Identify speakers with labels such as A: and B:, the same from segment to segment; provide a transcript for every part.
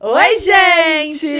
A: Oi, gente!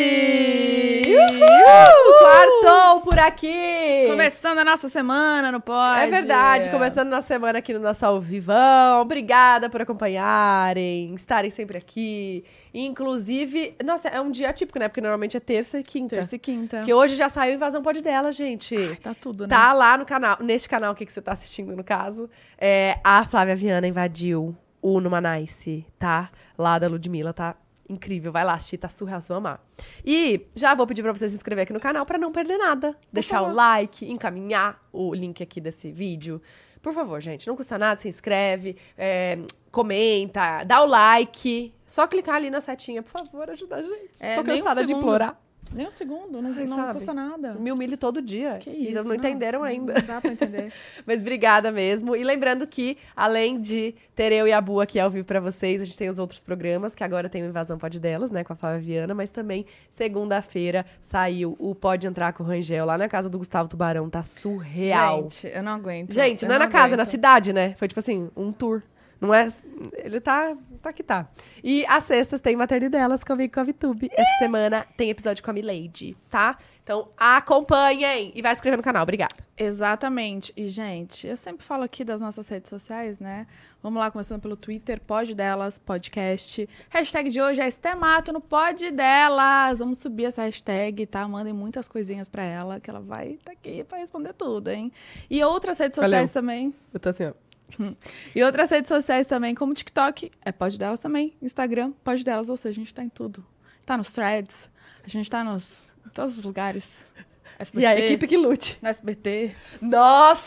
A: Uhul!
B: Quartou por aqui!
A: Começando a nossa semana no Pode.
B: É verdade, começando nossa semana aqui no nosso ao vivão. Obrigada por acompanharem, estarem sempre aqui. Inclusive, nossa, é um dia atípico, né? Porque normalmente é terça e quinta.
A: Terça e quinta.
B: Porque hoje já saiu Invasão Pode dela, gente.
A: Tá tudo, né?
B: Tá lá no canal, neste canal que, que você tá assistindo, no caso. É, a Flávia Viana invadiu o Numa Nice, tá? Lá da Ludmilla, tá? Incrível, vai lá assistir, tá surreal, vocês vão amar. E já vou pedir pra você se inscrever aqui no canal pra não perder nada. Deixar o
A: favor.
B: like, encaminhar o link aqui desse vídeo. Por favor, gente, não custa nada, se inscreve, é, comenta, dá o like. Só clicar ali na setinha, por favor, ajuda a gente.
A: É,
B: Tô
A: nem um
B: cansada de
A: segundo.
B: implorar.
A: Nem um segundo, não,
B: Ai,
A: não
B: sabe?
A: custa nada.
B: Me humilho todo dia.
A: Que
B: E
A: isso. né?
B: eles não entenderam ainda.
A: Não dá pra entender.
B: Mas obrigada mesmo. E lembrando que, além de ter eu e a Bu aqui ao vivo pra vocês, a gente tem os outros programas, que agora tem o Invasão Pode Delas, né, com a Flávia Viana, mas também segunda-feira saiu o Pode Entrar com o Rangel, lá na casa do Gustavo Tubarão. Tá surreal. Gente,
A: Gente, eu não aguento. eu
B: não é na casa, é na
A: aguento.
B: cidade, né? Foi tipo assim, um tour. Não é. Ele tá. Tá que tá. E às sextas tem Materno Delas comigo e com a VTube. Essa semana tem episódio com a Milady, tá? Então acompanhem e vai inscrever no canal. Obrigada.
A: Exatamente. E, gente, eu sempre falo aqui das nossas redes sociais, né? Vamos lá, começando pelo Twitter, Pod Delas, podcast. Hashtag de hoje é Estemato no Pod Delas. Vamos subir essa hashtag, tá? Mandem muitas coisinhas pra ela, que ela vai tá aqui pra responder tudo, hein? E outras redes
B: Valeu.
A: sociais também.
B: Eu tô assim, ó.
A: E outras redes sociais também, como TikTok, é Pod Delas também. Instagram, Pod Delas, ou seja, a gente tá em tudo. Tá nos threads, a gente tá nos em todos os lugares. SBT,
B: E a equipe que lute.
A: no SBT.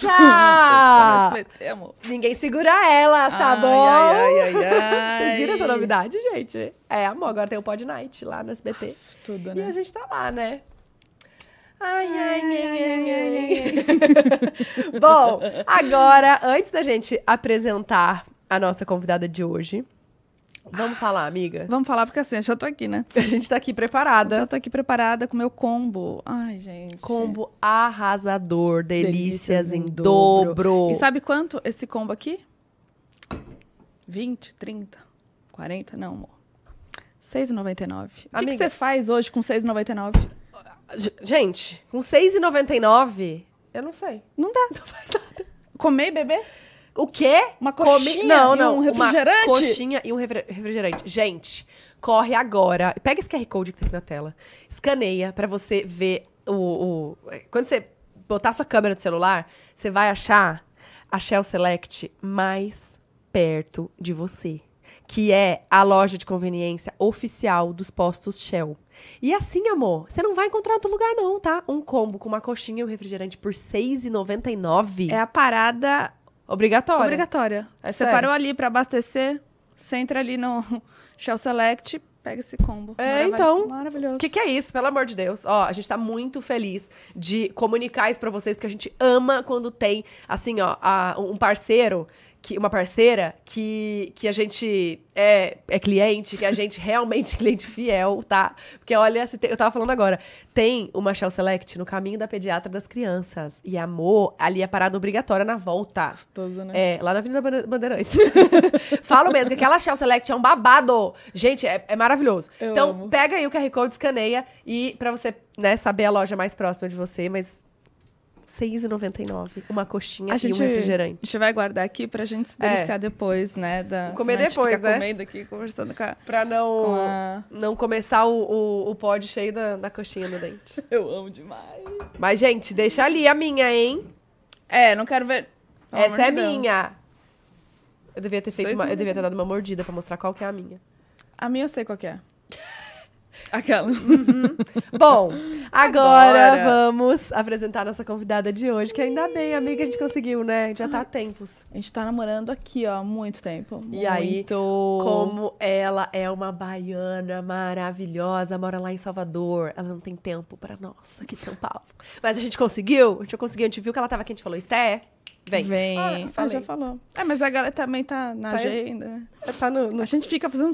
A: Tá no
B: Nossa!
A: SBT, amor.
B: Ninguém segura elas, Ah! tá
A: Ai,
B: bom?
A: ai, ai, ai, ai.
B: Vocês viram essa novidade, gente? É, amor, agora tem o Pod Night lá no SBT.
A: Tudo,
B: E
A: né?
B: a gente tá lá, né? Ai, ai, ai, ai, ai, ai. Bom, agora, antes da gente apresentar a nossa convidada de hoje, vamos falar, amiga?
A: Vamos falar porque assim, eu já tô aqui, né?
B: A gente tá aqui
A: Eu já
B: preparada.
A: tô aqui preparada com o meu combo. Ai, gente.
B: Combo arrasador, delícias,
A: Delícias
B: em
A: em
B: dobro.
A: E sabe quanto esse combo aqui? 20, 30, 40, não, amor. 6,99. O que que
B: Amiga.
A: você faz hoje com 6,99?
B: G- Gente, com 6,99, eu não sei.
A: Não dá. Não faz nada. Comer e beber?
B: O quê?
A: Uma
B: Come-
A: coxinha
B: Não,
A: e
B: não.
A: um refrigerante?
B: Uma coxinha e um refri- refrigerante. Gente, corre agora. Pega esse QR Code que tá aqui na tela. Escaneia pra você ver o, o- Quando você botar sua câmera do celular, você vai achar a Shell Select mais perto de você. Que é a loja de conveniência oficial dos postos Shell. E assim, amor, você não vai encontrar em outro lugar, não, tá? Um combo com uma coxinha e um refrigerante por R$ 6,99.
A: É a parada
B: Obrigatório.
A: obrigatória.
B: É
A: você
B: sério.
A: parou ali pra abastecer, você entra ali no Shell Select, pega esse combo.
B: É, então.
A: Maravilhoso.
B: O que, que é isso, pelo amor de Deus? Ó, a gente tá muito feliz de comunicar isso pra vocês, porque a gente ama quando tem, assim, ó, a- um parceiro, que, uma parceira, que, que a gente é, é cliente, que a gente realmente é cliente fiel, tá? Porque olha, se tem- eu tava falando agora, tem uma Shell Select no caminho da pediatra das crianças. E amor, ali é parada obrigatória na volta.
A: Gostoso, né?
B: É, lá na Avenida Bandeira- Bandeirantes. Falo mesmo, que aquela Shell Select é um babado. Gente, é, é maravilhoso.
A: Eu
B: então,
A: amo.
B: pega aí o QR Code, escaneia e pra você, né, saber a loja mais próxima de você, mas R$6,99. Uma coxinha
A: A
B: e
A: gente-
B: um refrigerante.
A: A gente vai guardar aqui pra gente se
B: É.
A: deliciar depois, né? Da,
B: Comer
A: senão a gente
B: depois,
A: fica
B: né?
A: comendo aqui, conversando com a...
B: Pra não,
A: Com a-
B: não começar o, o, o pod cheio da, da coxinha no dente.
A: Eu amo demais.
B: Mas, gente, deixa ali a minha, hein?
A: É, não quero ver... Pelo
B: Essa
A: amor de
B: é
A: Deus.
B: minha. Eu devia ter feito
A: Vocês
B: uma,
A: não
B: Eu devia ter dado uma mordida pra mostrar qual que é a minha.
A: A minha eu sei qual que é. Aquela.
B: Bom, agora
A: Bora.
B: vamos apresentar nossa convidada de hoje, que ainda bem, amiga, a gente conseguiu, né? Já tá há tempos.
A: A gente tá namorando aqui, ó, há muito tempo.
B: E aí,
A: Muito.
B: Como ela é uma baiana maravilhosa, mora lá em Salvador. Ela não tem tempo pra nós aqui em São Paulo. Mas a gente conseguiu, a gente conseguiu, a gente viu que ela tava aqui, a gente falou, Esté, vem.
A: Vem.
B: Ah,
A: Ah,
B: falei.
A: já falou. É, mas a galera também tá na
B: Tá-
A: agenda.
B: Tá no, no
A: A gente fica fazendo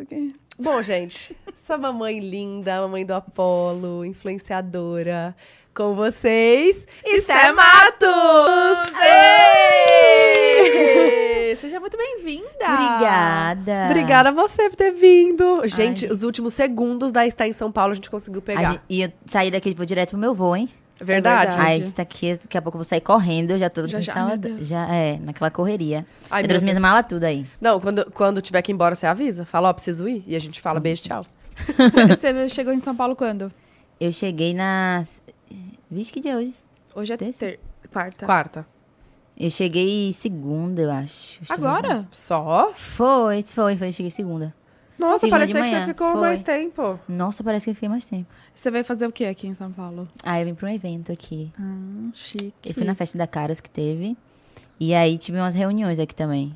A: aqui.
B: Bom, gente, essa mamãe linda, mamãe do Apolo, influenciadora, com vocês, Esté Matos! Ei!
A: Seja muito bem-vinda! É.
C: Obrigada.
B: Obrigada a você por ter vindo. Gente,
C: gente.
B: os últimos segundos da Está em São Paulo a gente conseguiu
C: A
B: pegar. É
C: gente- E eu saí daqui, vou direto pro meu voo, hein?
B: Verdade.
A: Entendi.
C: Aí a gente tá aqui, daqui a pouco eu vou sair correndo, eu já tô
A: Já,
C: com
A: já.
C: saudade.
A: Ai, meu Deus.
C: já é, naquela correria.
B: Ai,
C: eu
B: meu
C: trouxe minhas
B: Deus.
C: malas tudo aí.
B: Não, quando, quando tiver que ir embora, você avisa. Fala, ó, preciso ir. E a gente fala, beijo, tchau.
A: Você chegou em São Paulo quando?
C: Eu cheguei na. Vixe, que dia é hoje?
A: Hoje é
C: Terça?
A: ter... quarta.
B: Quarta.
C: Eu cheguei segunda, eu acho.
A: Agora?
B: Só?
C: Foi, foi, foi, cheguei segunda.
B: Nossa,
C: Segunda
B: pareceu
C: de
B: que você
C: manhã.
B: ficou
C: Foi.
B: mais tempo.
C: Nossa, parece que eu fiquei mais tempo.
A: Você veio fazer o que aqui em São Paulo?
C: Aí eu vim pra um evento aqui.
A: Ah, chique.
C: Eu fui na festa da Caras que teve. E aí tive umas reuniões aqui também.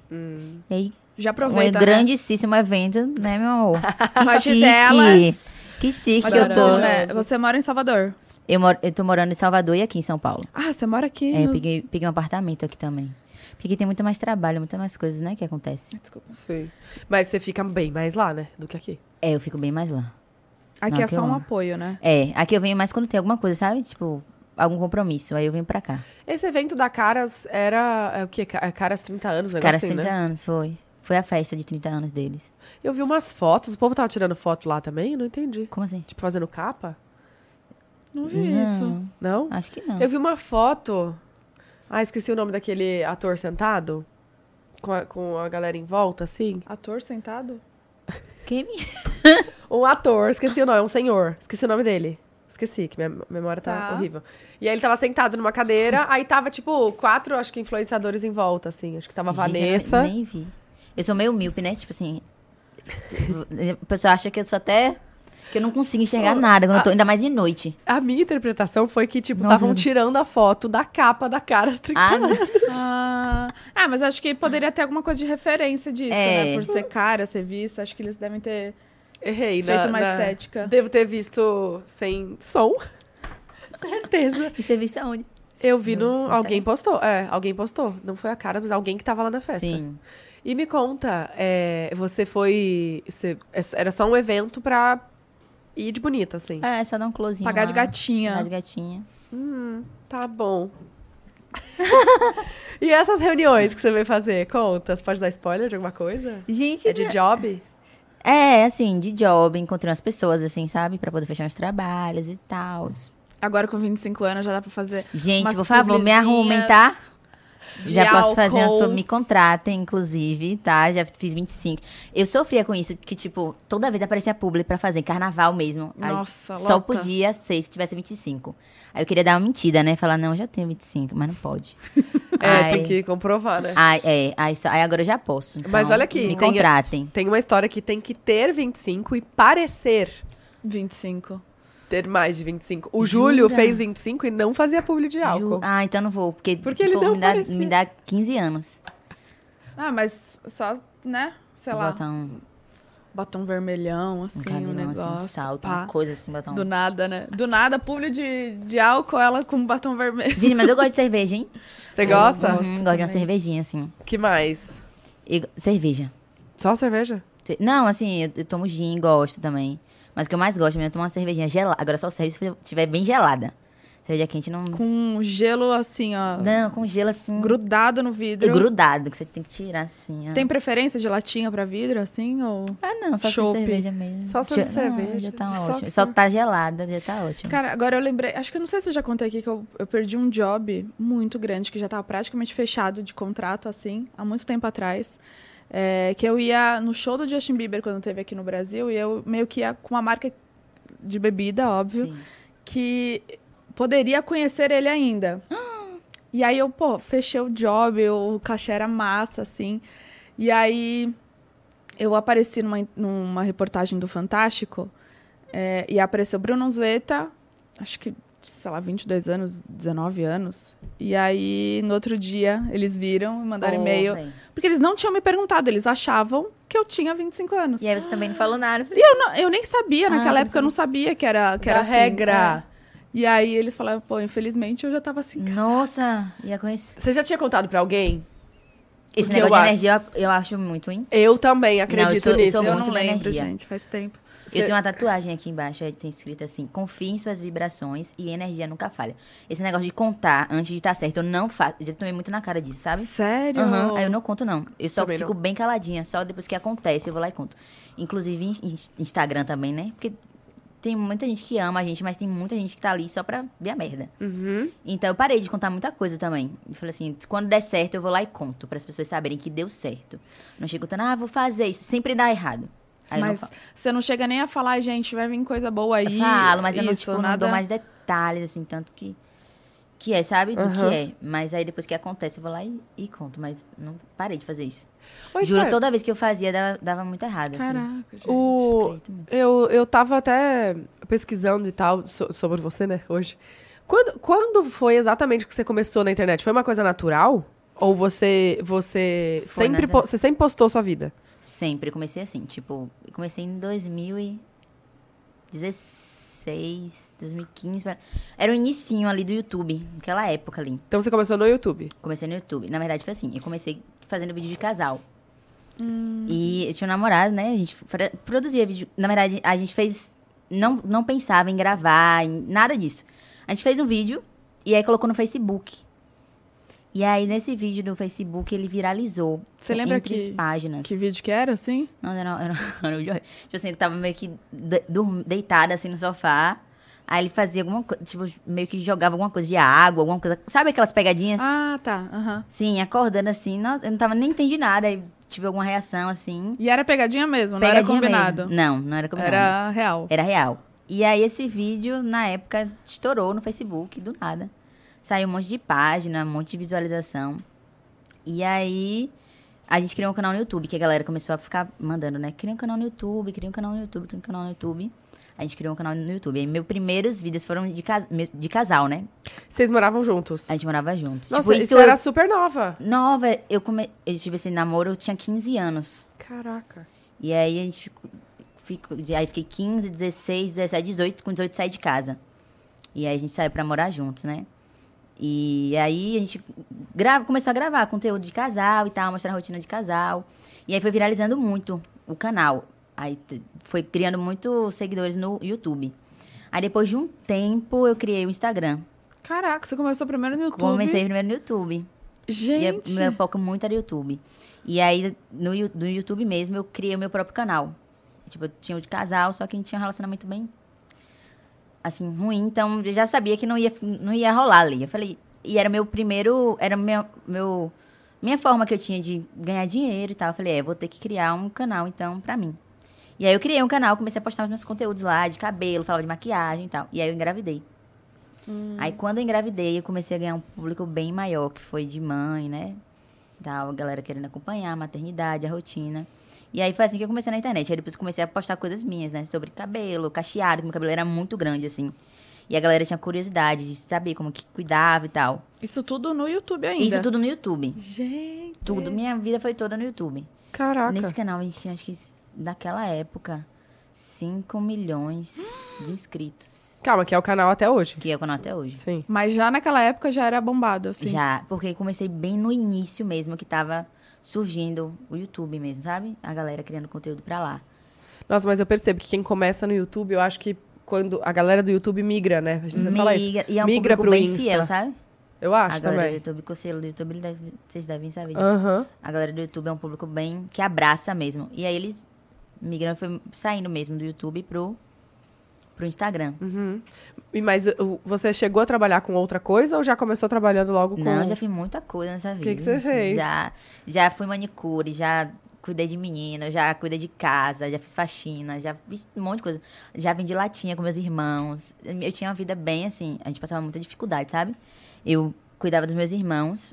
C: E aí,
A: Já Hum.
C: um
A: aproveita, né?
C: grandíssimo evento, né, meu amor? Que
A: Mas de
C: chique!
A: delas-
C: Que chique
A: Mas
C: que eu tô.
A: então, né? Você mora em Salvador.
C: Eu, moro, eu tô morando em Salvador e aqui em São Paulo.
A: Ah, você mora aqui.
C: É, eu
A: nos-
C: peguei, peguei um apartamento aqui também. Porque tem muito mais trabalho, muitas mais coisas, né, que acontece.
A: Desculpa.
B: Sim. Mas você fica bem mais lá, né? Do que aqui.
C: É, eu fico bem mais lá.
A: Aqui
C: Não,
A: é
C: que
A: só um
C: lá.
A: apoio, né?
C: É, aqui eu venho mais quando tem alguma coisa, sabe? Tipo, algum compromisso, aí eu venho pra cá.
B: Esse evento da Caras era. é o quê? Ca- é Caras 30 anos, um negócio
C: Caras
B: assim,
C: 30
B: né?
C: anos, foi. Foi a festa de 30 anos deles.
B: Eu vi umas fotos, o povo tava tirando foto lá também, não entendi.
C: Como assim?
B: Tipo, fazendo capa?
A: Não vi isso.
B: Não?
C: Não, acho que não.
B: Eu vi uma foto. Ah, esqueci o nome daquele ator sentado. Com a, com a galera em volta, assim.
A: Ator sentado?
C: Quem me-
B: Um ator, esqueci o nome, é um senhor. Esqueci o nome dele. Esqueci, que minha memória tá,
A: Tá.
B: horrível. E aí ele tava sentado numa cadeira, aí tava, tipo, quatro, acho que influenciadores em volta, assim. Acho que tava a
C: Gente, eu
B: Vanessa.
C: nem- nem vi. Eu sou meio míope, né? Tipo assim. O pessoal acha que eu sou até. que eu não consigo enxergar nada, quando eu tô, ainda mais de noite.
B: A minha interpretação foi que, tipo,
C: Nossa,
B: estavam
C: meu Deus.
B: tirando a foto da capa da cara as 30
C: Ah, não.
A: Ah, ah, mas acho que poderia ter alguma coisa de referência disso,
C: É.
A: né? Por ser cara, ser vista, acho que eles devem ter
B: Errei, né?
A: feito uma estética.
B: Devo ter visto sem som. Certeza.
C: E você viu isso aonde?
B: Eu vi no.
C: No
B: Alguém postou. É, alguém postou. Não foi a cara, mas alguém que tava lá na festa.
C: Sim.
B: E me conta, é, você foi. você- essa- era só um evento pra ir de bonita, assim.
C: É, só dar um closinho.
A: Pagar de
C: lá.
A: gatinha.
C: Pagar de gatinha.
B: Tá bom. e essas reuniões que você veio fazer? Conta. Você pode dar spoiler de alguma coisa?
C: Gente,
B: É de job?
C: É, assim, de job, encontrei umas pessoas, assim, sabe? Pra poder fechar uns trabalhos e tal.
A: Agora com 25 anos já dá pra fazer.
C: Gente,
A: umas
C: por favor, me
A: publizinhas
C: arrumem, tá?
A: de
C: Já posso fazer umas
A: álcool.
C: coisas, me contratem, inclusive, tá? Já fiz 25. Eu sofria com isso, que, tipo, toda vez aparecia publi pra fazer, carnaval mesmo. Aí
A: Nossa,
C: Só
A: lota.
C: podia ser se tivesse 25. Aí eu queria dar uma mentira, né? Falar, não, eu já tenho 25, mas não pode.
B: É,
C: Ai.
B: tem que comprovar, né?
C: Aí, é, aí, só- aí agora eu já posso. então,
B: Mas olha aqui,
C: Me
B: tem-
C: contratem.
B: Tem uma história que tem que ter 25 e parecer
A: 25.
B: ter mais de 25. O
C: Jura?
B: Júlio fez 25 e não fazia publi de
C: Ju-
B: álcool.
C: Ah, então não vou, porque,
B: Porque ele
C: pô,
B: não
C: me, dá,
B: apareceu.
C: me dá 15 anos.
A: Ah, mas só, né? Sei lá.
C: Botar um,
A: Bota um vermelhão, assim,
C: um
A: um,
C: cabelão, assim,
A: negócio.
C: um salto,
A: pá.
C: uma coisa assim, botar um...
A: Do nada, né? Do nada, publi de, de álcool, ela com batom vermelho.
C: Gente, mas eu gosto de cerveja, hein?
B: Você gosta?
C: Uhum, gosto de uma cervejinha, assim.
B: Que mais?
C: E- cerveja.
B: Só cerveja?
C: Ce- Não, assim, eu, eu tomo gin, gosto também. Mas o que eu mais gosto mesmo é tomar uma cervejinha gelada. Agora só serve se for- tiver bem gelada. Cerveja quente não...
A: Com gelo, assim, ó.
C: Não, com gelo assim...
A: Grudado no vidro.
C: Grudado, que você tem que tirar assim. ó.
A: Tem preferência de latinha pra vidro, assim? Ou...
C: Ah, não, só sem
A: Chope.
C: cerveja mesmo.
B: Só sem
C: Cho-
B: cerveja.
C: Ah, já tá
B: Só
C: ótimo.
B: que-
C: Só tá gelada, já tá ótimo.
A: Ah, Cara, agora eu lembrei. Acho que eu não sei se eu já contei aqui que eu, eu perdi um job muito grande, que já tava praticamente fechado de contrato, assim, há muito tempo atrás. É, que eu ia no show do Justin Bieber quando teve aqui no Brasil, e eu meio que ia com uma marca de bebida, óbvio,
C: Sim.
A: que poderia conhecer ele ainda. E aí eu, pô, fechei o job, o cachê era massa, assim. E aí eu apareci numa, numa reportagem do Fantástico é, e apareceu Bruno Zeta, acho que, sei lá, 22 anos, 19 anos. E aí, no outro dia, eles viram e mandaram
C: Ô,
A: e-mail.
C: véi.
A: Porque eles não tinham me perguntado, eles achavam que eu tinha 25 anos.
C: E aí você também não falou nada.
A: Eu, não- eu nem sabia,
C: Ah,
A: naquela
C: você
A: época eu não sabia que era, que era
B: Da
A: assim,
B: regra.
A: é. E aí eles falavam, pô, infelizmente eu já tava assim.
C: Nossa, ia conhecer.
B: Você já tinha contado pra alguém?
C: Esse
B: Porque eu
C: negócio de
B: acho-
C: energia eu, eu acho muito, hein?
B: Eu também acredito
C: eu sou- eu
B: nisso.
C: sou
A: eu
C: muito
A: não
C: da
A: lembro,
C: energia.
A: gente, faz tempo.
C: Eu tenho uma tatuagem aqui embaixo, aí tem escrito assim: confie em suas vibrações e energia nunca falha. Esse negócio de contar antes de estar certo, eu não faço. Eu já tomei muito na cara disso, sabe?
A: Sério?
C: Aham, Aí eu não conto, não. Eu só
B: Também não.
C: fico bem caladinha, só depois que acontece eu vou lá e conto. Inclusive em in- Instagram também, né? Porque tem muita gente que ama a gente, mas tem muita gente que tá ali só pra ver a merda. Então eu parei de contar muita coisa também. Eu falei assim, quando der certo eu vou lá e conto, para as pessoas saberem que deu certo. Não chego contando, ah, vou fazer isso. Sempre dá errado. Aí eu não
A: mas
C: falo.
A: você não chega nem a falar, gente, vai vir coisa boa aí.
C: Falo, mas eu não,
A: Isso,
C: tipo, não
A: nada...
C: dou mais detalhes, assim, tanto que. Que é, sabe? Do
B: Aham.
C: que é. Mas aí depois que acontece, eu vou lá e, e conto. Mas não parei de fazer isso.
B: Pois
C: Juro,
B: é.
C: toda vez que eu fazia, dava, dava muito errado. assim. Eu falei,
A: Caraca, gente.
B: O...
C: acredito muito.
B: Eu, eu tava até pesquisando e tal so- sobre você, né, hoje. Quando, quando foi exatamente que você começou na internet? Foi uma coisa natural? Ou você, você,
C: Foi
B: sempre,
C: nada.
B: po- você sempre postou sua vida?
C: Sempre. Eu comecei assim, tipo, eu comecei em 2016, 2015. pra- Era o inicinho ali do YouTube, aquela época ali.
B: Então você começou no YouTube.
C: Comecei no YouTube. Na verdade, foi assim. Eu comecei fazendo vídeo de casal.
A: Hum.
C: E eu tinha um namorado, né? A gente fra- produzia vídeo. Na verdade, a gente fez. Não, não pensava em gravar, em nada disso. A gente fez um vídeo e aí colocou no Facebook. E aí, nesse vídeo do Facebook, ele viralizou.
A: Você lembra
C: entre
A: que-
C: as páginas.
A: Que vídeo que era, assim?
C: Não, era, um, era, era o Jorge. Tipo assim, ele tava meio que de- dorm- deitada assim no sofá. Aí ele fazia alguma coisa, tipo, meio que jogava alguma coisa de água, alguma coisa. Sabe aquelas pegadinhas?
A: Ah, tá. aham.
C: Sim, acordando assim, não, eu não tava nem entendi nada, aí tive alguma reação assim.
A: E era pegadinha mesmo, não
C: Pegadinha
A: era combinado.
C: mesmo. Não, não era combinado. É. Era...
A: Era real.
C: real. E aí esse vídeo, na época, estourou no Facebook, do nada. Saiu um monte de página, um monte de visualização. E aí a gente criou um canal no YouTube, que a galera começou a ficar mandando, né? Cria um canal no YouTube, cria um canal no YouTube, cria um canal no YouTube. A gente criou um canal no YouTube. Aí meus primeiros vídeos foram de, cas- de casal, né?
B: Vocês moravam juntos.
C: A gente morava juntos.
B: Nossa,
C: tipo,
B: isso,
C: eu-
B: era super nova.
C: Nova, eu, come... eu tive esse namoro, eu tinha 15 anos.
B: Caraca.
C: E aí a gente ficou. ficou- de- Aí fiquei 15, 16, 17, 18, com 18 saí de casa. E aí a gente saiu pra morar juntos, né? E aí a gente grava, começou a gravar conteúdo de casal e tal, mostrar a rotina de casal. E aí foi viralizando muito o canal. Aí t- foi criando muitos seguidores no YouTube. Aí depois de um tempo eu criei o Instagram.
A: Caraca, você começou primeiro no YouTube.
C: Comecei primeiro no YouTube. E eu-
A: Gente,
C: meu foco muito era YouTube. E aí, no, Yu- no YouTube mesmo, eu criei o meu próprio canal. Tipo, eu tinha o de casal, só que a gente tinha um relacionamento bem, assim, ruim. Então, eu já sabia que não ia, não ia rolar ali. Eu falei... E era meu primeiro... Era meu, meu, minha forma que eu tinha de ganhar dinheiro e tal. Eu falei, é, vou ter que criar um canal, então, pra mim. E aí, eu criei um canal, comecei a postar os meus conteúdos lá, de cabelo, falava de maquiagem e tal. E aí, eu engravidei. Aí quando eu engravidei, eu comecei a ganhar um público bem maior, que foi de mãe, né? Tal, a galera querendo acompanhar, a maternidade, a rotina. E aí foi assim que eu comecei na internet. Aí depois comecei a postar coisas minhas, né? Sobre cabelo, cacheado, que meu cabelo era muito grande, assim. E a galera tinha curiosidade de saber como que cuidava e tal.
A: isso tudo no YouTube ainda.
C: Isso tudo no YouTube.
A: Gente.
C: Tudo. Minha vida foi toda no YouTube.
B: Caraca.
C: Nesse canal a gente tinha, acho que naquela época, 5 milhões de inscritos.
B: Calma, que é o canal até hoje.
C: Que é o canal até hoje.
B: Sim.
A: Mas já naquela época já era bombado, assim.
C: Já, porque comecei bem no início mesmo, que tava surgindo o YouTube mesmo, sabe? A galera criando conteúdo pra lá.
B: Nossa, mas eu percebo que quem começa no YouTube, eu acho que quando a galera do YouTube migra, né? A gente sempre fala isso.
C: Migra, e é um
B: migra
C: público bem
B: Insta.
C: fiel, sabe?
B: Eu acho
C: a galera do
B: também. Ah.
C: YouTube, conselho do YouTube, ele deve- vocês devem saber disso.
B: Aham.
C: A galera do YouTube é um público bem que abraça mesmo. E aí eles migram, foi saindo mesmo do YouTube pro, pro Instagram.
B: E mas o- você chegou a trabalhar com outra coisa ou já começou trabalhando logo com...
C: Não, já fiz muita coisa nessa vida. assim,
B: que que você fez?
C: Já, já fui manicure, já cuidei de menino, já cuidei de casa, já fiz faxina, já fiz um monte de coisa. Já vendi latinha com meus irmãos. Eu tinha uma vida bem assim, a gente passava muita dificuldade, sabe? Eu cuidava dos meus irmãos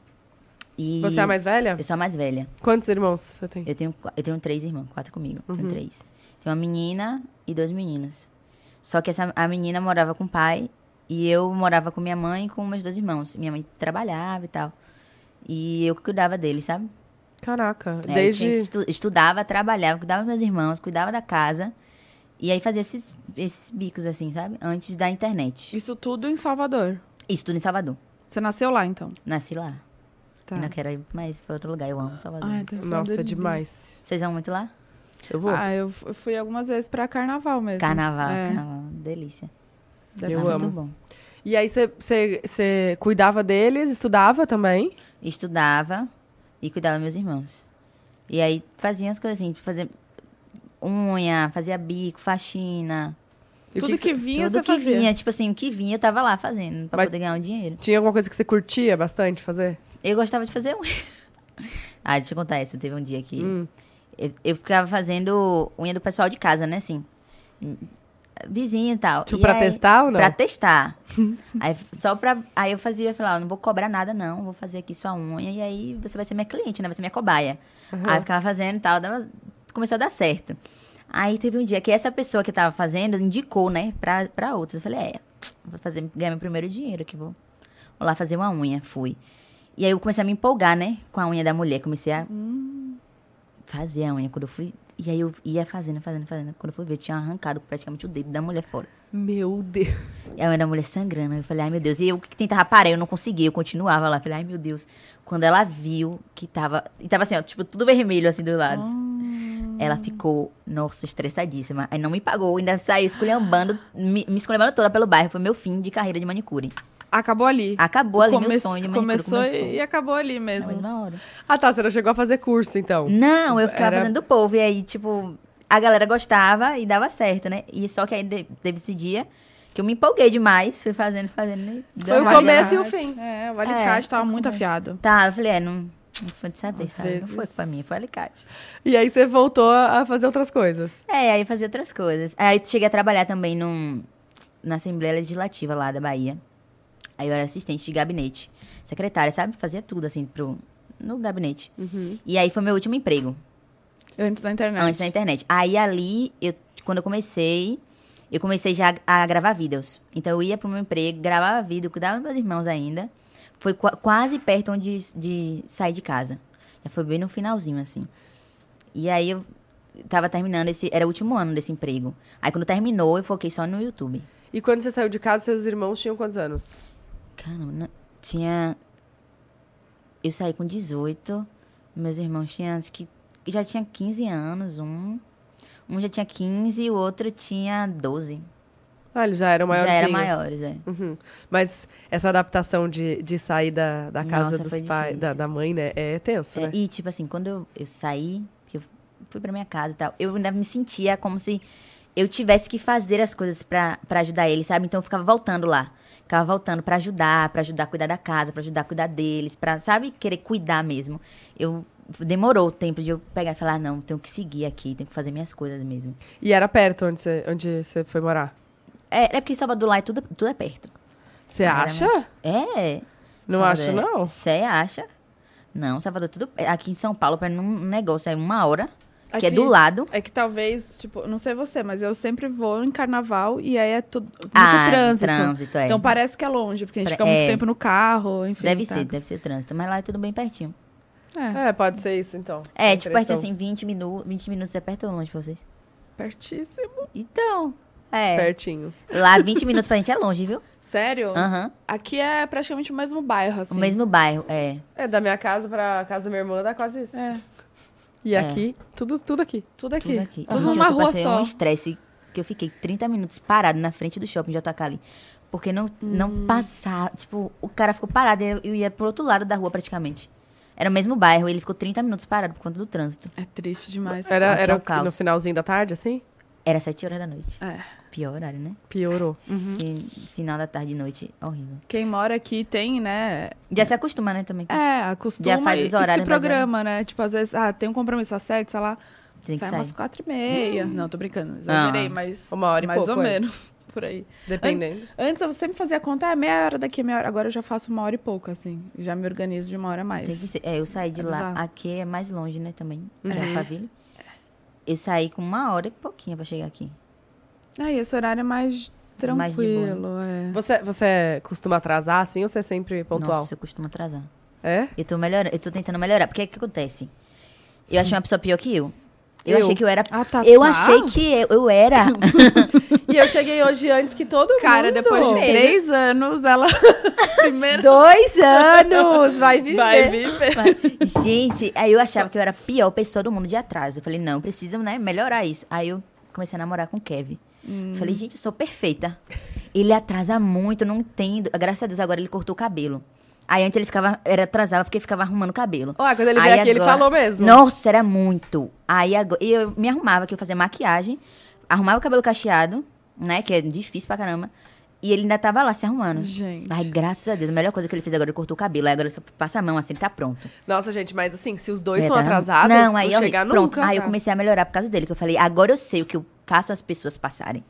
C: e...
B: Você é a mais velha?
C: Eu sou a mais velha.
B: Quantos irmãos você tem?
C: Eu tenho, qua- eu tenho três irmãos, quatro comigo.
B: Uhum.
C: Tenho três. Tenho uma menina e dois meninos. Só que essa, a menina morava com o pai e eu morava com minha mãe e com meus dois irmãos. Minha mãe trabalhava e tal. E eu que cuidava deles, sabe?
B: Caraca.
C: É, eu tinha
B: desde...
C: que estu- estudava, trabalhava, cuidava dos meus irmãos, cuidava da casa. E aí fazia esses, esses bicos assim, sabe? Antes da internet.
A: Isso tudo em Salvador.
C: Isso tudo em Salvador.
A: Você nasceu lá, então.
C: Nasci lá.
A: Tá. então
C: Eu não quero ir mais pra outro lugar. Eu amo Salvador.
A: Ai, deve ser uma
B: Nossa, é
A: delícia.
B: demais.
C: Vocês vão muito lá?
B: Eu vou.
A: Ah, eu f- eu fui algumas vezes pra carnaval mesmo.
C: Carnaval,
A: É.
C: carnaval, delícia.
A: Deve
B: Eu
A: ser
C: muito
B: amo.
C: bom.
B: E aí você- você você cuidava deles, estudava também?
C: Estudava e cuidava dos meus irmãos. E aí fazia as coisas assim, tipo, fazer unha, fazia bico, faxina.
B: E o
A: Tudo que,
B: que que
A: vinha,
C: tudo
A: você
C: que
A: fazia.
C: vinha, tipo assim, o que vinha eu tava lá fazendo pra
B: Mas-
C: poder ganhar um dinheiro.
B: Tinha alguma coisa que você curtia bastante fazer?
C: Eu gostava de fazer unha. ah, deixa eu contar essa. Teve um dia que
B: Hum.
C: eu, eu ficava fazendo unha do pessoal de casa, né, assim. Vizinho e tal.
B: Tipo,
C: E
B: pra
C: aí-
B: testar ou não?
C: Pra testar. aí, só pra, aí eu fazia, eu falava, "Ó, não vou cobrar nada não, vou fazer aqui sua unha e aí você vai ser minha cliente, né? Vai ser minha cobaia. Aí eu ficava fazendo e tal, dava- começou a dar certo. Aí teve um dia que essa pessoa que tava fazendo indicou, né, pra, pra outras. Eu falei, é, vou fazer, ganhar meu primeiro dinheiro que vou, vou lá fazer uma unha. Fui. E aí eu comecei a me empolgar, né, com a unha da mulher. Comecei a fazer a unha quando eu fui. E aí eu ia fazendo, fazendo, fazendo. Quando eu fui ver, tinha arrancado praticamente o dedo da mulher fora.
B: Meu Deus.
C: E a unha da mulher sangrando. Eu falei, ai meu Deus. E eu que tentava parar, eu não conseguia, eu continuava lá. Eu falei, ai meu Deus. Quando ela viu que tava. E tava assim, ó, tipo, tudo vermelho assim dos lados.
A: Ah.
C: Ela ficou, nossa, estressadíssima. Aí não me pagou, ainda saiu esculhambando, me, me esculhambando toda pelo bairro. Foi meu fim de carreira de manicure.
A: Acabou ali.
C: Acabou ali
A: Come-
C: meu sonho de manicure.
A: começou
C: Começou,
A: e acabou ali
C: Na
A: mesmo.
C: mesma hora.
B: Ah, tá. Você não chegou a fazer curso, então.
C: Não, eu ficava
B: Era-
C: fazendo do povo. E aí, tipo, a galera gostava e dava certo, né? E só que aí de- teve esse dia que eu me empolguei demais, fui fazendo, fazendo. né?
A: Foi
C: Deu
A: o
C: uma-
A: começo e o fim. É, o alicate
C: É,
A: tava muito
C: começo.
A: afiado.
C: Tá, eu falei, é, não, não foi de saber, sabe?
B: vezes-
C: Não foi pra mim, foi alicate.
B: E aí você voltou a fazer outras coisas.
C: É, aí eu fazia outras coisas. Aí eu cheguei a trabalhar também num, na Assembleia Legislativa lá da Bahia. Aí eu era assistente de gabinete, secretária, sabe? Fazia tudo, assim, pro, no gabinete. E aí foi meu último emprego.
A: Antes da internet.
C: Antes da internet. Aí ali, eu, quando eu comecei, eu comecei já a, a gravar vídeos. Então eu ia pro meu emprego, gravava vídeo, cuidava dos meus irmãos ainda. Foi qua- quase perto onde s- de sair de casa. Já foi bem no finalzinho, assim. E aí eu tava terminando esse. Era o último ano desse emprego. Aí quando terminou, eu foquei só no YouTube.
B: E quando você saiu de casa, seus irmãos tinham quantos anos?
C: Caramba, não- tinha. Eu saí com 18, meus irmãos tinham acho que já tinha 15 anos, um. Um já tinha 15 e o outro tinha 12.
B: Ah, eles já eram
C: Já
B: maiorzinhos.
C: eram maiores, é.
B: Uhum. Mas essa adaptação de, de sair da, da casa
C: Nossa, foi
B: dos pais,
C: difícil.
B: da, da mãe, né? É tenso,
C: É,
B: né?
C: E, tipo assim, quando eu, eu saí, que eu fui pra minha casa e tal, eu ainda me sentia como se eu tivesse que fazer as coisas pra pra ajudar ele, sabe? Então eu ficava voltando lá. Ficava voltando pra ajudar, pra ajudar a cuidar da casa, pra ajudar a cuidar deles, pra, sabe, querer cuidar mesmo. Eu demorou o tempo de eu pegar e falar, "Ah, não, tenho que seguir aqui, tenho que fazer minhas coisas mesmo.
B: E era perto onde você, onde você foi morar.
C: É, é porque Salvador lá é tudo, tudo é perto.
B: Você
C: Era
B: acha?
C: mais- É.
B: Não
C: Salvador,
B: acho, não.
C: Você acha? Não, Salvador, tudo. é, Aqui em São Paulo, pra ir num negócio é uma hora, que é
A: Aqui-
C: do lado.
A: É que talvez, tipo, não sei você, mas eu sempre vou em carnaval e aí é tudo, muito
C: Ah,
A: trânsito.
C: trânsito, é.
A: Então parece que é longe, porque a gente
C: Pra-
A: fica muito
C: é.
A: tempo no carro, enfim.
C: deve
A: tá.
C: ser, deve ser trânsito, mas lá é tudo bem pertinho.
A: É,
B: É, pode ser isso, então.
C: É,
B: A
C: tipo, perto
B: impressão.
C: assim, 20 minutos. 20 minutos é perto ou longe pra vocês?
A: É, pertíssimo.
C: Então, é.
B: Pertinho.
C: Lá 20 minutos pra gente é longe, viu?
A: Sério?
C: Aham.
A: Aqui é praticamente o mesmo bairro, assim.
C: O mesmo bairro, é.
B: É, da minha casa pra casa da minha irmã dá quase isso.
A: É,
B: E
C: É.
B: aqui, tudo, tudo aqui.
A: tudo aqui.
C: Tudo aqui.
A: Tudo
C: Gente,
A: numa
C: eu tô
A: rua
C: passei
A: só.
C: um estresse que eu fiquei 30 minutos parado na frente do shopping de Otacali. Porque não,
A: Hum.
C: não passar. Tipo, o cara ficou parado e eu- eu ia pro outro lado da rua praticamente. Era o mesmo bairro, ele ficou 30 minutos parado por conta do trânsito.
A: É triste demais.
B: Era,
C: Aqui é
B: era
C: um
B: o que-
C: caos.
B: no finalzinho da tarde, assim?
C: Era 7 horas da noite.
A: É.
C: Pior horário, né?
B: Piorou.
C: E final da tarde e noite, horrível.
A: Quem mora aqui tem, né?
C: Já se acostuma, né, também com isso.
A: É, acostuma
C: Já faz
A: e-
C: os
A: e se
C: horários, mas
A: programa, né? Tipo, às vezes, ah, tem um compromisso às sete, sei lá,
C: Tem que
A: sai
C: sair.
A: umas quatro e meia. Não, tô brincando, exagerei,
C: Ah.
A: mas
B: Uma hora e
A: mais
B: pouco é.
A: ou
B: antes.
A: menos, por aí.
B: Dependendo.
A: Antes eu sempre fazia conta, é meia hora daqui, meia hora. Agora eu já faço uma hora e pouco, assim. Já me organizo de uma hora a mais.
C: Tem que ser. É, eu saí de
A: É
C: lá.
A: bizarro.
C: Aqui é mais longe, né, também. De
B: Uhum.
C: Alphaville. Eu saí com uma hora e pouquinho pra chegar aqui.
A: Ah, e esse horário é mais
C: Mais de boa.
A: tranquilo, é.
B: Você, você costuma atrasar, assim, ou você é sempre pontual?
C: Nossa, eu costumo atrasar.
B: É?
C: é Eu tô melhorando, eu tô tentando melhorar. Porque o que acontece? Eu achei uma pessoa pior que eu. Eu,
B: Eu.
C: achei que eu era.
A: Ah, tá,
C: eu
A: tá.
C: achei que eu, eu era.
B: E eu cheguei hoje antes que todo mundo.
A: Cara, depois de três anos, ela. Primeiro.
B: Dois anos, vai viver.
A: Vai viver.
C: Gente, aí eu achava que eu era a pior pessoa do mundo de atraso. Eu falei, não, precisa né, melhorar isso. Aí eu comecei a namorar com o Kevin. Falei, gente, eu sou perfeita. Ele atrasa muito, eu não entendo. Graças a Deus, agora ele cortou o cabelo. Aí antes ele ficava, era atrasava porque ficava arrumando o cabelo.
B: Ó, quando ele
C: Aí
B: veio aqui, ele
C: agora-
B: falou mesmo.
C: Nossa, era muito. Aí agora, e eu me arrumava, que eu fazia maquiagem, arrumava o cabelo cacheado, né? Que é difícil pra caramba. E ele ainda tava lá se arrumando.
A: Gente.
C: Ai, graças a Deus. A melhor coisa que ele fez agora, ele cortou o cabelo. Aí agora ele só passa a mão, assim, ele tá pronto.
B: Nossa, gente, mas assim, se os dois
C: É,
B: são
C: tá?
B: atrasados, não,
C: não, aí eu,
B: chegar
C: pronto,
B: nunca.
C: Aí eu comecei a melhorar por causa dele, que eu falei, agora eu sei o que eu faço as pessoas passarem.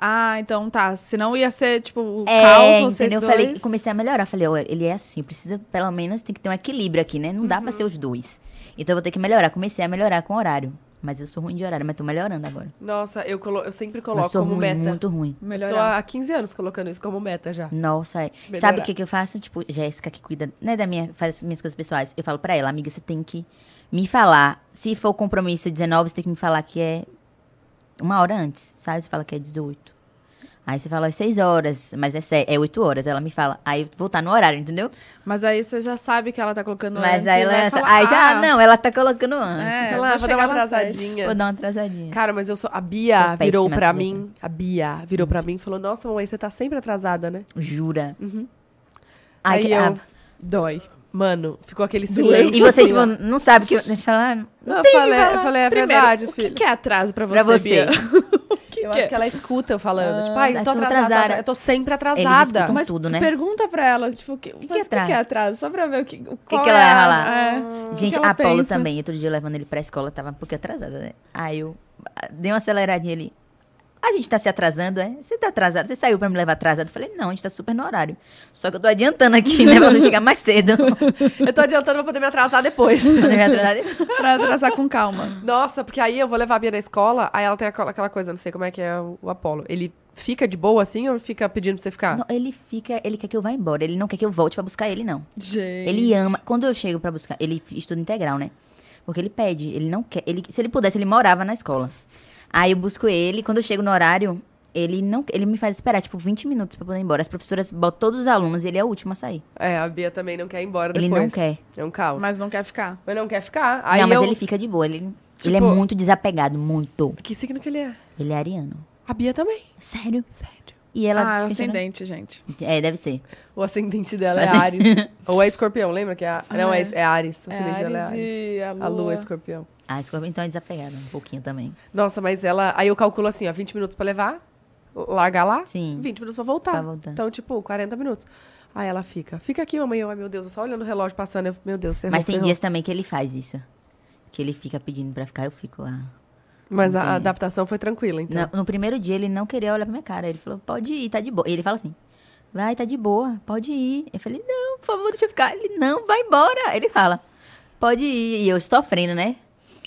A: Ah, então tá. Senão ia ser, tipo, o
C: É,
A: caos, vocês
C: entendeu? Eu
A: dois.
C: falei, comecei a melhorar. Falei, ó, ele é assim, precisa, pelo menos, tem que ter um equilíbrio aqui, né? Não dá pra ser os dois. Então eu vou ter que melhorar. Comecei a melhorar com horário. Mas eu sou ruim de horário, mas tô melhorando agora.
B: Nossa, eu, colo... eu sempre
C: Eu
B: coloco
C: sou
B: como
C: ruim,
B: meta.
C: muito ruim.
B: Tô
A: Melhorar.
B: há 15 anos colocando isso como meta já.
C: Nossa, é.
B: Melhorar.
C: sabe o que, que eu faço? Tipo, Jéssica, que cuida, né, da minha, faz minhas coisas pessoais. Eu falo pra ela, amiga, você tem que me falar. Se for compromisso 19, você tem que me falar que é uma hora antes, sabe? Você fala que é 18. Aí você fala às 6 horas, mas é, se- é 8 horas. Ela me fala. Aí eu vou estar no horário, entendeu?
A: Mas aí você já sabe que ela tá colocando antes
C: mas
A: e
C: aí
A: vai
C: ela.
A: falar,
C: Aí já,
A: ah,
C: não, ela tá colocando antes.
A: É,
B: Sei
A: vou
B: lá, vou dar
A: chegar
B: uma
A: lá às sete.
B: atrasadinha.
C: Vou dar uma atrasadinha.
B: Cara, mas eu sou. A
C: Sou
B: Bia virou
C: péssima
B: pra
C: com isso
B: mim. A Bia virou pra mim e falou: Nossa, mamãe, você tá sempre atrasada, né?
C: Jura.
B: Aí
C: que-
B: eu-
C: ah,
A: Dói.
B: Mano, ficou aquele silêncio. assim,
C: e você, tipo, não sabe que. Deixa ela. Não
B: eu
C: tem que
B: falei,
C: falar.
B: eu falei, é
A: Primeiro,
B: verdade,
A: o
B: filho.
A: que, que é atraso pra você,
C: Pra você.
A: Bia?
B: eu acho
A: que é?
B: que ela escuta eu falando.
C: Ah,
B: tipo, ai, eu tô
C: eu sou
B: atrasada.
C: atrasada.
B: Eu tô sempre
C: Eles
B: atrasada.
C: escutam
A: Mas
C: tudo, né?
A: pergunta pra ela, tipo, o que, mas o que,
C: é atraso?
A: que é atraso? Só pra ver o que, o qual
C: que ela
A: é
C: vai
A: a-
C: falar?
A: é, o que
C: Gente,
A: ela
C: a Paulo
A: pensa.
C: também, outro dia eu levando ele pra escola, tava um pouquinho atrasada, né? Aí eu ah, dei uma aceleradinha ali. A gente tá se atrasando, é? Você tá atrasado? Você saiu pra me levar atrasado? Eu falei, não, a gente tá super no horário. Só que eu tô adiantando aqui, né? Pra você chegar mais cedo.
B: Eu tô adiantando pra poder me atrasar depois.
C: Quando eu me atrasar,
A: Pra atrasar com calma.
B: Nossa, porque aí eu vou levar a Bia na escola, aí ela tem aquela aquela coisa, não sei como é que é o o Apolo. Ele fica de boa assim ou fica pedindo pra você ficar?
C: não, ele fica, ele quer que eu vá embora. Ele não quer que eu volte pra buscar ele, não.
A: Gente.
C: Ele ama. Quando eu chego pra buscar, ele estuda integral, né? Porque ele pede, ele não quer. Ele, se ele pudesse, ele morava na escola. Aí eu busco ele, quando eu chego no horário, ele não, ele me faz esperar tipo 20 minutos pra poder ir embora. As professoras botam todos os alunos, e ele é o último a sair.
B: É, a Bia também não quer ir embora
C: Ele
B: depois.
C: não quer.
B: É um caos. Mas,
A: Mas não quer ficar.
B: não quer ficar. Aí
C: não, mas
B: eu...
C: ele fica de boa, ele
B: Tipo-
C: ele é muito desapegado, muito.
B: Que signo que ele é?
C: Ele é ariano.
B: A Bia também.
C: Sério?
B: Sério.
C: E ela
A: ah,
C: fica chorando.
A: ascendente, gente.
C: É, deve ser.
B: O ascendente dela é Ares. Ou é escorpião, lembra que é. a-
C: Ah,
B: Não, é, é Ares. O
A: É,
B: ascendente dela é
A: Ares
B: Ares.
A: e a lua.
B: A lua é escorpião.
C: Ah, escorpião então é desapegado um pouquinho também.
B: Nossa, mas ela. Aí eu calculo assim, ó, 20 minutos pra levar, largar lá,
C: Sim.
B: 20 minutos pra voltar.
C: Pra voltar.
B: Então, tipo, 40 minutos. Aí ela fica. Fica aqui, mamãe. Eu, ai, meu Deus, eu só olhando o relógio passando. eu, meu Deus, ferrou,
C: mas tem
B: ferrou.
C: dias também que ele faz isso. Que ele fica pedindo pra ficar, eu fico lá.
B: Mas a adaptação foi tranquila, então.
C: Na- No, primeiro dia, ele não queria olhar pra minha cara. Ele falou, pode ir, tá de boa. E ele fala assim, vai, tá de boa, pode ir. Eu falei, não, por favor, deixa eu ficar. Ele, não, vai embora. Ele fala, pode ir. E eu sofrendo, né?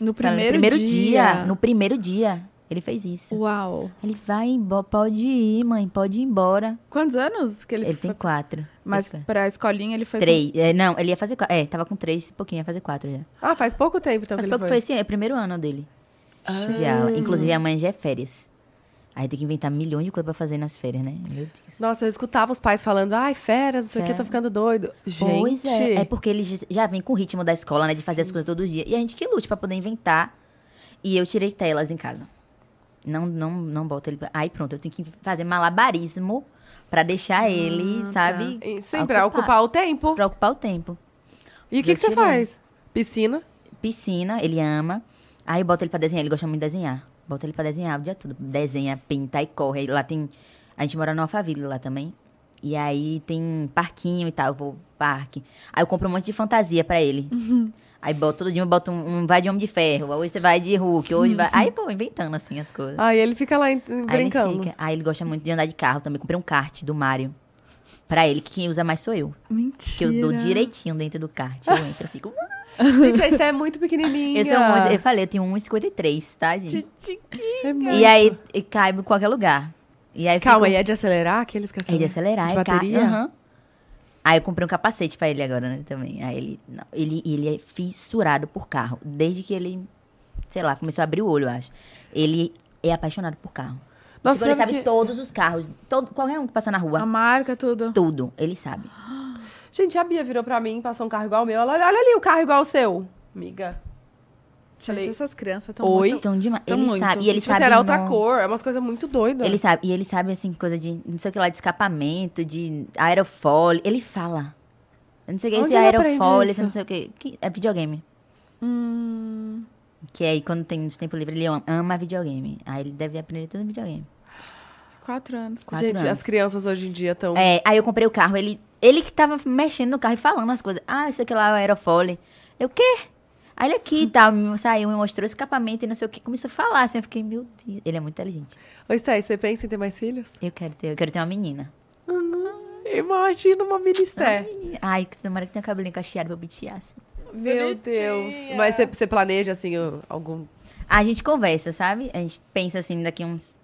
A: No
C: Fala,
A: primeiro,
C: no primeiro
A: dia.
C: No primeiro dia, ele fez isso.
A: Uau.
C: Ele vai embora, pode ir, mãe, pode ir embora.
A: Quantos anos que ele,
C: Ele, tem
A: foi?
C: quatro.
A: Mas
C: Esse-
A: pra escolinha ele foi... com-
C: Três. É, não, ele ia fazer quatro. É, tava com três e pouquinho, ia fazer quatro já.
B: Ah, faz pouco tempo, então.
C: Mas
B: que
C: pouco
B: ele
C: foi esse ano, é o primeiro ano dele. De aula. Inclusive, amanhã já é férias. Aí tem que inventar milhões de coisas pra fazer nas férias, né? Meu Deus.
B: Nossa, eu escutava os pais falando, ai, férias, isso aqui eu tô
C: Férias.
B: ficando doido. Gente.
C: Pois é, é porque ele j- já vem com o ritmo da escola, né? De fazer as coisas todo dia. E a gente que lute pra poder inventar. E eu tirei telas em casa. Não, não, não boto ele. pra- Aí pronto, eu tenho que fazer malabarismo pra deixar ele, sabe?
B: ah, E Sim, pra ocupar o tempo.
C: Pra ocupar o tempo.
B: E o que,
C: Eu
B: que você
C: tirei.
B: faz? Piscina.
C: Piscina, ele ama. Aí eu boto ele pra desenhar, ele gosta muito de desenhar. Boto ele pra desenhar o dia todo. Desenha, pinta e corre. Aí Lá tem. A gente mora no Alphaville lá também. E aí tem parquinho e tal, eu vou pro parque. Aí eu compro um monte de fantasia pra ele. Aí boto todo dia, eu boto um, um vai de homem de ferro, hoje você vai de Hulk, hoje vai. Aí, pô, inventando assim as coisas.
B: Aí ele fica lá em-
C: Aí ele
B: Ah, brincando.
C: fica. Aí ele gosta muito de andar de carro também. Comprei um kart do Mario. Pra ele, que quem usa mais sou eu.
A: Mentira.
C: Que eu dou direitinho dentro do kart. Eu entro, eu fico.
B: Gente, a Esté é muito pequenininha.
C: Eu sou muito. Eu falei, eu tenho 1,53, tá, gente?
B: É muito.
C: E aí e caibo em qualquer lugar. E aí
B: Calma, e
C: ficou...
B: é de acelerar aqueles que
C: um é de acelerar.
B: De
C: é ca-
B: bateria?
C: Aham. Aí eu comprei um capacete pra ele agora, né, também. Aí ele, não, ele, ele é fissurado por carro, desde que ele sei lá, começou a abrir o olho, eu acho. Ele é apaixonado por carro.
B: Nossa,
C: Tipo, ele
B: sabe
C: sabe
B: que-
C: todos os carros, todo, qualquer um que passa na rua,
A: A marca, tudo.
C: tudo, ele sabe.
B: Gente, a Bia virou pra mim, passou um carro igual ao meu. Ela, olha ali o carro igual ao seu. Amiga. Falei,
A: Gente, essas crianças tão
B: Oi?
A: muito-
C: Então, demais.
A: Então,
C: ele
A: muito.
C: sabe, e ele
B: tipo,
C: sabe.
B: será outra
C: no-
B: cor. É umas coisas muito doidas.
C: Ele sabe, e ele sabe, assim, coisa de, não sei o que lá, de escapamento, de aerofólio. Ele fala. Eu não sei o que, é
B: Onde
C: esse
B: ele aprende
C: aerofólio,
B: isso?
C: esse não sei o que. que é videogame.
B: Hum.
C: Que aí, quando tem uns tempo livre, ele ama- ama videogame. Aí ele deve aprender tudo videogame.
A: Quatro anos.
C: Quatro
B: Gente,
C: anos.
B: as crianças hoje em dia estão...
C: É, aí eu comprei o carro, ele, ele que tava mexendo no carro e falando as coisas. Ah, isso aqui lá é o aerofólio. Eu, o quê? Aí ele aqui e tal, me- saiu, me mostrou o escapamento e não sei o que, começou a falar, assim, eu fiquei, meu Deus, ele é muito inteligente.
B: Ô, Sté, você pensa em ter mais filhos?
C: Eu quero ter, eu quero ter uma menina.
B: Imagina uma mini Sté.
C: Ai, que tomara que tenha um cabelinho cacheado pra eu pentear, assim.
B: Meu Deus. Mas você, você planeja, assim, o- algum...
C: A gente conversa, sabe? A gente pensa assim, daqui uns.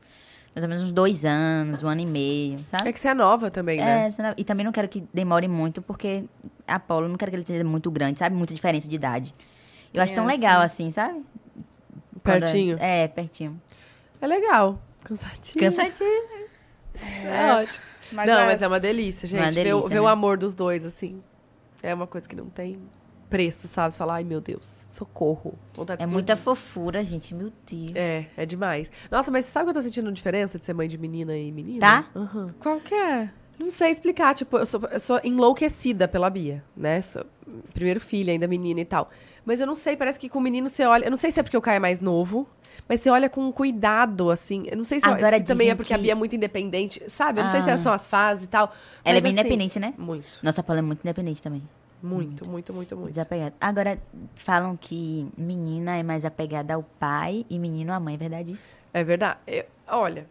C: Mais ou menos uns dois anos, um ano e meio,
B: É
C: sabe?
B: que você é nova também, né?
C: É, senão- e também não quero que demore muito, porque Apolo, não quero que ele seja muito grande, sabe? Muita diferença de idade. Eu acho tão
A: Tem
C: legal assim, sabe? Quando é-
B: Pertinho.
C: É, pertinho.
B: É legal. Cansativo.
C: Cansativo.
B: É ótimo. não, mas é uma delícia, gente.
C: Uma
B: Ver o- ver,
C: delícia,
B: o
C: né?
B: amor dos dois, assim. É uma coisa que não tem preço, sabe? Você fala, ai meu Deus, socorro. Vontade de explodir.
C: É muita fofura, gente, meu Deus.
B: É, é demais. Nossa, mas sabe que eu tô sentindo diferença de ser mãe de menina e menina?
C: Tá?
B: Aham.
A: Qual que é?
B: Não sei explicar, tipo, eu sou, eu sou enlouquecida pela Bia, né? Sou- primeiro filho, ainda menina e tal. Mas eu não sei, parece que com o menino você olha. Eu não sei se é porque o Caio é mais novo, mas você olha com um cuidado, assim. Eu não sei se, eu-
C: Agora
B: se também
C: dizem
B: é porque a
C: que-
B: Bia é muito independente, sabe? Eu não sei
C: Ah.
B: se são as fases e tal.
C: Ela é
B: mas,
C: bem
B: assim,
C: independente, né?
B: Muito.
C: Nossa, Apolo é muito independente também.
B: Muito, muito, muito, muito.
C: Desapegada. Agora, falam que menina é mais apegada ao pai e menino à mãe, é verdade isso?
B: É verdade. Eu- olha,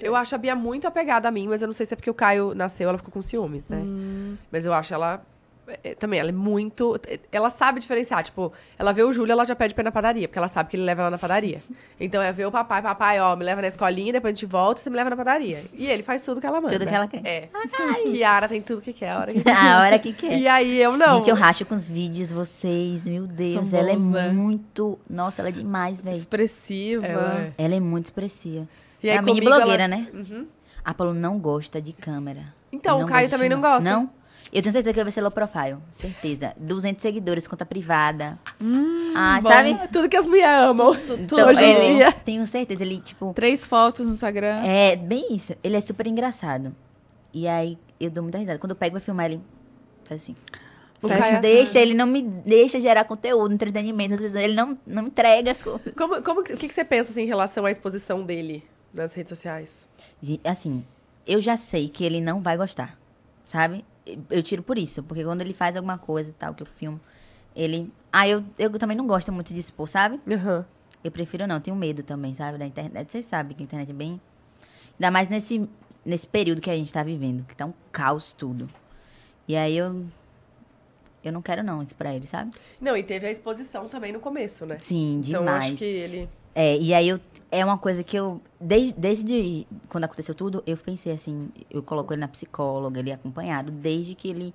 B: eu acho a Bia muito apegada a mim, mas eu não sei se é porque o Caio nasceu, ela ficou com ciúmes, né?
C: Hum.
B: Mas eu acho ela. é, é, Também, ela é muito. Ela sabe diferenciar. Tipo, ela vê o Júlio, ela já pede pra ir na padaria, porque ela sabe que ele leva ela na padaria. Então é ver o papai, papai, ó, me leva na escolinha, depois a gente volta e você me leva na padaria. E ele faz tudo que ela manda.
C: Tudo que ela quer.
B: É. Kiara tem tudo que quer, a hora que quer.
C: A hora que quer.
B: E então, aí eu não.
C: Gente, eu racho com os vídeos, vocês, meu Deus.
A: São
C: ela é
A: bons, né?
C: muito. Nossa, ela é demais, velho.
A: Expressiva.
B: Ela é.
C: Ela é muito expressiva.
B: E
C: é
B: aí
C: a mini
B: comigo ela- Uhum.
C: blogueira, né? A Paulo não gosta de câmera.
B: Então,
C: Não
B: o Caio
C: gosta de
B: também não
C: filmar.
B: gosta.
C: Não? Eu tenho certeza que ele vai ser low profile. Certeza. 200 seguidores, conta privada. ah,
A: bom.
C: sabe?
B: é Tudo que as mulheres amam.
C: Então,
B: hoje Hum, em
C: ele-
B: dia.
C: Tenho certeza. Ele, tipo.
A: Três fotos no Instagram.
C: É, bem isso. Ele é super engraçado. E aí, eu dou muita risada. Quando eu pego pra filmar, ele faz assim.
B: O
C: Fecha,
B: Caio-
C: deixa, ele não me deixa gerar conteúdo, entretenimento, às vezes ele não, não entrega as coisas.
B: Como, como que- o que, que você pensa assim, em relação à exposição dele nas redes sociais?
C: Gente, Assim, eu já sei que ele não vai gostar, sabe? Eu tiro por isso, porque quando ele faz alguma coisa e tal, que eu filmo, ele. Ah, eu, eu também não gosto muito de expor, sabe?
B: Aham.
C: Eu prefiro não, tenho medo também, sabe? Da internet. Vocês sabem que a internet é bem. Ainda mais nesse, nesse período que a gente tá vivendo, que tá um caos tudo. E aí eu. Eu não quero não isso pra ele, sabe?
B: Não, e teve a exposição também no começo, né?
C: Sim, demais.
B: Então acho que ele.
C: É, e aí eu, é uma coisa que eu, desde, desde quando aconteceu tudo, eu pensei assim, eu coloco ele na psicóloga, ele é acompanhado, desde que ele,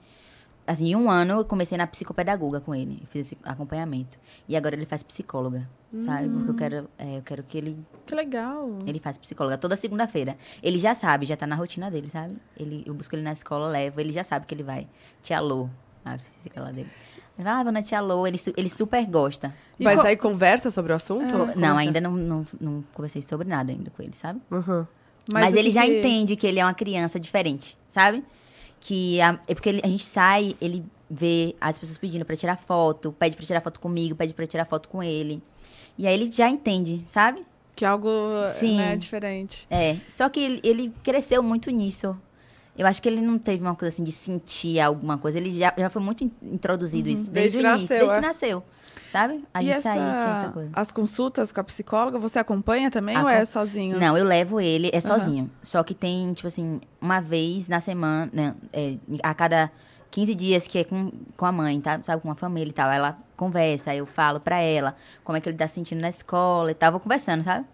C: assim, em um ano eu comecei na psicopedagoga com ele, eu fiz esse acompanhamento. E agora ele faz psicóloga, sabe?
B: Hum.
C: Porque eu quero, é, eu quero que ele,
A: Que legal.
C: ele faz psicóloga toda segunda-feira. Ele já sabe, já tá na rotina dele, sabe? Ele, eu busco ele na escola, levo, ele já sabe que ele vai. Tia Lô, a psicóloga dele. Ele vai lá, dona Tia Lô, ele, su- ele super gosta.
A: E é,
B: Vai
A: co-
B: sair conversa sobre o assunto?
C: Co- Ah, não, ainda não, não, não conversei sobre nada ainda com ele, sabe?
B: Aham.
A: Mas
C: Mas,
A: o
C: ele
A: que
C: já
A: que-
C: entende que ele é uma criança diferente, sabe? Que a- é porque ele- a gente sai, ele vê as pessoas pedindo pra tirar foto, pede pra tirar foto comigo, pede pra tirar foto com ele. E aí ele já entende, sabe?
A: Que é algo
C: Sim.
A: né, diferente.
C: É, só que ele, ele cresceu muito nisso. Eu acho que ele não teve uma coisa assim de sentir alguma coisa. Ele já, já foi muito in- introduzido isso desde,
B: Uhum. Desde
C: o
B: que
C: início,
B: nasceu,
C: desde
B: é.
C: que nasceu. Sabe? A
A: e
C: gente
A: essa...
C: saía, tinha essa coisa.
A: As consultas com a psicóloga, você acompanha também
C: Ah,
A: ou é
C: com-
A: sozinho?
C: Não, eu levo ele, é
A: Aham.
C: sozinho. Só que tem, tipo assim, uma vez na semana, né, é, a cada 15 dias que é com, com a mãe, tá? Sabe, com a família e tal. Ela conversa, eu falo pra ela como é que ele tá se sentindo na escola e tal. Vou conversando, sabe?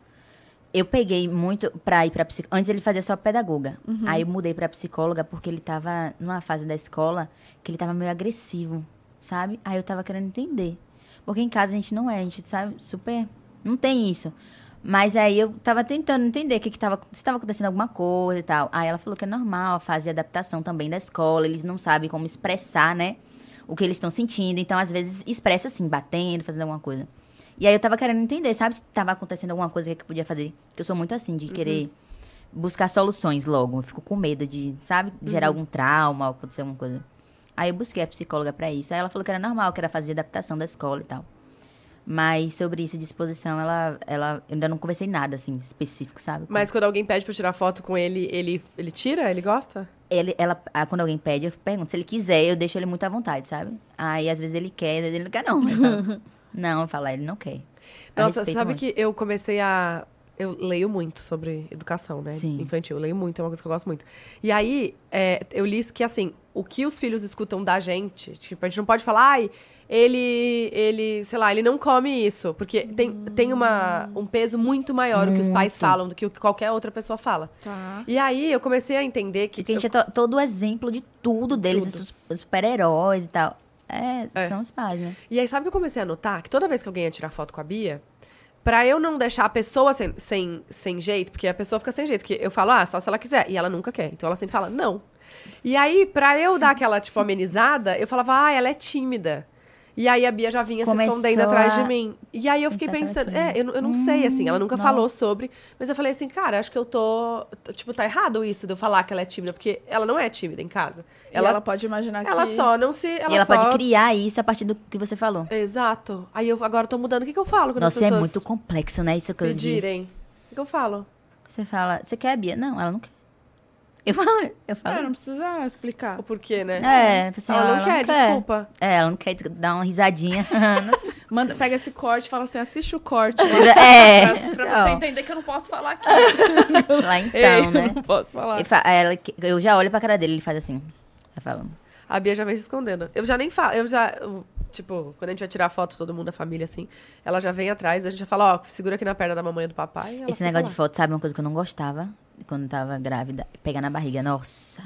C: Eu peguei muito pra ir pra psicóloga. Antes ele fazia só pedagoga. Aí eu mudei pra psicóloga porque ele tava numa fase da escola que ele tava meio agressivo, sabe? Aí eu tava querendo entender. Porque em casa a gente não é, a gente sabe super Não tem isso. Mas aí eu tava tentando entender o que que tava, se tava acontecendo alguma coisa e tal. Aí ela falou que é normal, a fase de adaptação também da escola, eles não sabem como expressar, né? O que eles estão sentindo. Então, às vezes, expressa assim, batendo, fazendo alguma coisa. E aí eu tava querendo entender, sabe, se tava acontecendo alguma coisa que eu podia fazer. Porque eu sou muito assim, de querer buscar soluções logo. Eu fico com medo de, sabe, gerar algum trauma, acontecer alguma coisa. Aí eu busquei a psicóloga pra isso. Aí ela falou que era normal, que era a fase de adaptação da escola e tal. Mas sobre isso de exposição, ela, ela eu ainda não conversei nada assim específico, sabe?
B: Mas quando alguém pede pra eu tirar foto com ele, ele, ele tira? Ele gosta?
C: Ele, ela, ah, quando alguém pede, eu pergunto se ele quiser, eu deixo ele muito à vontade, sabe? Aí às vezes ele quer, às vezes ele não quer não. mas fala- não, eu falo, "Ah, ele não quer. Eu
B: Nossa,
C: respeito
B: sabe
C: muito.
B: que eu comecei a. Eu leio muito sobre educação, né?
C: Sim.
B: Infantil. Eu leio muito, é uma coisa que eu gosto muito. E aí, é, eu li isso que, assim, o que os filhos escutam da gente, tipo, a gente não pode falar, ai, ele, ele, sei lá, ele não come isso. Porque tem, tem uma, um peso muito maior o que os pais
C: Muito.
B: falam do que o que qualquer outra pessoa fala.
A: Tá.
B: E aí, eu comecei a entender que.
C: Porque a gente é to- todo exemplo de tudo deles,
B: Tudo.
C: esses os super-heróis e tal. É,
B: É.
C: são os pais, né?
B: E aí, sabe o que eu comecei a notar? Que toda vez que alguém ia tirar foto com a Bia, pra eu não deixar a pessoa sem, sem, sem jeito, porque a pessoa fica sem jeito, que eu falo, ah, só se ela quiser, e ela nunca quer. Então ela sempre fala, não. E aí, pra eu dar aquela, tipo, amenizada, eu falava, ah, ela é tímida. E aí a Bia já vinha se
C: Começou
B: escondendo atrás
C: a
B: de mim. E aí eu fiquei
C: pensar que ela é Hum,
B: pensando, é, eu, não- eu não sei, assim, ela nunca falou sobre, mas eu falei assim, cara, acho que eu tô, t- tipo, tá errado isso de eu falar que ela é tímida, porque ela não é tímida em casa.
A: E Ela,
B: Ela,
A: pode imaginar que...
B: ela, só não se, ela,
C: tá e ela
B: só...
C: pode criar isso a partir do que você falou.
B: Exato. Aí eu agora tô mudando. O que, que eu falo quando
C: Nossa,
B: as pessoas
C: é muito complexo, né? Isso que eu digo.
B: pedirem? O que, que eu falo?
C: Você fala, você quer, Bia? Não, ela não quer. Eu falo, eu
A: É,
C: falo.
A: não precisa explicar.
B: O porquê, né?
C: É, você
B: ela,
C: fala,
B: não quer, desculpa.
C: É, ela não quer dar uma risadinha.
A: Manda, pega esse corte e fala assim, assiste o corte.
C: é.
A: Pra, pra
C: Ó,
A: você entender que eu não posso falar aqui.
C: lá
A: Ei,
C: então,
A: eu
C: né?
A: não posso falar.
C: Ele fa- ela- eu já olho pra cara dele, ele faz assim. Tá falando.
B: A Bia já vem se escondendo. Eu já nem falo. Eu já. eu, tipo, quando a gente vai tirar foto, todo mundo da família, assim, ela já vem atrás, a gente já fala, ó, segura aqui na perna da mamãe e do papai. e ela
C: Esse
B: fica
C: negócio
B: lá.
C: de foto, sabe uma coisa que eu não gostava? Quando eu tava grávida, pegar na barriga. Nossa.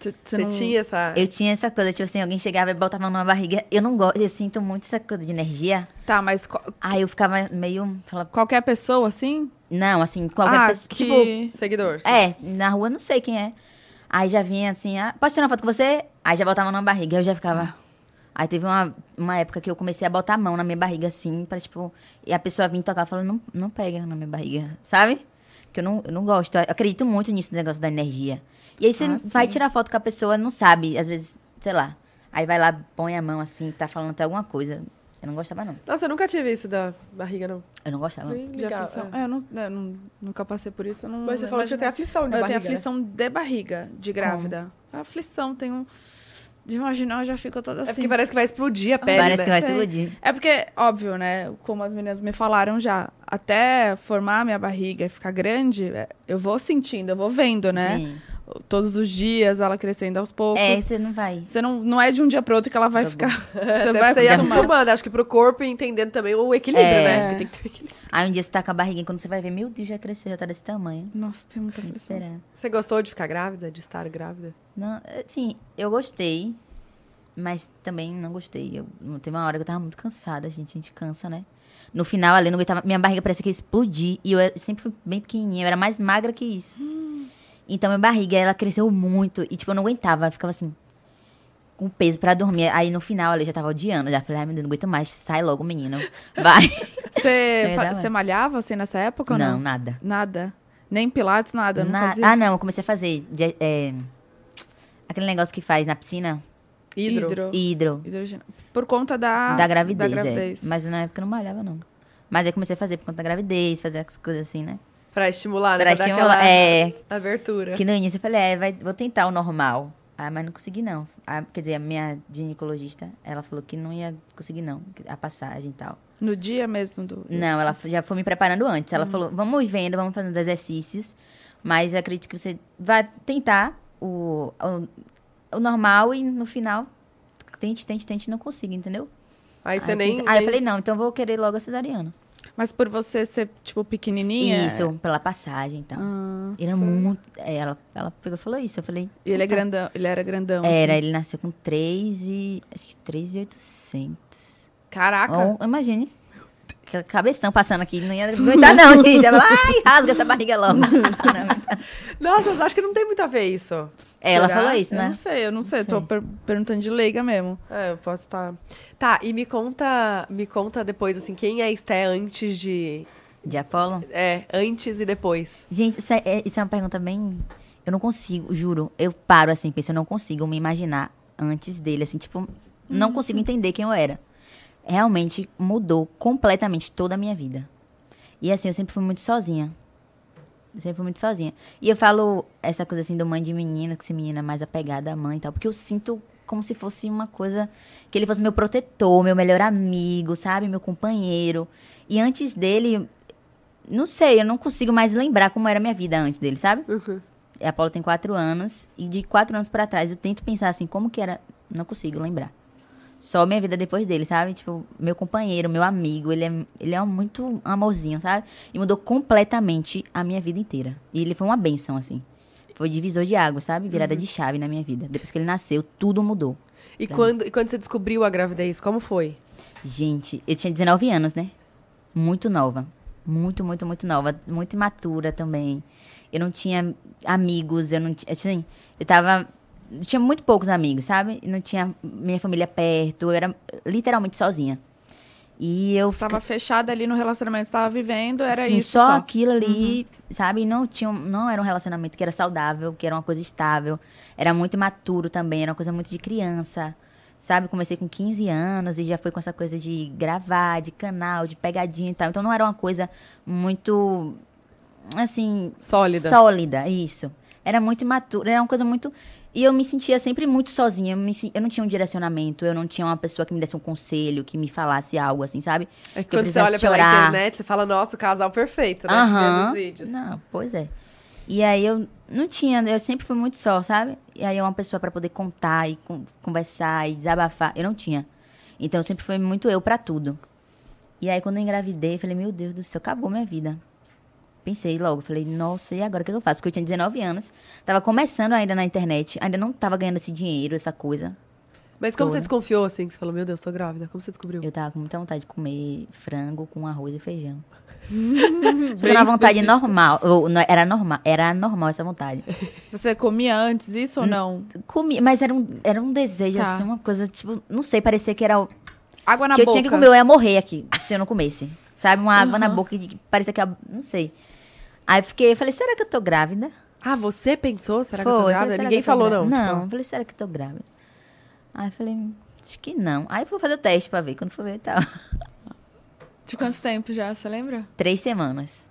A: Você
B: Você tinha essa.
C: Eu tinha essa coisa, tipo assim, alguém chegava e botava a mão na barriga. Eu não gosto, eu sinto muito essa coisa de energia.
A: Tá, mas co-
C: Aí eu ficava meio. Falava,
A: qualquer pessoa, assim?
C: não, assim, qualquer
A: ah,
C: pessoa.
A: que...
C: Tipo,
B: Seguidor.
C: é, na rua eu não sei quem é. Aí já vinha assim, ah, posso tirar uma foto com você? Aí já botava a mão na barriga, eu já ficava. Aí teve uma, uma época que eu comecei a botar a mão na minha barriga assim, pra tipo. E a pessoa vinha tocar e falou, não, não pega na minha barriga, sabe? Porque eu não, eu não gosto. Eu acredito muito nisso, no negócio da energia. E aí você
A: Ah,
C: vai
A: sim.
C: tirar foto com a pessoa, não sabe, às vezes, sei lá. Aí vai lá, põe a mão assim, tá falando até alguma coisa. Eu não gostava, não.
B: Nossa, eu nunca tive isso da barriga, não.
C: Eu não gostava.
A: De
B: Legal,
A: aflição. É, eu, não, eu não- nunca passei por isso. Eu não
B: Mas você falou que você tem
A: imagino-
B: aflição de
A: Eu
B: barriga.
A: tenho aflição né? de barriga, de grávida. Aflição, tenho... De imaginar, eu já fico toda
B: Né? É
A: assim.
B: porque parece que vai explodir a pele.
C: Ah, Parece
B: né?
C: que vai
A: Sei.
C: explodir.
A: É porque, óbvio, né? Como as meninas me falaram já, até formar minha barriga e ficar grande, é, eu vou sentindo, eu vou vendo, né?
C: Sim.
A: Todos os dias, ela crescendo aos poucos.
C: É, você não vai.
A: Você não, não é de um dia pro outro que ela vai
C: Tá bom.
A: ficar.
B: É,
A: Você
B: deve
A: vai
B: ser ir
A: acostumar.
B: acostumando, acho que pro corpo e entendendo também o equilíbrio,
C: É.
B: né? Porque tem que ter equilíbrio.
C: Aí um dia você tá com a barriguinha, quando você vai ver, meu Deus, já cresceu, já tá desse tamanho.
A: Nossa, tem muita
C: Como
A: aflição.
C: Será?
B: Você gostou de ficar grávida, de estar grávida?
C: Não, assim, eu gostei, mas também não gostei. Eu, teve uma hora que eu tava muito cansada, gente, a gente cansa, né? No final ali, eu não aguentava, minha barriga parecia que ia explodir. E eu era- sempre fui bem pequenininha, eu era mais magra que isso. Então, minha barriga, ela cresceu muito. E, tipo, eu não aguentava, eu ficava assim, com peso pra dormir. Aí, no final, ali, eu já tava odiando. Já falei, ai, meu Deus, não aguento mais, sai logo, menino. Vai.
A: Você,
C: É,
A: fa-
C: dá,
A: você
C: vai.
A: malhava assim nessa época ou
C: não,
A: não?
C: nada.
A: Nada. Nem pilates, nada. Não
C: Na-
A: fazia?
C: Ah, não, eu comecei a fazer. de- é, aquele negócio que faz na piscina,
B: Hidro.
C: hidro,
A: Hidrogênio. Por conta da...
C: da gravidez.
A: Da Ah, gravidez.
C: É. Mas na época eu não malhava, não. Mas aí comecei a fazer por conta da gravidez, fazer as coisas assim, né?
B: Pra estimular, né?
C: pra
B: dar
C: estimular.
B: aquela
C: É,
B: abertura.
C: que no início eu falei, é, vai- vou tentar o normal. Ah, mas não consegui, não. Ah, quer dizer, a minha ginecologista, ela falou que não ia conseguir, não, a passagem e tal.
A: No dia mesmo do...
C: Não, ela já foi me preparando antes.
B: Uhum.
C: Ela falou: vamos vendo, vamos fazendo os exercícios. Mas eu acredito que você vai tentar o, o, o normal e no final tente, tente, tente, não consiga, entendeu?
B: Aí você
C: eu
B: nem.
C: tenta- Aí eu
B: nem-
C: falei: não, então eu vou querer logo a cesariana.
A: Mas por você ser, tipo, pequenininha...
C: Isso, pela passagem então.
A: Ah,
C: Era muito. é, Ela, ela pegou, e falou isso. Eu falei:
A: E ele, é
C: "Então tá."
A: grandão, ele era grandão. assim,
C: Era, ele nasceu com 3 e. Acho que 3,800.
B: Caraca!
C: Ou, imagine. aquele cabeção passando aqui, não ia aguentar não, gente. Ela, ai, rasga essa barriga logo.
B: Nossa, eu acho que não tem muito a ver isso.
C: É, ela
B: Será?
C: falou isso,
A: Eu
C: né?
A: não sei, eu não sei.
C: sei.
A: Tô per- perguntando de leiga mesmo.
B: É, eu posso estar. Tá, e me conta, me conta depois, assim, quem é a Esté antes de.
C: De Apolo.
B: É, antes e depois.
C: Gente, isso é, é- isso é uma pergunta bem... Eu não consigo, juro. Eu paro assim, penso, eu não consigo me imaginar antes dele, assim, tipo... Não consigo entender quem eu era. Realmente mudou completamente toda a minha vida. E assim, eu sempre fui muito sozinha. Eu sempre fui muito sozinha. E eu falo essa coisa assim do mãe de menina, que se menina é mais apegada à mãe e tal, porque eu sinto como se fosse uma coisa que ele fosse meu protetor, meu melhor amigo, sabe? Meu companheiro. E antes dele, não sei, eu não consigo mais lembrar como era a minha vida antes dele, sabe? A Paula tem quatro anos e de quatro anos pra trás eu tento pensar assim, como que era? Não consigo lembrar. Só minha vida depois dele, sabe? Tipo, meu companheiro, meu amigo, ele é, ele é um muito amorzinho, sabe? E mudou completamente a minha vida inteira. E ele foi uma benção, assim. Foi divisor de água, sabe? Virada de chave na minha vida. Depois que ele nasceu, tudo mudou.
B: E quando, e quando você descobriu a gravidez, como foi?
C: Gente, eu tinha 19 anos, né? Muito nova. Muito, muito, muito nova. Muito imatura também. Eu não tinha amigos, eu não tinha. Assim, eu tava. eu tinha muito poucos amigos, sabe? Eu não tinha minha família perto, eu era literalmente sozinha. E eu
A: Você tava fechada ali no relacionamento que você tava vivendo, era
C: Sim,
A: isso.
C: só,
A: Só,
C: aquilo ali, sabe? Não tinha, um- não era um relacionamento que era saudável, que era uma coisa estável. Era muito imaturo também, era uma coisa muito de criança. Sabe, comecei com 15 anos e já foi com essa coisa de gravar, de canal, de pegadinha e tal. Então não era uma coisa muito assim,
B: Sólida.
C: Sólida, isso. Era muito imatura, era uma coisa muito e eu me sentia sempre muito sozinha, eu, me sen- eu não tinha um direcionamento, eu não tinha uma pessoa que me desse um conselho, que me falasse algo assim, sabe?
B: É que
C: eu
B: quando você
C: precisasse
B: olha pela
C: chorar.
B: internet, você fala, nossa, o casal perfeito, né?
C: Aham.
B: Vendo os vídeos.
C: Não, pois é. E aí eu não tinha, eu sempre fui muito só, sabe? E aí uma pessoa pra poder contar e con- conversar e desabafar, eu não tinha. Então eu sempre fui muito eu pra tudo. E aí quando eu engravidei, eu falei, meu Deus do céu, acabou minha vida. Pensei logo, falei, nossa, e agora o que, que eu faço? Porque eu tinha 19 anos, tava começando ainda na internet, ainda não tava ganhando esse dinheiro, essa coisa.
B: Mas como
C: Tô,
B: você
C: né?
B: desconfiou, assim, que você falou, meu Deus, tô grávida? Como você descobriu?
C: Eu tava com muita vontade de comer frango com arroz e feijão. Só que era uma vontade normal, ou não, era normal, era normal essa vontade.
A: Você comia antes isso ou
C: Hum.
A: não?
C: Comi, mas era um, era um desejo,
A: Tá.
C: assim, uma coisa, tipo, não sei, parecia que era. o-
A: Água na
C: que
A: boca.
C: eu tinha que comer, eu ia morrer aqui, se eu não comesse. Sabe? Uma água na
A: Aham.
C: boca que parecia que. ia- Não sei. Aí eu fiquei, eu falei, será que eu tô grávida?
B: Ah, você pensou? Será que eu tô
C: Foi, falei,
B: grávida?
C: será
B: Ninguém
C: que eu tô
B: falou,
C: grávida?
B: não. tipo.
C: Não, eu falei, será que eu tô grávida? Aí eu falei, "Hum, acho que não. Aí eu fui fazer o teste pra ver, quando fui ver, tava.
A: De quanto tempo já, você lembra?
C: Três semanas.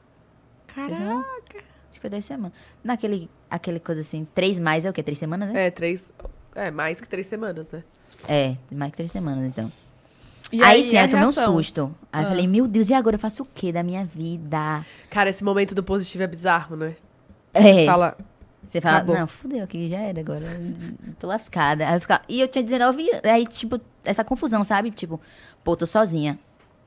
C: Três
A: Caraca.
C: semanas? Acho que foi três semanas. Naquele. Aquele coisa assim, três mais é o quê? Três semanas, né?
B: É, três. É, mais que três semanas, né?
C: É, mais que três semanas, então.
A: E
C: aí, sim,
A: a
C: aí eu tomei um
A: reação?
C: susto. Aí
A: Ah.
C: eu falei, meu Deus, e agora eu faço o que da minha vida?
B: Cara, esse momento do positivo é bizarro, né?
C: É,
B: Fala,
C: você fala,
B: acabou.
C: não, fudeu, aqui já era agora. eu Tô lascada. Aí eu ficava, e eu tinha 19, aí, tipo, essa confusão, sabe? Tipo, pô, tô sozinha,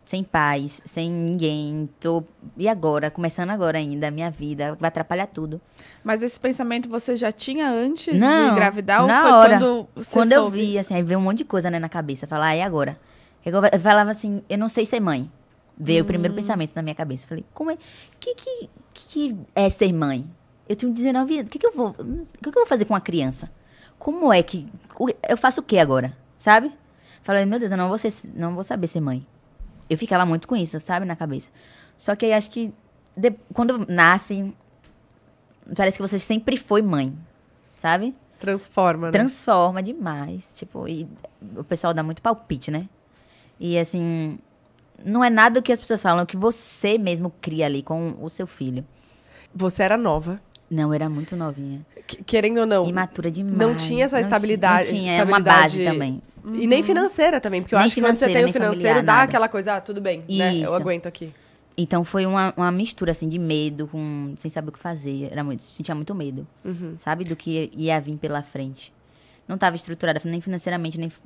C: sem paz, sem ninguém, tô. E agora? Começando agora ainda, a minha vida, vai atrapalhar tudo.
A: Mas esse pensamento você já tinha antes de
C: Não,
A: engravidar?
C: na
A: ou foi
C: hora.
A: quando você
C: Quando eu
A: soube?
C: vi, assim, aí veio um monte de coisa, né, na cabeça. Falar, ah, e agora? Eu eu falava assim, eu não sei ser mãe. Veio o
A: Hum.
C: primeiro pensamento na minha cabeça. Falei, como é? Que que, que é ser mãe? Eu tenho 19 anos. O que, que eu vou? O que, que eu vou fazer com uma criança? Como é que o- eu faço o que agora? Sabe? Falei, meu Deus, eu não vou ser, não vou saber ser mãe. Eu ficava muito com isso, sabe, na cabeça. Só que aí acho que de- quando nasce, parece que você sempre foi mãe, sabe?
B: transforma, né?
C: Transforma demais. Tipo, e o pessoal dá muito palpite, né? E assim, não é nada do que as pessoas falam, é o que você mesmo cria ali com o seu filho.
B: Você era nova.
C: Não, eu era muito novinha.
B: Que- Querendo ou não.
C: Imatura demais.
B: Então, não tinha essa
C: Não ti-
B: estabilidade-
C: Não tinha, era uma base
B: estabilidade-
C: também.
B: E nem financeira também, porque eu
C: Nem
B: acho que quando você tem
C: financeira,
B: o
C: nem
B: financeiro,
C: familiar,
B: dá
C: nada.
B: aquela coisa, ah, tudo bem, né? Eu
C: Isso.
B: aguento aqui.
C: Então foi uma, uma mistura, assim, de medo, com, sem saber o que fazer. Era muito, sentia muito medo,
B: Uhum.
C: sabe? Do que ia vir pela frente. Não estava estruturada, nem financeiramente, nem f-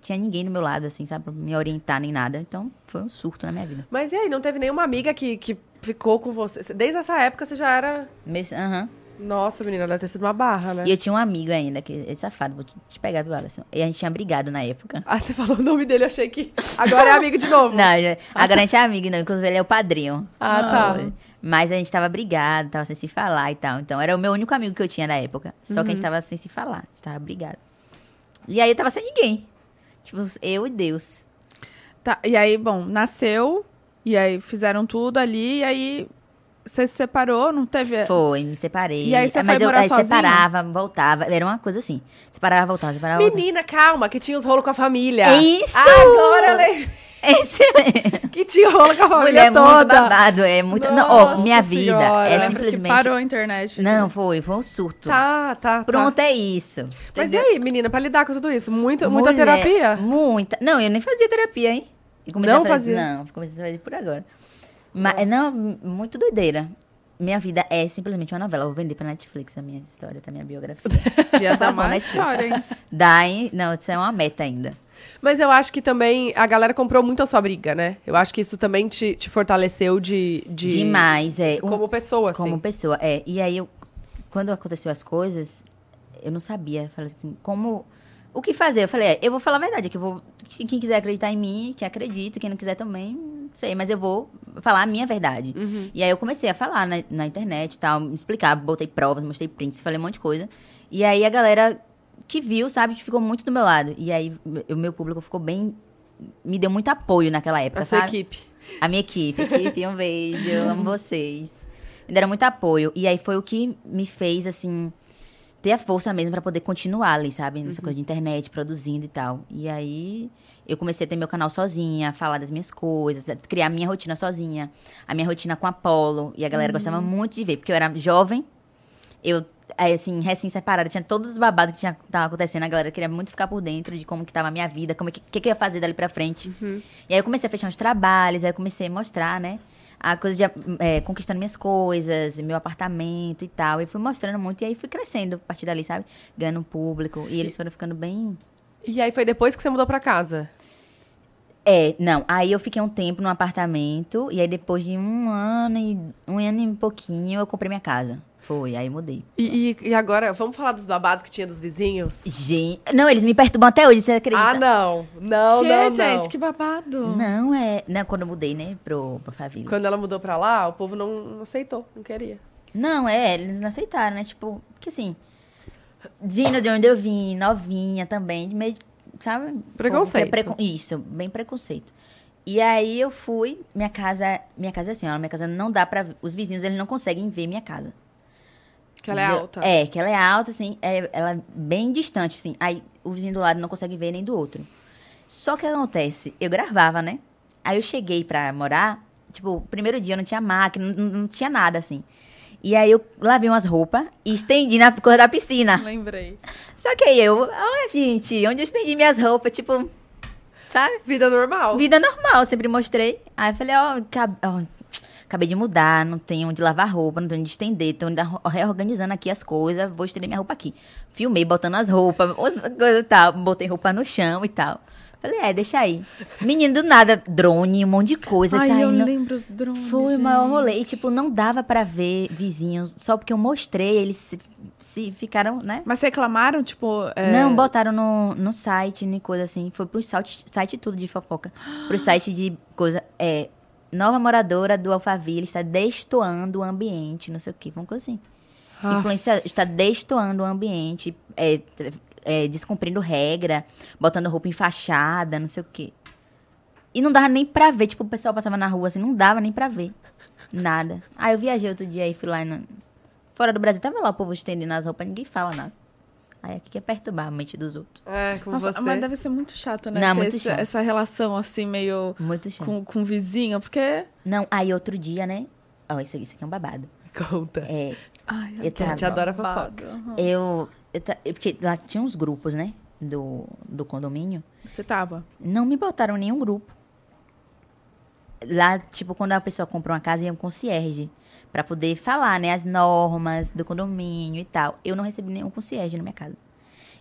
C: tinha ninguém do meu lado, assim, sabe? Pra me orientar, nem nada. Então foi um surto na minha vida.
B: Mas e aí, não teve nenhuma amiga que, que ficou com você? Desde essa época você já era
C: Mes- aham.
B: Nossa, menina, deve ter sido uma barra, né?
C: E eu tinha um amigo ainda, que é safado, vou te pegar, viu, Alisson? E a gente tinha brigado na época.
B: Ah, você falou o nome dele, eu achei que agora é amigo de novo.
C: Não, já- agora a gente é amigo, não. Inclusive, ele é o padrinho.
B: Ah, tá.
C: Mas a gente tava brigado, tava sem se falar e tal. Então, era o meu único amigo que eu tinha na época. Só
A: Uhum.
C: que a gente tava sem se falar. A gente tava brigado. E aí, eu tava sem ninguém. Tipo, eu e Deus.
A: Tá, e aí, bom, nasceu, e aí fizeram tudo ali, e aí você se separou, não teve.
C: Foi, me separei.
A: E aí você
C: Ah, Mas
A: foi
C: eu
A: morar
C: aí
A: sozinha?
C: separava, voltava. Era uma coisa assim. Separava, voltava, separava, voltava.
B: Menina, calma, que tinha os rolos com a família.
C: É Isso!
A: Ah!
B: Agora ela é
C: Esse
B: que tinha um rolo com a família
C: mulher é muito
B: toda.
C: babado. É muito... Não, ó,
B: Nossa
C: minha vida
B: Senhora,
C: é
B: eu
A: lembro que
C: simplesmente...
A: parou a internet.
C: Não, foi. Foi um surto.
B: Tá, tá,
C: Pronto,
B: tá.
C: é isso.
B: Mas e
C: entendeu?
B: aí, menina, pra lidar com tudo isso? Muito, muita
C: Mulher,
B: terapia?
C: Muita. Não, eu nem fazia terapia, hein? Eu comecei
B: Não
C: a fazer,
B: fazia?
C: Não, comecei a fazer por agora. Mas, não, muito doideira. Minha vida é simplesmente uma novela. Eu vou vender pra Netflix a minha história, tá? Minha biografia.
A: Ia dar
C: Tá bom,
A: uma
C: né,
A: história, hein?
C: Daí, não, isso é uma meta ainda.
B: Mas eu acho que também a galera comprou muito a sua briga, né? Eu acho que isso também te, te fortaleceu de, de...
C: Demais, é. Um-
B: Como pessoa, assim.
C: Como pessoa, é. E aí, eu, quando aconteceu as coisas, eu não sabia. Falei assim, como... O que fazer? Eu falei, é, eu vou falar a verdade, que eu vou... se Quem quiser acreditar em mim, que acredita. Quem não quiser também, não sei. Mas eu vou falar a minha verdade.
B: Uhum.
C: E aí, eu comecei a falar na, na internet e tal. me Explicar, botei provas, mostrei prints, falei um monte de coisa. E aí, a galera que viu, sabe, ficou muito do meu lado. E aí, o meu público ficou bem... Me deu muito apoio naquela época,
B: A sua
C: sabe?
B: equipe.
C: A minha equipe, equipe, um beijo, eu amo vocês. Me deram muito apoio. E aí foi o que me fez, assim, ter a força mesmo pra poder continuar ali, sabe? Nessa coisa de internet, produzindo e tal. E aí eu comecei a ter meu canal sozinha, falar das minhas coisas, a criar minha rotina sozinha, a minha rotina com a Apollo. E a galera gostava muito de ver, porque eu era jovem, eu. aí, assim, recém-separada, tinha todos os babados que tinha, tava acontecendo. A galera queria muito ficar por dentro de como que tava a minha vida, como é que, que, que eu ia fazer dali pra frente. E aí eu comecei a fechar uns trabalhos, aí eu comecei a mostrar, né? A coisa de eh, conquistando minhas coisas, meu apartamento e tal. E fui mostrando muito, e aí fui crescendo a partir dali, sabe? Ganhando um público. E eles foram ficando bem.
B: E aí foi depois que você mudou pra casa.
C: É, não. Aí eu fiquei um tempo num apartamento, e aí depois de um ano e um ano e pouquinho, eu comprei minha casa. Foi, aí eu mudei.
B: E, e- e agora, vamos falar dos babados que tinha dos vizinhos?
C: Gente. Não, eles me perturbam até hoje, você acredita?
B: Ah, não. Não,
A: que,
B: não, não.
A: gente, que babado.
C: Não, é. Não, quando eu mudei, né, pro, pro Favila.
B: Quando ela mudou pra lá, o povo não não aceitou, não queria.
C: Não, é, eles não aceitaram, né? Tipo, porque assim. Vindo de onde eu vim, novinha também, meio. de- Sabe?
B: Preconceito.
C: Porque é precon- Isso, bem preconceito. E aí eu fui, minha casa. Minha casa é assim, ó, minha casa não dá pra. Os vizinhos, eles não conseguem ver minha casa.
B: Que ela é
C: Entendeu?
B: alta.
C: É, que ela é alta, assim, é- ela é bem distante, assim. Aí o vizinho do lado não consegue ver nem do outro. Só que o que acontece, eu gravava, né? Aí eu cheguei pra morar, tipo, primeiro dia eu não tinha máquina, não, não tinha nada, assim. E aí eu lavei umas roupas e estendi na cor da piscina.
A: Lembrei.
C: Só que aí eu, olha, gente, onde eu estendi minhas roupas, tipo, sabe?
B: Vida normal.
C: Vida normal, sempre mostrei. Aí eu falei, ó, cab- ó, acabei de mudar, não tenho onde lavar roupa, não tenho onde estender, tô ainda ro- reorganizando aqui as coisas, vou estender minha roupa aqui. Filmei botando as roupas, as coisas e tal, botei roupa no chão e tal. Falei, é, deixa aí. Menino, do nada, drone, um monte de coisa
A: Ai, eu
C: saindo.
A: lembro os drones.
C: Foi o
A: gente.
C: maior rolê. E, tipo, não dava pra ver vizinhos, só porque eu mostrei, eles se, se ficaram, né?
A: Mas reclamaram, tipo. é,
C: Não, botaram no, no site, nem coisa assim. Foi pro site, site tudo de fofoca. Pro site de coisa. É. Nova moradora do Alphaville está destoando o ambiente, não sei o quê. Uma coisa assim.
B: Ah,
C: Influenciadora está destoando o ambiente, é, tra- é, descumprindo regra, botando roupa em fachada, não sei o quê. E não dava nem pra ver. Tipo, o pessoal passava na rua assim, não dava nem pra ver. Nada. Aí eu viajei outro dia e fui lá. na- Fora do Brasil, tava lá o povo estendendo as roupas, ninguém fala nada. Aí aqui que é perturbar a mente dos outros.
B: É, como
A: Nossa,
B: você.
A: mas deve ser muito chato, né?
C: Não,
A: ter
C: muito
A: esse-
C: chato.
A: Essa relação, assim, meio
C: Muito chato.
A: com, com vizinha, porque.
C: Não, aí outro dia, né? Ó, isso, isso aqui é um babado.
B: Conta.
C: É,
A: Ai,
C: Eu
A: adoro
C: tava-
B: Te adora fofoca.
A: babado. Aham.
C: eu, eu ta- eu- Porque lá tinha uns grupos, né? Do, do condomínio.
A: Você tava.
C: Não me botaram em nenhum grupo. Lá, tipo, quando a pessoa compra uma casa, ia um concierge. Pra poder falar, né? As normas do condomínio e tal. Eu não recebi nenhum concierge na minha casa.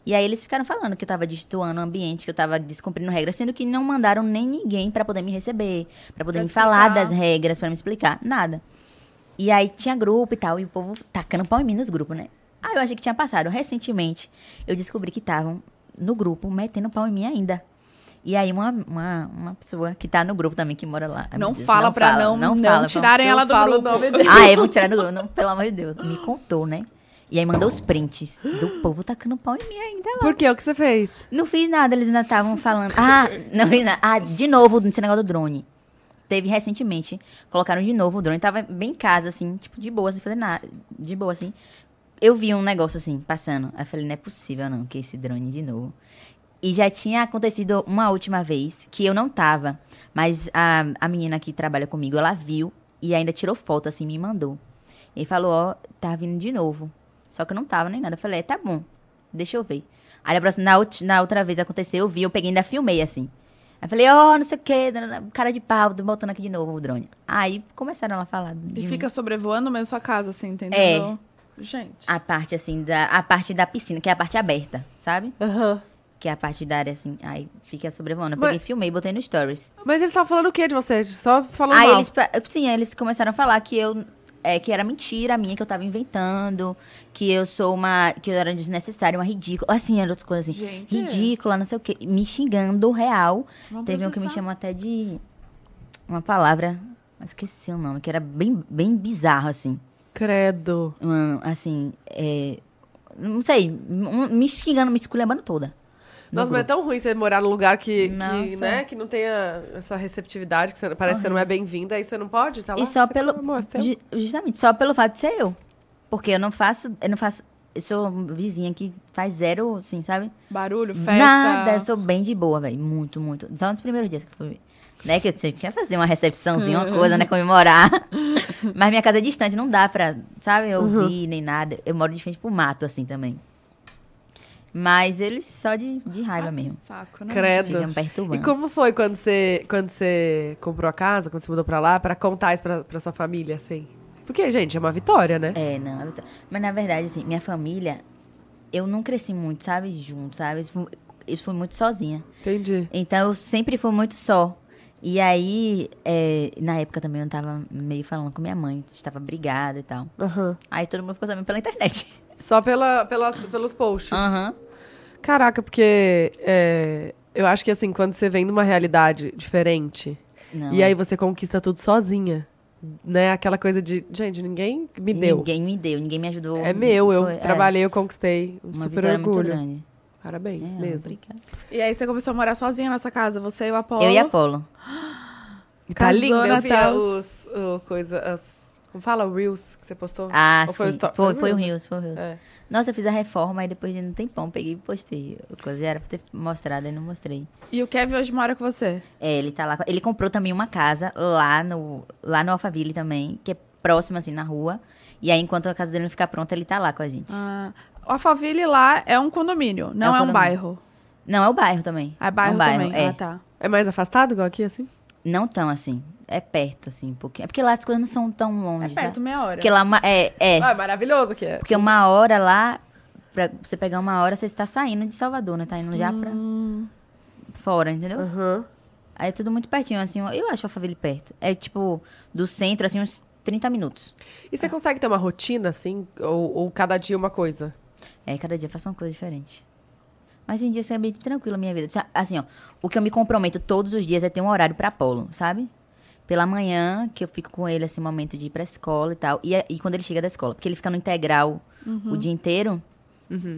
C: E aí eles ficaram falando que eu tava destoando o ambiente, que eu tava descumprindo regras, sendo que não mandaram nem ninguém pra poder me receber, pra poder
A: Pra
C: me
A: te
C: falar
A: explicar.
C: das regras, pra me explicar, nada. E aí tinha grupo e tal, e o povo tacando pau em mim nos grupos, né? Aí eu achei que tinha passado. Recentemente, eu descobri que estavam no grupo metendo pau em mim ainda. E aí uma, uma, uma pessoa que tá no grupo também, que mora lá. Ai,
A: Não
C: meu Deus,
A: fala pra não, não,
C: fala,
A: tirarem
B: não
A: ela do
B: fala o
A: grupo.
B: nome
C: fala. Ah, é, vão tirar no grupo. Não, pelo amor de Deus. Me contou, né? E aí mandou os prints do povo tacando pau em mim ainda.
B: Por quê? O que você fez?
C: Não fiz nada, eles ainda estavam falando. Ah, não fiz nada. Ah, de novo, esse negócio do drone. Teve recentemente. Colocaram de novo o drone. Tava bem em casa, assim, tipo, de boa, sem fazer nada. De boa, assim. Eu vi um negócio assim, passando. Aí eu falei, não é possível, não, que esse drone de novo. E já tinha acontecido uma última vez que eu não tava. Mas a, a menina que trabalha comigo, ela viu e ainda tirou foto, assim, me mandou. E falou, ó, tá vindo de novo. Só que eu não tava nem nada. Eu falei, é, tá bom, deixa eu ver. Aí na, próxima, na, ulti- na outra vez aconteceu, eu vi, eu peguei e ainda filmei, assim. Aí eu falei, ó, não sei o quê, nanana, cara de pau, tô botando aqui de novo o drone. Aí começaram ela a falar de
A: E
C: mim.
A: fica sobrevoando mesmo sua casa, assim, entendeu? Gente.
C: a parte, assim, da, a parte da piscina, que é a parte aberta, sabe?
B: Aham.
C: Que é a parte da área, assim, aí fica sobrevoando. Eu
B: Mas- Tá
C: peguei, filmei, botei no stories.
B: Mas eles estavam falando o quê de você? Só falando
C: Aí
B: mal.
C: eles, pa- sim, aí eles começaram a falar que eu, é, que era mentira minha, que eu tava inventando, que eu sou uma, que eu era desnecessária, uma ridícula, assim, eram outras coisas assim.
A: Gente.
C: Ridícula, não sei o quê, me xingando real.
A: Vamos
C: Teve um que me
A: processar.
C: chamou até de uma palavra, mas esqueci o nome, que era bem, bem bizarro, assim.
B: Credo.
C: Um, assim, é, não sei, um- me xingando, me esculhambando toda. No
B: Nossa, mas é tão ruim você morar num lugar que, que,
C: Nossa.
B: né, que não tenha essa receptividade, que você- parece que você não é bem-vinda, aí você não pode tá lá.
C: E só
B: Você
C: pelo.
B: fala, amor, você-
C: ju- justamente, só pelo fato de ser eu. Porque eu não faço. Eu não faço. Eu sou vizinha que faz zero, assim, sabe?
A: Barulho, festa.
C: Nada, eu sou bem de boa, velho. Muito, muito. Só nos primeiros dias que eu fui. Né, que eu sempre quer fazer uma recepçãozinha, uma coisa, né? Comemorar. Mas minha casa é distante, não dá pra, sabe, ouvir nem nada. Eu moro de frente pro mato, assim, também. Mas eles só de, de
A: Ah,
C: raiva
A: que
C: mesmo.
A: Saco, né?
B: Credo.
C: Fica me perturbando.
B: E como foi quando você, quando você comprou a casa, quando você mudou pra lá, pra contar isso pra, pra sua família, assim? Porque, gente, é uma vitória, né?
C: É, não. é outra- Mas na verdade, assim, minha família, eu não cresci muito, sabe? Junto, sabe? Eu fui, eu fui muito sozinha.
B: Entendi.
C: Então eu sempre fui muito só. E aí, é, na época também eu tava meio falando com minha mãe, a gente tava brigada e tal.
B: Aham.
C: Aí todo mundo ficou sabendo pela internet.
B: Só pela, pelas, pelos posts.
C: Aham.
B: Caraca, porque é, eu acho que assim, quando você vem numa realidade diferente
C: Não, é.
B: e aí você conquista tudo sozinha, né? Aquela coisa de, gente, ninguém me deu.
C: Ninguém me deu, ninguém me ajudou.
B: É meu, eu
C: Foi- é,
B: trabalhei, eu conquistei. Um
C: uma
B: super
C: vitória muito
B: orgulho.
C: grande. É,
B: Parabéns
C: não,
B: mesmo.
C: obrigada.
A: E aí você começou a morar sozinha nessa casa, você e o Apolo.
C: Eu e Apolo.
B: E tá
A: Casou,
B: lindo, eu vi
A: Natal.
B: os, o coisa, as, como fala, o Reels que você postou?
C: Ah,
B: Ou
C: sim.
B: foi o
C: Foi,
B: Sto-
C: foi,
B: foi o
C: o Rios, foi o Rios.
B: É.
C: Nossa, eu fiz a reforma e depois de um tempão peguei e postei. A Coisa já era pra ter mostrado e não mostrei.
A: E o Kevin hoje mora com você.
C: É, ele tá lá. com- Ele comprou também uma casa lá no, lá no Alphaville também, que é próxima assim na rua. E aí, enquanto a casa dele não ficar pronta, ele tá lá com a gente.
A: Ah, o Alphaville lá é um condomínio, não é um,
C: condomínio.
A: bairro.
C: Não, é o bairro também.
A: É bairro,
C: um bairro
A: também.
C: É.
A: Ah, tá.
B: É mais afastado, igual aqui, assim?
C: Não tão assim. É perto, assim, um pouquinho. É porque lá as coisas não são tão longe.
A: É perto,
C: sabe?
A: meia hora.
C: Porque lá uma- é, é.
B: Ah, é maravilhoso que é.
C: Porque uma hora lá, pra você pegar uma hora, você está saindo de Salvador, né? Tá indo já pra fora, entendeu?
B: Aham.
C: Aí é tudo muito pertinho, assim. Eu acho a Alphaville perto. É tipo, do centro, assim, uns 30 minutos.
B: E
C: Ah.
B: você consegue ter uma rotina, assim? Ou, ou cada dia uma coisa?
C: É, cada dia eu faço uma coisa diferente. Mas em dia assim, é bem tranquilo a minha vida. Sa- Assim, ó, o que eu me comprometo todos os dias é ter um horário pra Apolo, sabe? Pela manhã, que eu fico com ele, assim, momento de ir pra escola e tal. E, é- e quando ele chega da escola, porque ele fica no integral o dia inteiro.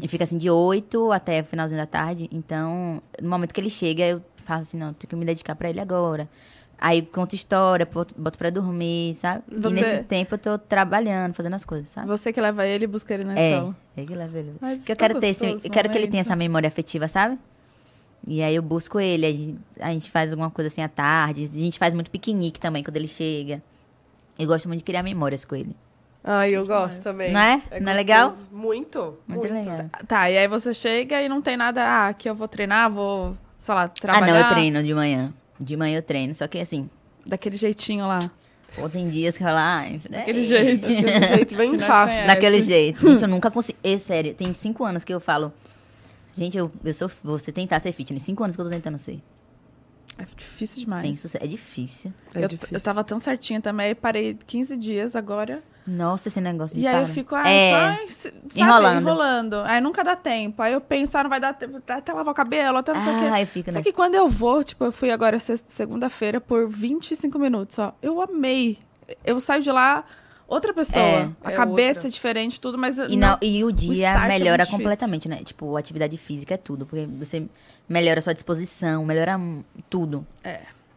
C: E fica assim, de 8 até o finalzinho da tarde. Então, no momento que ele chega, eu faço assim, não, tenho que me dedicar pra ele agora. Aí conto história, boto, boto pra dormir, sabe?
A: Você-
C: E nesse tempo eu tô trabalhando, fazendo as coisas, sabe?
A: Você que leva ele e busca ele na
C: É,
A: escola.
C: é que leva ele.
A: Mas
C: Porque eu
A: tão
C: quero ter esse,
A: gostoso,
C: eu quero que ele
A: momento.
C: tenha essa memória afetiva, sabe? E aí eu busco ele, a gente, a gente faz alguma coisa assim à tarde, a gente faz muito piquenique também quando ele chega. Eu gosto muito de criar memórias com ele.
B: Ai, eu gosto também.
C: Não é? Não é legal?
B: gostoso. Muito.
C: Muito legal.
A: Tá, e aí você chega e não tem nada. Ah, aqui eu vou treinar, vou, sei lá,
C: Ah,
A: trabalhar.
C: não, eu treino de manhã. De manhã eu treino, só que assim,
A: Daquele jeitinho lá.
C: ou tem dias que eu falo, ai, é
A: Daquele jeito.
B: Daquele jeito bem
A: nós
B: fácil.
A: conhece.
C: Daquele jeito. Gente, eu nunca consegui. É sério, tem cinco anos que eu falo. Gente, eu, eu sou. Você tentar ser fitness. Cinco anos que eu tô tentando ser.
A: É difícil
C: Sem
A: demais.
C: sucesso. É difícil.
B: É
A: eu,
B: difícil.
A: eu tava tão certinha também, aí parei 15 dias agora.
C: Nossa, esse negócio de
A: E aí eu
C: parar.
A: fico, ah,
C: É.
A: só, se- sabe,
C: Enrolando.
A: enrolando. Aí nunca dá tempo. Aí eu penso, ah, não vai dar tempo, até até lavar o cabelo, até não sei o quê.
C: Ah, eu fico
A: Só
C: nessa.
A: que quando eu vou, tipo, eu fui agora sexta- segunda-feira por 25 minutos, ó. Eu amei. Eu saio de lá outra pessoa.
C: É.
A: a
B: É
A: cabeça
B: outra.
A: é diferente, tudo, mas.
C: E, não, e o dia
A: start é muito
C: melhora
A: difícil.
C: completamente, né? Tipo, atividade física é tudo, porque você melhora a sua disposição, melhora hum, tudo.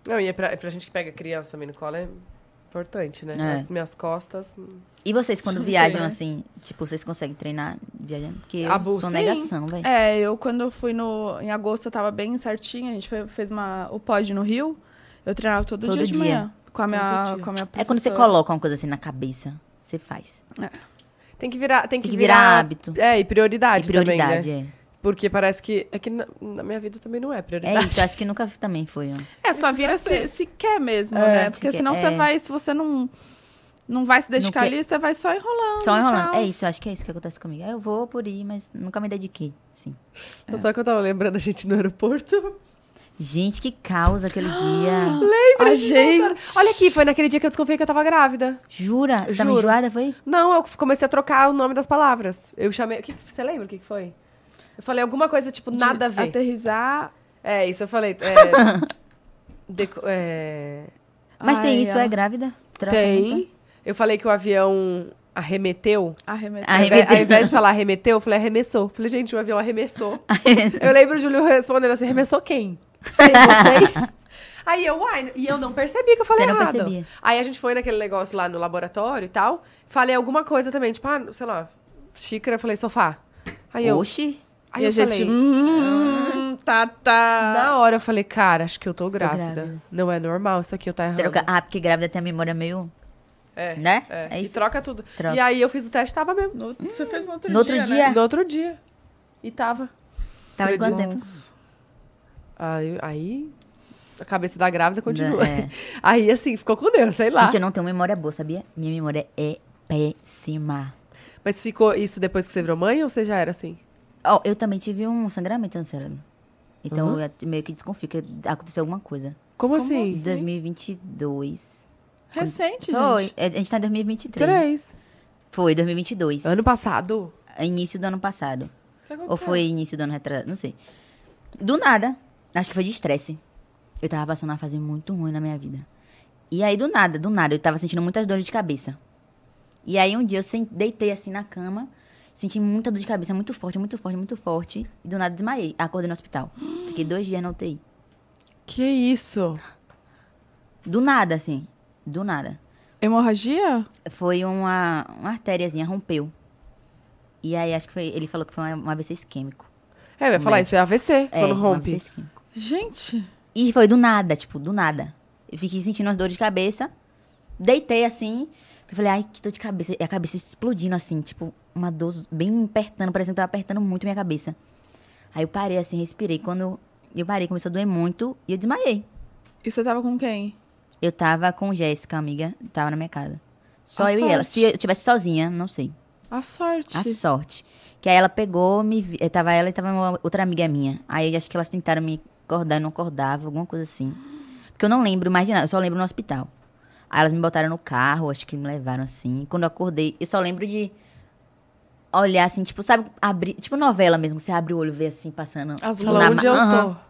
B: Não, e é pra, é pra gente que pega criança também no colo, é importante, né?
C: É.
B: As minhas costas.
C: E vocês, quando
A: Super,
C: viajam
A: né?
C: assim, tipo, vocês conseguem treinar viajando? Porque
B: Ah,
C: eu
B: bu-
C: sou
B: sim.
C: negação, velho.
A: É, eu quando eu fui no. Em agosto eu tava bem certinha, a gente fe- fez uma, o pod no Rio. Eu treinava todo,
C: Todo
A: dia, de
C: dia.
A: manhã. Com a minha.
B: Todo dia.
A: Com a minha
C: É, quando você
A: professora.
C: coloca uma coisa assim na cabeça, você faz.
B: Tem que virar. Tem que,
C: Tem que virar hábito.
B: É, e prioridade,
C: E prioridade,
B: também, né?
C: é.
B: Porque parece que. É que na, na minha vida também não é
C: É
B: prioridade.
C: isso, eu acho que nunca também foi. ó.
A: É, só vira se, se quer mesmo,
C: É,
A: né?
C: se
A: Porque
C: quer,
A: senão você
C: é.
A: vai. Se você não. Não vai se dedicar
C: quer.
A: ali, você vai só enrolando.
C: Só
A: e
C: enrolando.
A: tal.
C: É isso, eu acho que é isso que acontece comigo. Ah, Eu vou por ir, mas nunca me dediquei, sim.
B: Só que eu tava lembrando a gente no aeroporto.
C: Gente, que causa aquele dia.
B: Lembra,
A: a gente.
B: Olha aqui, foi naquele dia que eu desconfiei que eu tava grávida.
C: Jura? Você tava
B: Juro.
C: enjoada, foi?
B: Não, eu comecei a trocar o nome das palavras. Eu chamei. o que que- você lembra o que, que foi? Eu falei alguma coisa, tipo,
A: De
B: nada a ver.
A: Aterrizar.
B: É, isso eu falei. É, deco- é,
C: Mas
A: Ai,
C: tem isso,
A: ah.
C: é grávida? Troca muito.
B: tem. Eu falei que o avião arremeteu.
A: Arremeter.
B: Ao invés-
C: Arremeteu.
B: Ao invés de falar arremeteu, eu falei arremessou. Falei, gente, o avião arremessou. eu lembro o Júlio respondendo assim: arremessou quem? Sei, vocês? Aí eu, uai, e eu não percebi que eu falei
C: Você não
B: errado.
C: percebia.
B: Aí a gente foi naquele negócio lá no laboratório e tal. Falei alguma coisa também, tipo, ah, sei lá, xícara, eu falei sofá. Aí eu,
C: Oxi.
B: aí
A: e
B: eu
A: a gente.
B: falei,
C: "Ah,
A: Hum, tá, tá.
B: na hora eu falei, cara, acho que eu tô grávida.
C: grávida.
B: Não é normal, isso aqui eu tá errado.
C: Troca... Ah, porque grávida tem a memória meio.
B: É,
C: né?
B: É,
C: É
B: e
C: isso.
B: troca tudo.
C: Troca. É.
B: E aí eu fiz o teste, tava mesmo.
A: No- você fez no outro
C: No outro
A: dia.
C: dia?
A: Né?
B: No outro dia. E tava.
C: Tava em quanto tempo?
B: Então, Acredito. Aí, aí a cabeça da grávida continua.
C: É.
B: Aí assim, ficou com Deus, sei lá.
C: Gente, eu não tenho memória boa, sabia? Minha memória é péssima.
B: Mas ficou isso depois que você virou mãe ou você já era assim?
C: Ó, eu também tive um sangramento no cérebro. Então
B: Aham.
C: eu at- meio que desconfio que aconteceu alguma coisa.
B: Como,
A: Como
B: assim?
C: Em 2022.
A: Recente,
C: Foi.
A: gente.
C: É, A gente tá em 2023.
B: Três.
C: Foi, 2022.
B: Ano passado?
C: Início do ano passado.
A: O que aconteceu?
C: Ou foi início do ano retrasado, não sei. Do nada, acho que foi de estresse. Eu tava passando uma fase muito ruim na minha vida. E aí, do nada, do nada, eu tava sentindo muitas dores de cabeça. E aí, um dia eu sen- deitei assim na cama, senti muita dor de cabeça, muito forte, muito forte, muito forte. E do nada desmaiei. Acordei no hospital. Fiquei dois dias na UTI.
B: Que isso?
C: Do nada, assim. Do nada.
A: Hemorragia?
C: Foi uma, uma artériazinha, rompeu. E aí, acho que foi. Ele falou que foi um AVC isquêmico.
B: É, eu ia falar,
C: Mas-
B: isso é AVC
C: É,
B: quando
C: um
B: rompe.
C: AVC isquêmico.
A: Gente.
C: E foi do nada, tipo, do nada. Eu fiquei sentindo as dores de cabeça. Deitei assim. Eu falei, ai, que dor de cabeça. E a cabeça explodindo assim, tipo, uma dor bem apertando, parecendo que tava apertando muito minha cabeça. Aí eu parei assim, respirei. Quando eu parei, começou a doer muito e eu desmaiei.
A: E você tava com quem?
C: Eu tava com Jéssica, amiga, tava na minha casa. Só
A: A
C: eu e ela.
A: sorte.
C: Se eu tivesse sozinha, não sei.
A: A sorte.
C: A sorte. Que aí ela pegou, me vi- eh, tava ela e tava uma outra amiga minha. Aí acho que elas tentaram me acordar, eu não acordava, alguma coisa assim. Porque eu não lembro mais de nada, eu só lembro no hospital. Aí elas me botaram no carro, acho que me levaram assim. Quando eu acordei, eu só lembro de olhar assim, tipo, sabe, abrir, tipo novela mesmo, você abre o olho e vê assim passando
B: As
C: tipo,
B: mãos
C: ma-
B: onde eu
C: Aham.
B: tô.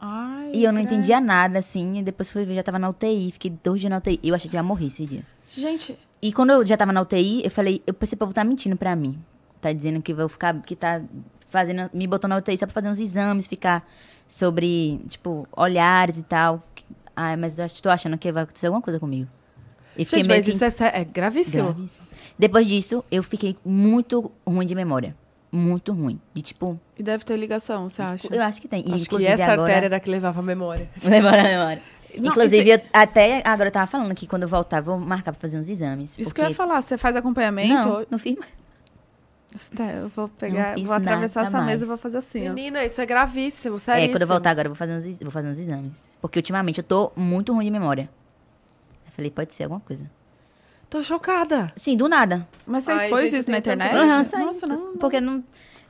A: Ai,
C: E eu não
A: credo.
C: entendia nada assim, e depois fui ver, já tava na UTI, fiquei dois dias na UTI. Eu achei que eu ia morrer esse dia.
A: Gente,
C: E quando eu já tava na UTI, eu falei, eu pensei, o povo tá mentindo pra mim. Tá dizendo que vou ficar, que tá fazendo, me botando na UTI só pra fazer uns exames, ficar sobre, tipo, olhares e tal. Ai, mas eu acho- tô achando que vai acontecer alguma coisa comigo. E fiquei
B: Gente,
C: meio
B: mas
C: que
B: isso é, sé- é gravíssimo.
C: gravíssimo. Depois disso, eu fiquei muito ruim de memória. Muito ruim. De tipo,
A: e deve ter ligação, você acha?
C: eu acho que tem. E,
B: Acho que
C: inclusive,
B: essa
C: agora...
B: artéria era a que levava a memória.
C: Lembra a memória.
A: Não,
C: Inclusive,
A: isso-
C: eu- até agora eu tava falando que quando eu voltar, vou marcar pra fazer uns exames.
A: Isso
C: porque...
A: que eu ia falar, você faz acompanhamento?
C: Não, não fiz mais.
A: Tá, eu vou pegar,
C: Não fiz
A: vou atravessar
C: nada
A: essa
C: mais.
A: mesa e vou fazer assim, ó.
B: Menina, isso é gravíssimo, sério.
C: É, quando eu voltar agora, eu vou fazer, uns, ex- vou fazer uns exames. Porque ultimamente eu tô muito ruim de memória. Eu falei, pode ser alguma coisa.
B: Tô chocada.
C: Sim, do nada.
A: Mas você
B: Ai,
A: expôs
B: gente, eu
A: isso na
B: tenho tanto-
A: internet?
C: Aham, saí,
A: É, Nossa, não. não.
C: Porque não.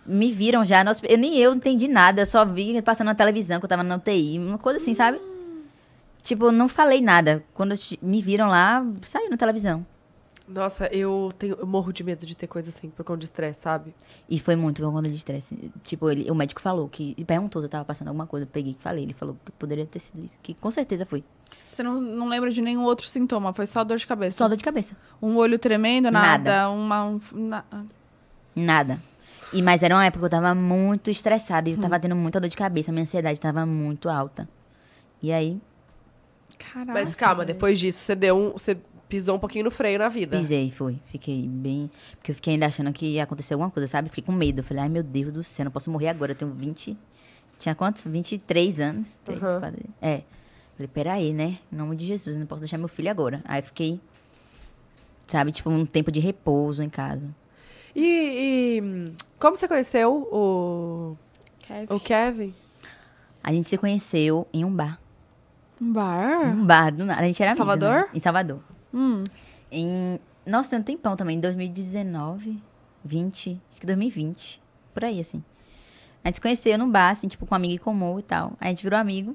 C: Me viram já, nossa, eu, nem eu entendi nada, eu só vi passando na televisão que eu tava na UTI, uma coisa assim, sabe?
A: Hum.
C: Tipo, eu não falei nada. Quando eu che- me viram lá, saiu na televisão.
B: Nossa, eu, tenho, eu morro de medo de ter coisa assim, por conta de estresse, sabe?
C: E foi muito bom quando ele estresse. Tipo, ele, o médico falou que. E perguntou se eu tava passando alguma coisa. Eu peguei e falei. Ele falou que poderia ter sido isso. Que com certeza foi.
A: Você não, não lembra de nenhum outro sintoma, foi só dor de cabeça.
C: Só dor de cabeça.
A: Um olho tremendo, nada.
C: Nada.
A: Uma. um- na-
C: Nada. E, mas era uma época que eu tava muito estressada. E eu tava tendo muita dor de cabeça. Minha ansiedade tava muito alta. E aí,
A: Caraca.
B: Mas calma,
A: velho.
B: depois disso, você deu um. Você pisou um pouquinho no freio na vida.
C: pisei, foi. Fiquei bem. Porque eu fiquei ainda achando que ia acontecer alguma coisa, sabe? Fiquei com medo. Eu falei, ai meu Deus do céu, não posso morrer agora. Eu tenho 20. Tinha quantos? 23 anos. Três,
B: Aham.
C: quatro, é. Falei, peraí, né? Em nome de Jesus, não posso deixar meu filho agora. Aí fiquei, sabe, tipo, um tempo de repouso em casa.
B: E, e, hum, como você conheceu o,
A: Kevin.
B: o Kevin?
C: A gente se conheceu em um bar.
A: Um bar?
C: Um bar, do nada. A gente
A: Em
C: era amigo, né?
A: Salvador?
C: Em Salvador.
A: Hum.
C: Em. Nossa, tem um tempão também, em 2019, 20, acho que 2020, por aí, assim. A gente se conheceu num bar, assim, tipo, com um amigo em comum e tal. Aí a gente virou amigo.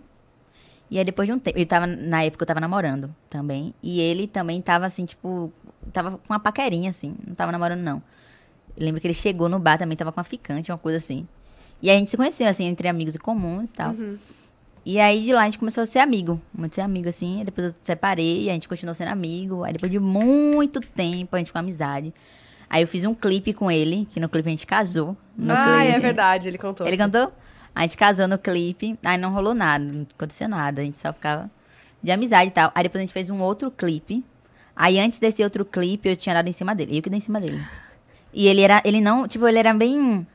C: E aí depois de um tempo. Eu tava, na época eu tava namorando também. E ele também tava, assim, tipo. Tava com uma paquerinha, assim. Não tava namorando, não. Eu lembro que ele chegou no bar também, tava com uma ficante, uma coisa assim. E aí a gente se conheceu, assim, entre amigos em comuns e tal.
B: Uhum.
C: E aí de lá a gente começou a ser amigo, muito ser amigo assim. Aí Depois eu separei, a gente continuou sendo amigo. Aí depois de muito tempo a gente ficou amizade. Aí eu fiz um clipe com ele, que no clipe a gente casou. No
B: ah,
C: clipe.
B: é verdade, ele contou.
C: Ele cantou? A gente casou no clipe, aí não rolou nada, não aconteceu nada, a gente só ficava de amizade e tal. Aí depois a gente fez um outro clipe. Aí antes desse outro clipe, eu tinha dado em cima dele. Eu que dei em cima dele. E ele era, ele não, tipo, ele era bem.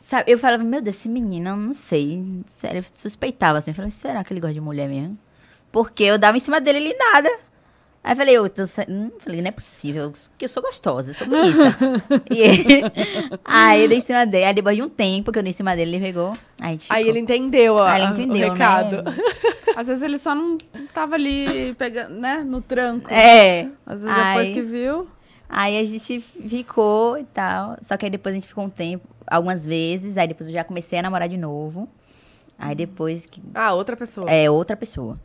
C: Sabe, eu falava, meu Deus, esse menino, eu não sei. Sério, eu suspeitava assim. Eu falei, será que ele gosta de mulher mesmo? Porque eu dava em cima dele ele nada. Aí eu falei, eu tô, sa- hum, falei, não é possível, eu- que eu sou gostosa, eu sou bonita. e ele, aí eu dei em cima dele, aí depois de um tempo que eu dei em cima dele, ele pegou, aí a gente
B: Aí
C: ficou.
B: ele entendeu, a-
C: Aí Ah, ele
B: a-
C: entendeu,
B: o recado.
C: né?
A: Às vezes ele só não tava ali pegando, né? No tranco.
C: É,
A: Às vezes depois
C: Ai.
A: que viu.
C: aí a gente ficou e tal, só que aí depois a gente ficou um tempo, algumas vezes, aí depois eu já comecei a namorar de novo, aí depois que
B: Ah, outra pessoa.
C: É, outra pessoa.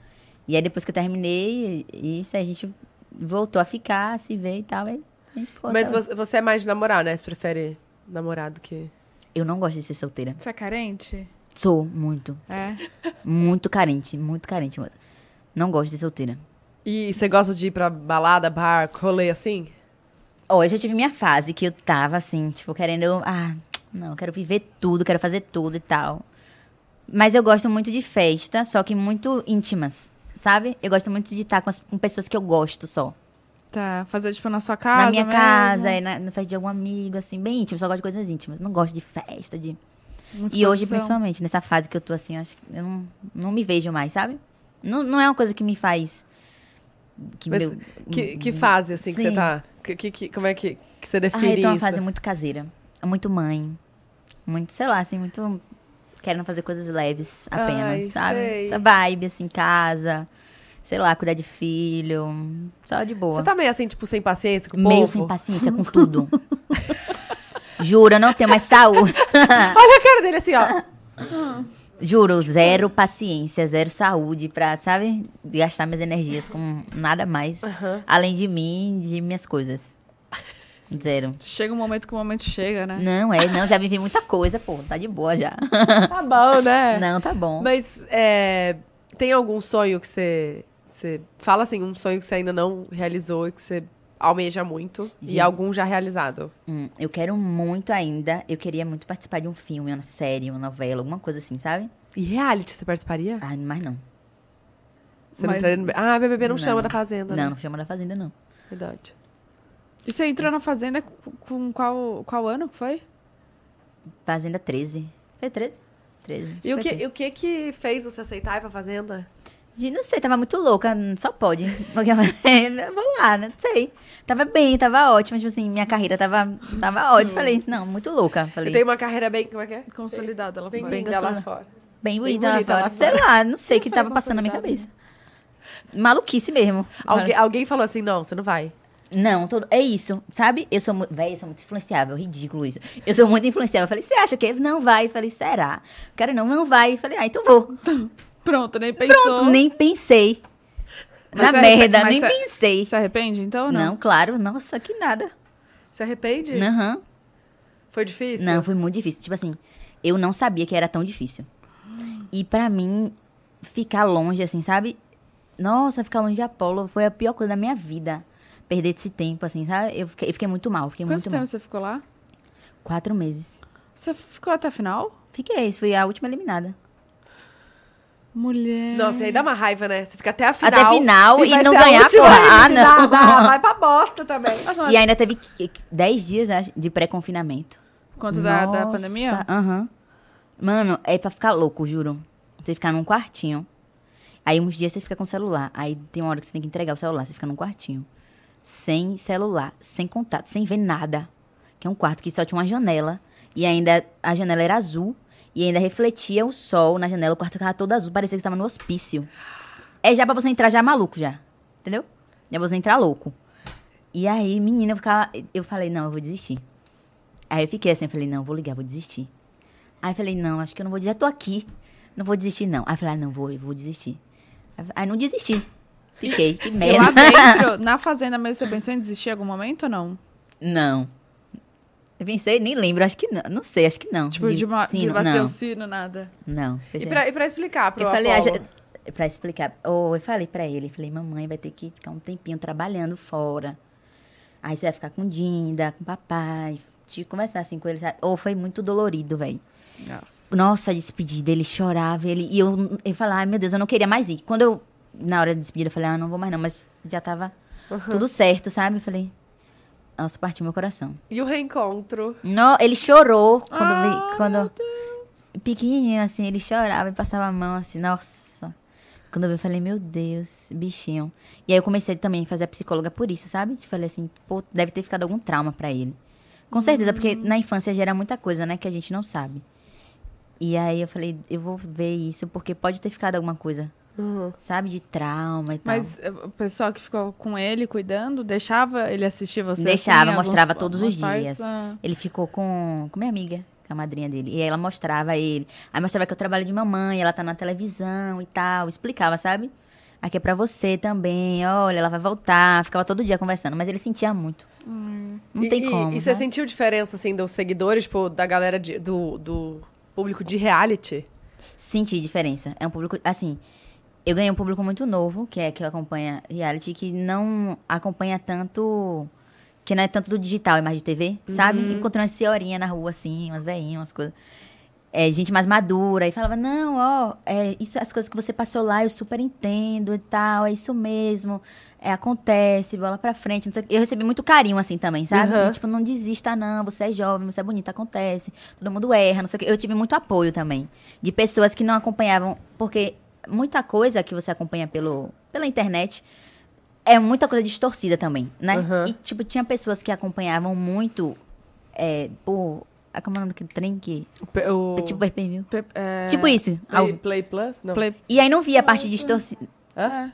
C: E aí depois que eu terminei, e- isso, a gente voltou a ficar, se ver e tal. aí a gente ficou.
B: Mas
C: tal.
B: você, você é mais de namorar, né? Você prefere namorar do que.
C: Eu não gosto de ser solteira.
A: Você é carente?
C: Sou muito,
A: É.
C: muito carente, muito carente, mano. Não gosto de ser solteira.
B: E você gosta de ir pra balada, bar, rolê assim?
C: Ó, eu já tive minha fase que eu tava assim, tipo, querendo. Ah, não, eu quero viver tudo, quero fazer tudo e tal. Mas eu gosto muito de festa, só que muito íntimas, sabe? Eu gosto muito de estar com, as- com pessoas que eu gosto só.
A: Tá. Fazer tipo na sua casa.
C: na minha
A: mesmo.
C: casa, aí na, na festa de algum amigo, assim, bem íntimo. Só gosto de coisas íntimas. Não gosto de festa, de.
A: Uma
C: é. E hoje,
A: exposição.
C: principalmente, nessa fase que eu tô assim, eu acho que eu não, não me vejo mais, sabe? Não, não é uma coisa que me faz. Que
B: Mas
C: meu-
B: Que, que fase, assim, que
C: Hum, Sim.
B: você tá? Que, que- que- como é que, que você
C: Ah, eu
B: define
C: tô numa
B: isso?
C: fase muito caseira. É Muito mãe. Muito, sei lá, assim, muito. Querendo fazer coisas leves apenas,
B: Ai,
C: sabe?
B: sei.
C: Essa vibe, assim, casa. Sei lá, cuidar de filho. Só de boa.
B: Você tá meio assim, tipo, sem paciência com o
C: Meio
B: povo?
C: sem paciência com tudo. Juro, eu não tenho mais saúde.
B: Olha a cara dele assim, ó.
C: Juro, zero paciência, zero saúde pra, sabe, gastar minhas energias com nada mais além de mim e de minhas coisas. Zero.
A: Chega um momento que o momento chega, né?
C: Não, é, não, já vivi muita coisa, pô, tá de boa já.
B: Tá bom, né?
C: Não, tá bom.
B: Mas é, tem algum sonho que você, você. Fala assim, um sonho que você ainda não realizou e que você almeja muito. E
C: Gente.
B: algum já realizado.
C: Hum, eu quero muito ainda, eu queria muito participar de um filme, uma série, uma novela, alguma coisa assim, sabe?
B: E reality, você participaria?
C: Ah, mas não.
B: Você não
A: Mas-
B: entraria no... Ah, BBB não,
C: Não.
B: chama da fazenda.
C: Não,
B: Né?
C: não chama da Fazenda, não.
B: Verdade.
A: E você entrou na Fazenda com, com qual, qual ano que foi?
C: Fazenda 13. Foi 13? 13. acho
B: E o
C: foi
B: que,
C: 13.
B: e o que que fez você aceitar ir pra fazenda?
C: De- Não sei, tava muito louca, hum, só pode. Porque eu vou lá, né? Não sei. Tava bem, tava ótima, tipo assim, minha carreira tava, tava ótima. Falei, não, muito louca.
B: Hum. Eu
C: Falei,
B: tenho uma carreira bem. Como é que é?
A: Consolidada, ela foi.
B: Bem
C: Bem
B: linda lá
C: gostosa.
B: fora.
C: bem
B: bem
C: bonita lá
B: bonita lá
C: fora. Sei lá, não sei o que
A: Foi
C: tava passando na minha cabeça.
A: consolidada.
C: Maluquice mesmo.
B: Alguém, alguém falou assim: não, você não vai.
C: Não, tô- é isso, sabe? Eu sou muito. Véi, eu sou muito influenciável, ridículo isso. Eu sou muito influenciável. Eu falei, você acha que não vai? Eu falei, será? Cara, não, não vai. Eu falei, ah, então vou.
A: Pronto, nem pensou.
C: Pronto, nem pensei.
A: Mas
C: na
A: você arrepe-
C: merda,
A: mas é-
C: nem
A: você-
C: pensei.
A: Se arrepende, então ou
C: não?
A: não?
C: claro, nossa, que nada.
B: Se arrepende?
C: Aham.
B: Foi difícil?
A: é-
C: Não, foi muito difícil. Tipo assim, eu não sabia que era tão difícil. E pra mim, ficar longe, assim, sabe? Nossa, ficar longe de Apolo foi a pior coisa da minha vida. Perder esse tempo, assim, sabe? Eu fiquei, eu fiquei muito mal, fiquei
A: Quanto
C: muito
A: tempo
C: mal.
A: você ficou lá?
C: Quatro meses.
A: Você ficou até a final?
C: Fiquei, fui a última eliminada.
A: Mulher.
B: Nossa, e aí dá uma raiva, né? Você fica até a final.
C: Até final e
B: vai
C: não
B: ser a
C: ganhar
B: última
C: porra. Ah,
B: eliminada.
C: não.
B: Ah, Vai pra bosta também.
A: Nossa, mas
C: E ainda teve que- que- dez dias acho, de pré-confinamento.
A: por conta da, da
C: Nossa, né?
A: pandemia?
C: Aham. Mano, é pra ficar louco, juro. Você ficar num quartinho. Aí uns dias você fica com o celular. Aí tem uma hora que você tem que entregar o celular, você fica num quartinho. Sem celular, sem contato, sem ver nada. Que é um quarto que só tinha uma janela. E ainda a janela era azul. E ainda refletia o sol na janela. O quarto ficava todo azul, parecia que estava no hospício. É já pra você entrar já maluco, já. Entendeu? Já pra você entrar louco. E aí, menina, eu, ficava, eu falei, não, eu vou desistir. Aí eu fiquei assim, eu falei, não, vou ligar, vou desistir. Aí eu falei, não, acho que eu não vou desistir, já tô aqui. Não vou desistir, não. Aí eu falei, ah, não, vou, eu vou desistir. Aí eu- Aí não desisti. Fiquei, que
A: E lá
C: merda.
A: dentro, na fazenda mesmo, você pensou em desistir em algum momento ou não?
C: Não. Eu pensei, nem lembro, acho que não. Não sei, acho que não.
A: Tipo, de, uma, de
C: sino,
A: bater
C: não,
A: o sino, nada.
C: Não.
B: E
C: pensei-
B: pra, e pra explicar pro
C: eu falei, ah,
B: Apolo?
C: já- pra explicar. Ou eu falei pra ele, falei, mamãe vai ter que ficar um tempinho trabalhando fora. Aí você vai ficar com Dinda, com papai. Te conversar assim com ele, sabe? Ou foi muito dolorido, velho.
A: Nossa.
C: Nossa, a despedida, ele chorava, ele. E eu, eu falava, ai meu Deus, eu não queria mais ir. Quando eu, na hora da despedida, eu falei, ah, não vou mais não, mas já tava tudo certo, sabe? Eu falei, nossa, partiu meu coração.
B: E o reencontro?
C: No, ele chorou quando
A: Ah,
C: vi, quando pequenininho assim, ele chorava e passava a mão assim, nossa. Quando eu vi, eu falei, meu Deus, bichinho. E aí eu comecei também a fazer a psicóloga por isso, sabe? Eu Falei assim, pô, deve ter ficado algum trauma pra ele. Com certeza, porque na infância gera muita coisa, né, que a gente não sabe. E aí eu falei, eu vou ver isso porque pode ter ficado alguma coisa, sabe, de trauma e tal.
A: Mas eh, o pessoal que ficou com ele cuidando, deixava ele assistir você?
C: Deixava,
A: assim, alguns-
C: mostrava todos os
A: algumas
C: dias.
A: partes? Ah.
C: Ele ficou com, com minha amiga, com a madrinha dele. E ela mostrava ele. Aí mostrava que eu trabalho de mamãe, ela tá na televisão e tal. Explicava, sabe? Aqui é pra você também, olha, ela vai voltar. Ficava todo dia conversando, mas ele sentia muito. Não
B: E-
C: tem
B: e,
C: como.
B: E você
C: né?
B: sentiu diferença, assim, dos seguidores, tipo, da galera de- do, do público de reality?
C: Senti diferença. É um público, assim, eu ganhei um público muito novo, que é que acompanha reality, que não acompanha tanto. Que não é tanto do digital, é mais de TV, sabe?
B: Uhum.
C: Encontrei uma senhorinha na rua, assim, umas velhinhas, umas coisas. É, gente mais madura, e falava, não, ó, é, isso, as coisas que você passou lá, eu super entendo e tal, é isso mesmo, é, acontece, bola pra frente. não sei o quê. eu recebi muito carinho, assim, também, sabe?
B: Uhum.
C: E, tipo, não desista, não, você é jovem, você é bonita, acontece, todo mundo erra, não sei o quê. Eu tive muito apoio também, de pessoas que não acompanhavam, porque muita coisa que você acompanha pelo, pela internet é muita coisa distorcida também, né?
B: Uhum.
C: E, tipo, tinha pessoas que acompanhavam muito é, por... ah, Como é o nome daquele trem que...
B: Pe- O...
C: Tipo, pay-per-view.
A: Pe- eh,
B: É,
C: Tipo isso.
B: Play,
C: ao-
B: Play Plus? Não. Play,
A: Play,
C: E aí não via a parte distorcida.
A: é.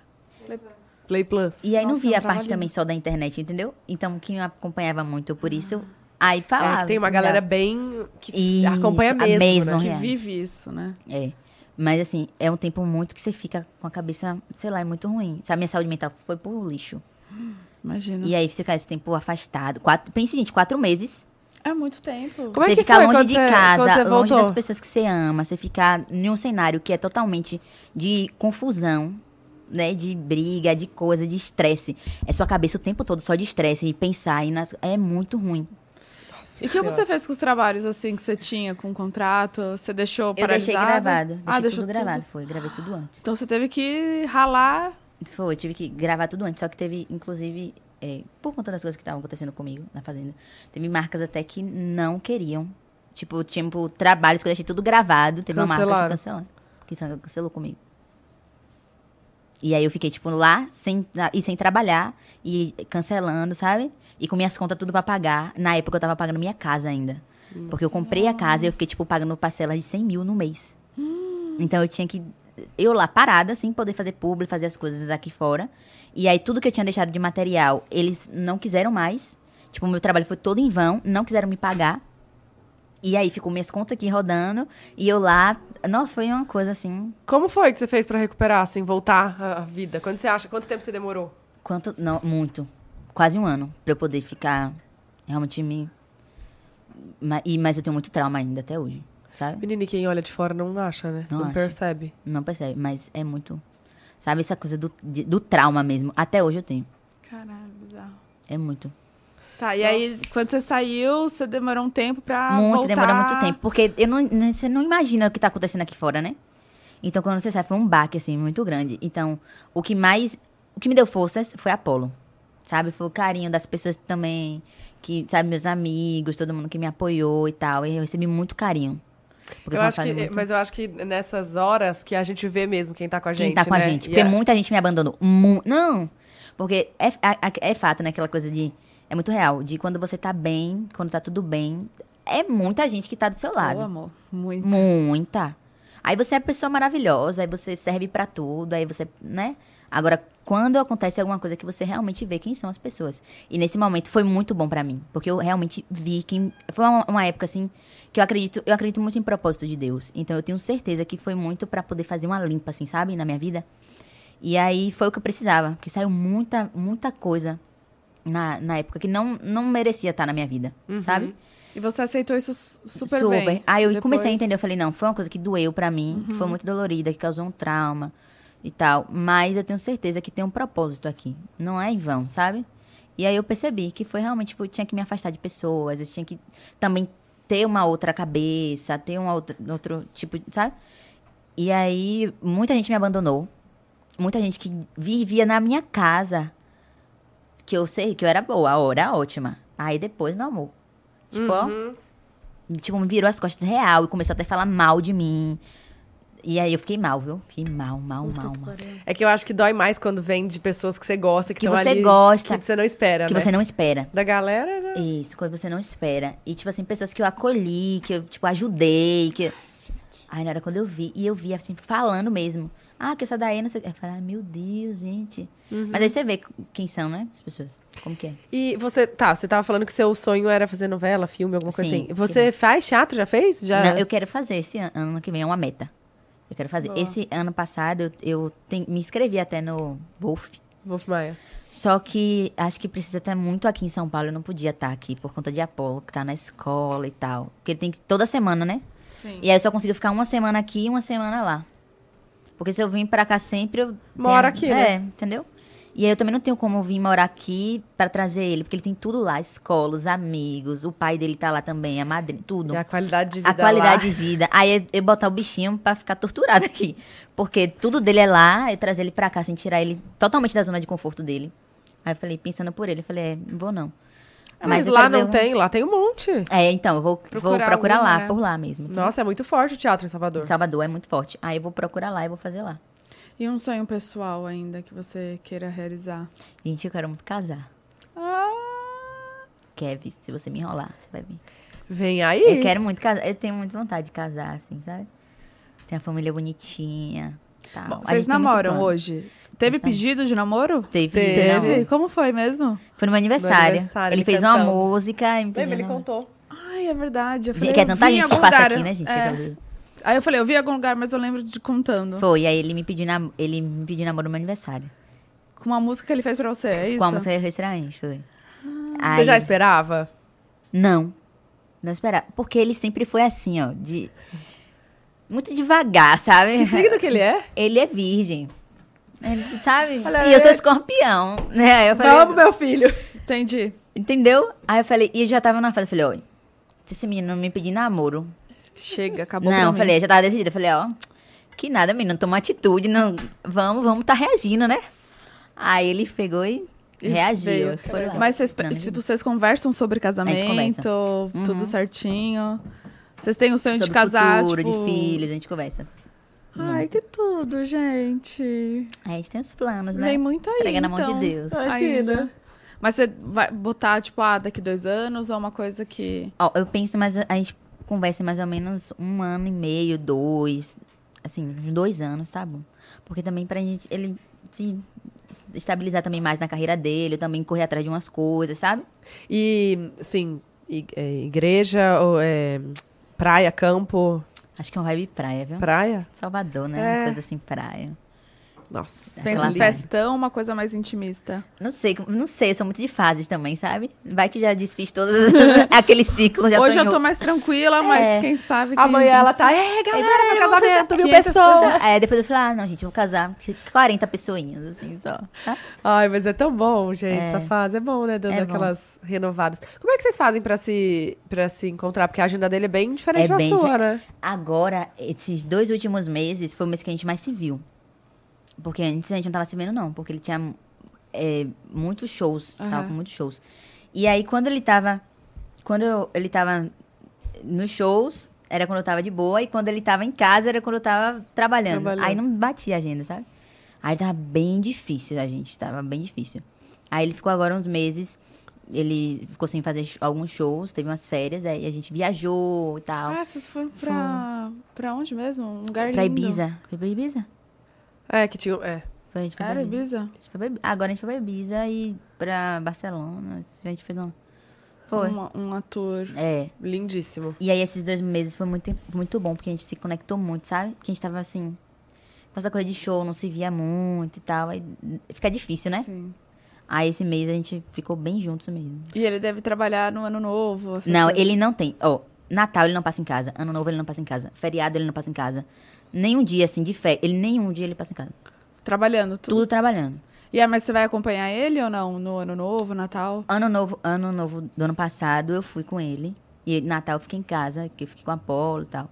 B: Plus.
C: E aí não
A: Nossa,
C: via a
A: entrava
C: parte
A: ali.
C: também só da internet, entendeu? Então, quem acompanhava muito por isso, aí
B: É,
C: falava.
B: que tem uma galera bem... que
C: Isso,
B: acompanha
C: a
B: mesmo,
C: mesma,
B: né?
A: Que
C: É.
A: vive isso, né?
C: É. Mas assim, é um tempo muito que você fica com a cabeça, sei lá, é muito ruim. Sabe, minha saúde mental foi pro lixo.
A: Imagina.
C: E aí você fica esse tempo afastado. Quatro, pense, gente, quatro meses.
A: É muito tempo.
B: Como é
C: você
B: que
C: ficar
B: foi
C: longe
B: quando
C: de
B: você- quando
C: casa,
B: você
C: longe das
B: voltou?
C: pessoas que você ama, você ficar em um cenário que é totalmente de confusão, né? De briga, de coisa, de estresse. É sua cabeça o tempo todo só de estresse e pensar e nas- é muito ruim.
A: E o
C: é
A: que você fez com os trabalhos assim que você tinha com o contrato? Você deixou
C: Eu deixei
A: paralisado?
C: gravado, deixei
A: ah, deixou
C: tudo gravado, foi, gravei tudo antes.
A: Então você teve que ralar.
C: Foi, eu tive que gravar tudo antes, só que teve, inclusive, é, por conta das coisas que estavam acontecendo comigo na fazenda, teve marcas até que não queriam. Tipo, tipo, trabalhos que eu deixei tudo gravado, teve uma marca
B: Cancelaram.
C: que cancelou, que só cancelou comigo. E aí eu fiquei, tipo, lá sem, e sem trabalhar, e cancelando, sabe? E com minhas contas tudo pra pagar. Na época eu tava pagando minha casa ainda. Porque eu comprei a casa e eu fiquei, tipo, pagando parcelas de 100 mil no mês. Então eu tinha que. Eu lá parada, sem poder fazer público, fazer as coisas aqui fora. E aí tudo que eu tinha deixado de material, eles não quiseram mais. Tipo, o meu trabalho foi todo em vão, não quiseram me pagar. E aí ficou minhas contas aqui rodando e eu lá. Nossa, foi uma coisa assim.
B: Como foi que você fez pra recuperar, assim, voltar à à vida? Quando você acha? Quanto tempo você demorou?
C: Quanto. Não, muito. Quase um ano. Pra eu poder ficar realmente me. Ma- e- Mas eu tenho muito trauma ainda até hoje, sabe?
B: Menina, e quem olha de fora não acha, né?
C: Não
B: Não,
C: acha.
B: percebe.
C: Não percebe, mas é muito. Sabe, essa coisa do, de- do trauma mesmo. Até hoje eu tenho.
A: Caralho, bizarro.
C: É muito.
A: Tá, e aí, quando você saiu, você demorou um tempo pra
C: muito,
A: voltar...
C: demora muito tempo. Porque eu não, né, você não imagina o que tá acontecendo aqui fora, né? Então, quando você sai, foi um baque, assim, muito grande. Então, o que mais... O que me deu forças foi Apolo, sabe? Foi o carinho das pessoas também, que, sabe, meus amigos, todo mundo que me apoiou e tal. E eu recebi muito carinho. Porque
B: Eu
C: foi uma
B: acho que,
C: fase muito-
B: Mas eu acho que nessas horas que a gente vê mesmo quem tá com a
C: quem
B: gente.
C: tá com a
B: né?
C: gente.
B: E
C: Porque
B: é-
C: muita gente me abandonou. Mu- não! Porque é, a- a- é fato, né? Aquela coisa de. É muito real. De quando você tá bem, quando tá tudo bem. É muita gente que tá do seu lado.
A: Ô, amor, muito.
C: Muita. Aí você é uma pessoa maravilhosa, aí você serve pra tudo, aí você, né? Agora, quando acontece alguma coisa que você realmente vê quem são as pessoas. E nesse momento foi muito bom pra mim, porque eu realmente vi quem foi uma, uma época assim que eu acredito, eu acredito muito em propósito de Deus. Então eu tenho certeza que foi muito pra poder fazer uma limpa assim, sabe, na minha vida. E aí foi o que eu precisava, porque saiu muita muita coisa na, na época que não não merecia estar na minha vida, sabe?
A: E você aceitou isso su- super, bem.
C: Aí eu
A: Depois- Uhum.
C: comecei a entender, eu falei, não, foi uma coisa que doeu pra mim, que foi muito dolorida, que causou um trauma e tal. Mas eu tenho certeza que tem um propósito aqui. Não é em vão, sabe? E aí eu percebi que foi realmente, tipo, eu tinha que me afastar de pessoas, eu tinha que também ter uma outra cabeça, ter um outro, outro tipo, sabe? E aí muita gente me abandonou. Muita gente que vivia na minha casa. Que eu sei que eu era boa, a hora ótima. Aí depois, meu amor. Tipo,
A: Uhum.
C: ó, tipo, me virou as costas real e começou até a falar mal de mim. E aí eu fiquei mal, viu? Fiquei mal, mal, mal, mal.
B: É que eu acho que dói mais quando vem de pessoas que você gosta, que,
C: Que
B: tão
C: você
B: ali,
C: gosta.
B: Que você não espera,
C: Que
B: né?
C: você não espera.
B: Da galera, né?
C: Isso, quando você não espera. E, tipo assim, pessoas que eu acolhi, que eu, tipo, ajudei, que... Aí, na hora quando eu vi, e eu vi, assim, falando mesmo. Ah, que essa daí, não sei o quê. Eu falei, ah, meu Deus, gente.
B: Uhum.
C: Mas aí você vê quem são, né, as pessoas. Como que é.
B: E você, tá, você tava falando que seu sonho era fazer novela, filme, alguma coisa
C: Sim,
B: assim. Você faz teatro, já fez? Já? é.
C: Não, eu quero fazer esse ano, ano que vem, é uma meta. Eu quero fazer.
A: Boa.
C: Esse ano passado, eu, eu ten- me inscrevi até no Wolf.
B: Wolf Maia.
C: Só que acho que precisa estar muito aqui em São Paulo. Eu não podia estar aqui por conta de Apolo, que tá na escola e tal. Porque tem que toda semana, né?
A: Sim.
C: E aí eu só consegui ficar uma semana aqui e uma semana lá. Porque se eu vim pra cá sempre, eu.
B: Mora
C: tenho-
B: aqui, né?
C: É, entendeu? E aí eu também não tenho como vir morar aqui pra trazer ele, porque ele tem tudo lá: escola, os amigos, o pai dele tá lá também, a madrinha, tudo.
B: E É a qualidade de vida
C: A qualidade
B: lá.
C: de vida. Aí eu, eu botar o bichinho pra ficar torturado aqui. Porque tudo dele é lá, eu trazer ele pra cá, assim, tirar ele totalmente da zona de conforto dele. Aí eu falei, pensando por ele, eu falei, é, não vou não.
B: Ah, Mas,
C: eu
B: lá
C: quero ver
B: não
C: um-
B: tem, lá tem um monte.
C: É, então, eu vou vou procurar,
A: Procurar alguma,
C: lá,
A: né?
C: por lá mesmo.
B: Nossa, é muito forte o teatro em Salvador.
C: Salvador é muito forte. Aí eu vou procurar lá e vou fazer lá.
A: E um sonho pessoal ainda que você queira realizar?
C: Gente, eu quero muito casar.
A: Ah,
C: Kevin, se você me enrolar, você vai vir.
B: Vem aí.
C: Eu quero muito casar. Eu tenho muita vontade de casar, assim, sabe? Tem a família bonitinha. Tal.
A: bom,
C: A
A: vocês
C: gente tem muito
A: namoram
C: plano.
A: hoje? Teve
C: Estamos-
A: pedido de namoro?
C: Teve.
B: Teve.
C: namoro.
A: Como foi mesmo?
C: Foi no meu aniversário.
B: aniversário,
C: ele,
B: ele
C: fez uma
B: cantando.
C: música. e me pediu
B: Lembra, ele
C: namoro.
B: contou.
A: Ai, é verdade. Eu
C: Gente,
A: falei,
C: que é
A: eu
C: tanta
A: vi em
C: gente que
A: algum
C: passa
A: lugar.
C: aqui, né, gente?
A: É.
C: Aquela-
A: Aí eu falei, eu vi em algum lugar, mas eu lembro de contando.
C: Foi, aí ele me pediu, nam- ele me pediu namoro no meu aniversário.
A: Com uma música que ele fez pra você, é isso?
C: Com a música Refrescante, foi.
B: Ah, Você
C: Aí-
B: já esperava?
C: Não. Não esperava. Porque ele sempre foi assim, ó, de... Muito devagar, sabe?
B: Que signo que ele é?
C: Ele é virgem. Ele, sabe?
B: Olha,
C: e eu sou
B: é-
C: escorpião, né? Aí eu falei,
B: Vamos, meu filho.
A: Entendi.
C: entendeu? Aí eu falei, e eu já tava na fase, eu falei, olha, se esse menino não me pedir namoro,
A: Chega, acabou
C: não,
A: pra
C: eu
A: mim.
C: falei, já tava decidida. Eu falei, ó, que nada, menino, toma atitude, não, vamos, vamos tá reagindo, né? Aí ele pegou e reagiu.
A: veio. é
C: foi lá.
A: Mas vocês,
C: Não, nem-
A: tipo, vocês conversam sobre casamento,
C: conversa. Uhum.
A: tudo certinho. Vocês têm o sonho
C: sobre
A: de casar,
C: futuro,
A: tipo...
C: de filhos, a gente conversa.
A: Ai, que tudo, gente.
C: Aí a gente tem os planos, né?
A: Vem muito aí,
C: Entrega na
A: então.
C: mão de Deus.
A: Imagina. Mas você vai botar, tipo, ah, daqui dois anos ou uma coisa que...
C: Ó, eu penso, mas a a gente conversa mais ou menos um ano e meio, dois, assim, uns dois anos, tá bom? Porque também pra gente, ele se estabilizar também mais na carreira dele, eu também correr atrás de umas coisas, sabe?
B: E, sim, i- é, igreja ou é, Praia, campo,
C: Acho que é um vibe praia, viu?
B: praia?
C: Salvador, né?
B: É.
C: Uma coisa assim, praia.
B: Nossa.
A: Pensa em
C: Claro.
A: festão, uma coisa mais intimista.
C: Não sei, não sei, eu sou muito de fases também, sabe? Vai que já desfiz todos aquele ciclo. Já
A: Hoje
C: tô um
A: eu tô mais tranquila, mas
C: É.
A: quem sabe... Quem
B: Amanhã ela tá, é, galera, meu casamento, mil
C: 500
B: pessoas.
C: É, depois eu falei, ah, não, gente, eu vou casar. 40 pessoinhas, assim, só. sabe?
B: Ai, mas é tão bom, gente, essa fase. É bom, né? Dando
C: É bom.
B: aquelas renovadas. Como é que vocês fazem pra se, pra se encontrar? Porque a agenda dele é bem diferente
C: É
B: da
C: bem
B: sua,
C: dife-
B: né?
C: Agora, esses dois últimos meses, foi o mês que a gente mais se viu. Porque antes a gente não tava se vendo, não. Porque ele tinha é, muitos shows.
A: Aham.
C: Tava com muitos shows. E aí, quando ele tava... Quando eu- ele tava nos shows, era quando eu tava de boa. E quando ele tava em casa, era quando eu tava trabalhando.
B: Trabalhando.
C: Aí não batia a agenda, sabe? Aí tava bem difícil a gente. Tava bem difícil. Aí ele ficou agora uns meses... Ele ficou sem fazer sh- alguns shows, teve umas férias, aí a gente viajou e tal.
A: Ah, vocês foram pra... Pra onde mesmo? Um lugar
C: Pra
A: lindo.
C: Ibiza. Foi pra Ibiza?
B: É, que tinha. É.
C: Foi, a gente foi pra
A: Era
C: Ibiza.
A: Ibiza?
C: A gente foi pra Ibiza. Agora a gente foi pra Ibiza e pra Barcelona. A gente fez um. Foi.
A: Uma, uma tour.
C: É.
B: Lindíssimo.
C: E aí esses dois meses foi muito, muito bom, porque a gente se conectou muito, sabe? Porque a gente tava assim. Com essa coisa de show, não se via muito e tal. Aí fica difícil, né?
A: Sim.
C: Aí esse mês a gente ficou bem juntos mesmo.
A: E ele deve trabalhar no ano novo. essas
C: Não,
A: coisas.
C: ele não tem. Ó, Natal ele não passa em casa. Ano novo ele não passa em casa. Feriado ele não passa em casa. Nenhum dia, assim, de fé. Ele nenhum dia ele passa em casa.
A: Trabalhando tudo.
C: Tudo trabalhando.
A: E aí, mas você vai acompanhar ele ou não? No ano novo, Natal?
C: Ano novo, ano novo do ano passado, eu fui com ele. E Natal eu fiquei em casa, que eu fiquei com a Apolo e tal.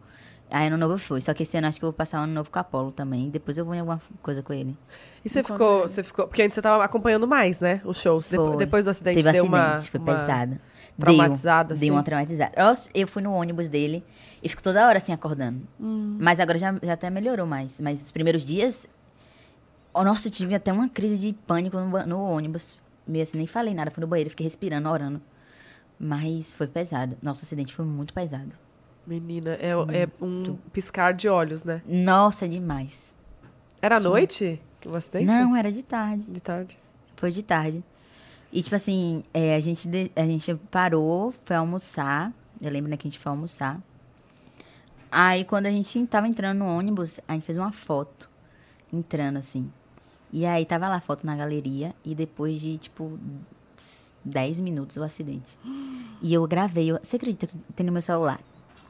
C: Aí ano novo eu fui. Só que esse ano acho que eu vou passar o ano novo com a Apolo também. Depois eu vou em alguma coisa com ele.
B: E você
A: Encontrei.
B: ficou, você ficou. Porque antes você tava acompanhando mais, né? Os shows. Depo-
C: Foi.
B: Depois do acidente
C: Teve
B: deu
C: um
B: uma.
C: acidente, foi
B: uma-
C: pesada. Deu-
B: traumatizada,
C: Dei
B: assim?
C: uma traumatizada. Nossa, Eu fui no ônibus dele e fico toda hora assim acordando.
B: Hum.
C: Mas agora já, já até melhorou mais. Mas os primeiros dias. Oh, nossa, eu tive até uma crise de pânico no, ba- no ônibus. Meio assim, nem falei nada, fui no banheiro, fiquei respirando, orando. Mas foi pesado. Nosso acidente foi muito pesado.
B: Menina, é, é um piscar de olhos, né?
C: Nossa, demais.
B: Era à noite que o acidente?
C: Não, era de tarde.
B: De tarde.
C: Foi de tarde. E, tipo assim, é, a, gente de- a gente parou, foi almoçar. Eu lembro, né, que a gente foi almoçar. Aí, quando a gente tava entrando no ônibus, a gente fez uma foto. Entrando, assim. E aí, tava lá a foto na galeria. E depois de, tipo, s- 10 minutos, o acidente. E eu gravei... eu- Você acredita que tem no meu celular?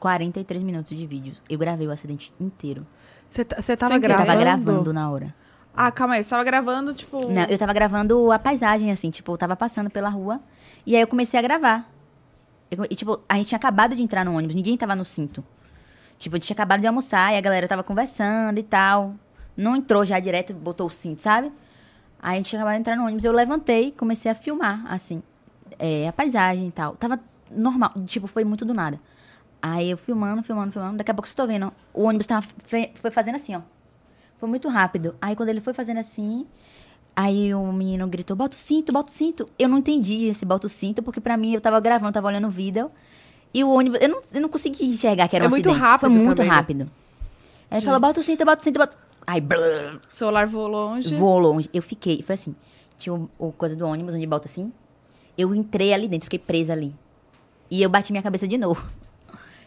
C: 43 minutos de vídeos. Eu gravei o acidente inteiro.
B: Você ta- você tava
A: Sem querer.
B: gravando?
C: Eu tava gravando na hora.
A: Ah, calma aí. Você tava gravando, tipo...
C: Não, eu tava gravando a paisagem, assim, tipo, eu tava passando pela rua. E aí eu comecei a gravar. Eu come- e, tipo, a gente tinha acabado de entrar no ônibus, ninguém tava no cinto. Tipo, eu tinha acabado de almoçar e a galera tava conversando e tal. Não entrou já direto, botou o cinto, sabe? Aí a gente tinha acabado de entrar no ônibus, eu levantei e comecei a filmar, assim, é, a paisagem e tal. Tava normal, tipo, foi muito do nada. Aí eu filmando, filmando, filmando. Daqui a pouco vocês estão vendo, o ônibus tava, fe- foi fazendo assim, ó. Foi muito rápido. Aí quando ele foi fazendo assim, aí o menino gritou: "Bota o cinto, bota o cinto". Eu não entendi esse bota o cinto, porque pra mim eu tava gravando, tava olhando o vídeo. E o ônibus, eu não, eu não consegui enxergar que era
B: É
C: um
B: muito
C: acidente.
B: rápido
C: foi muito
B: também, né?
C: rápido. Aí ele falou: "Bota o cinto, bota o cinto, bota". Aí blá,
A: O celular voou longe.
C: Vou longe. Eu fiquei, foi assim. Tinha o, o coisa do ônibus onde bota assim. Eu entrei ali dentro, fiquei presa ali. E eu bati minha cabeça de novo.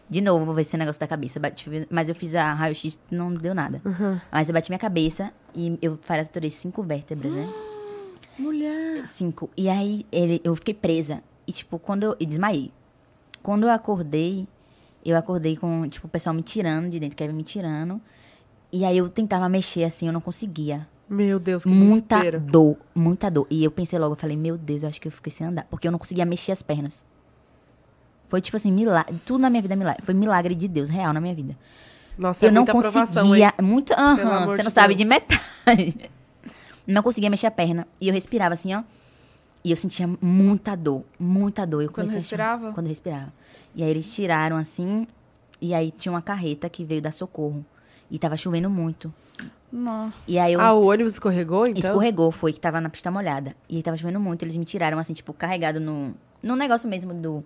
C: De novo, vou ver esse negócio da cabeça. Bati- mas eu fiz a raio-x, não deu nada. Mas eu bati minha cabeça e eu fraturei cinco vértebras, né?
A: Mulher.
C: Cinco. E aí ele, eu fiquei presa. E, tipo, quando eu, eu desmaiei. Quando eu acordei, eu acordei com, tipo, o pessoal me tirando de dentro, Kevin me tirando. E aí eu tentava mexer assim, eu não conseguia
B: Meu Deus, que
C: muita
B: desespero.
C: dor, muita dor. E eu pensei logo, eu falei, meu Deus, eu acho que eu fiquei sem andar. Porque eu não conseguia mexer as pernas. Foi tipo assim, milagre. Tudo na minha vida é milagre. Foi milagre de Deus, real na minha vida.
B: Nossa,
C: eu
B: é
C: não
B: muita aprovação, hein?
C: conseguia. Muito. Aham,
B: amor
C: você
B: de
C: não sabe
B: Deus.
C: de metade. Não conseguia mexer a perna. E eu respirava assim, ó. E eu sentia muita dor, muita dor. Eu
A: Quando
C: comecei a chorar.
A: respirava?
C: Quando respirava. E aí eles tiraram assim. E aí tinha uma carreta que veio dar socorro. E tava chovendo muito.
A: Não.
C: E aí eu
B: Ah, o ônibus escorregou, então?
C: Escorregou, foi que tava na pista molhada. E tava chovendo muito, eles me tiraram, assim, tipo, carregado no, no negócio mesmo do.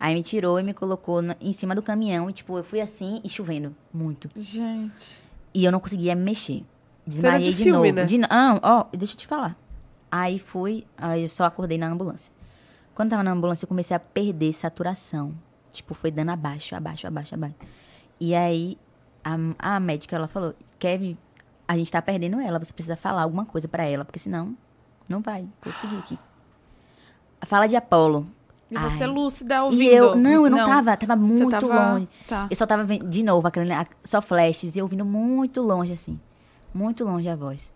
C: Aí me tirou e me colocou na- em cima do caminhão. E, tipo, eu fui assim e chovendo muito.
A: Gente.
C: E eu não conseguia me mexer.
B: Cena
C: Desmaiei
B: de
C: de,
B: filme,
C: novo.
B: né?
C: De no- ah, ó, deixa eu te falar. Aí fui, aí eu só acordei na ambulância. Quando tava na ambulância, eu comecei a perder saturação. tipo, foi dando abaixo, abaixo, abaixo, abaixo. E aí, a, a médica, ela falou, Kevin, a gente tá perdendo ela, você precisa falar alguma coisa pra ela, porque senão não vai conseguir aqui. Fala de Apolo.
A: E
C: Ai.
A: você lúcida ouvindo.
C: E eu, não, eu não, tava, tava
A: Você
C: muito
A: tava-
C: longe.
A: Tá.
C: Eu só tava vendo, de novo, aquele, a- só flashes, e eu ouvindo muito longe, assim. Muito longe a voz.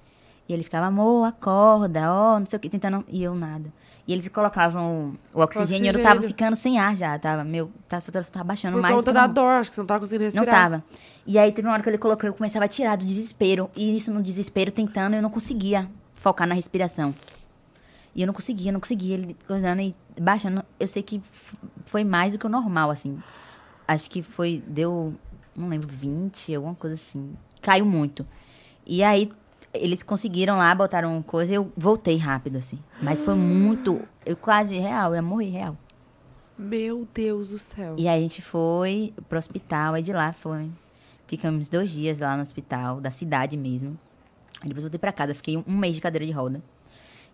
C: E ele ficava, amor, acorda, ó, não sei o que, tentando. E eu nada. E eles colocavam o oxigênio, e eu tava
B: oxigênio.
C: ficando sem ar já, tava. Meu, tá, saturação tava baixando
B: Por
C: mais. do
B: conta
C: que
B: da
C: normal.
B: dor, acho que você não tava conseguindo
C: Não
B: respirar.
C: tava. E aí teve uma hora que ele colocou, eu começava a tirar do desespero. E isso no desespero, tentando, eu não conseguia focar na respiração. E eu não conseguia, não conseguia. Ele coisando e baixando. Eu sei que f- foi mais do que o normal, assim. Acho que foi, deu, não lembro, 20, alguma coisa assim. Caiu muito. E aí eles conseguiram lá, botaram coisa e eu voltei rápido, assim. Mas foi muito, eu quase, real, eu morri real.
B: Meu Deus do céu.
C: E aí a gente foi pro hospital, aí de lá foi. Ficamos dois dias lá no hospital, da cidade mesmo. Aí depois voltei pra casa, fiquei um- um mês de cadeira de roda.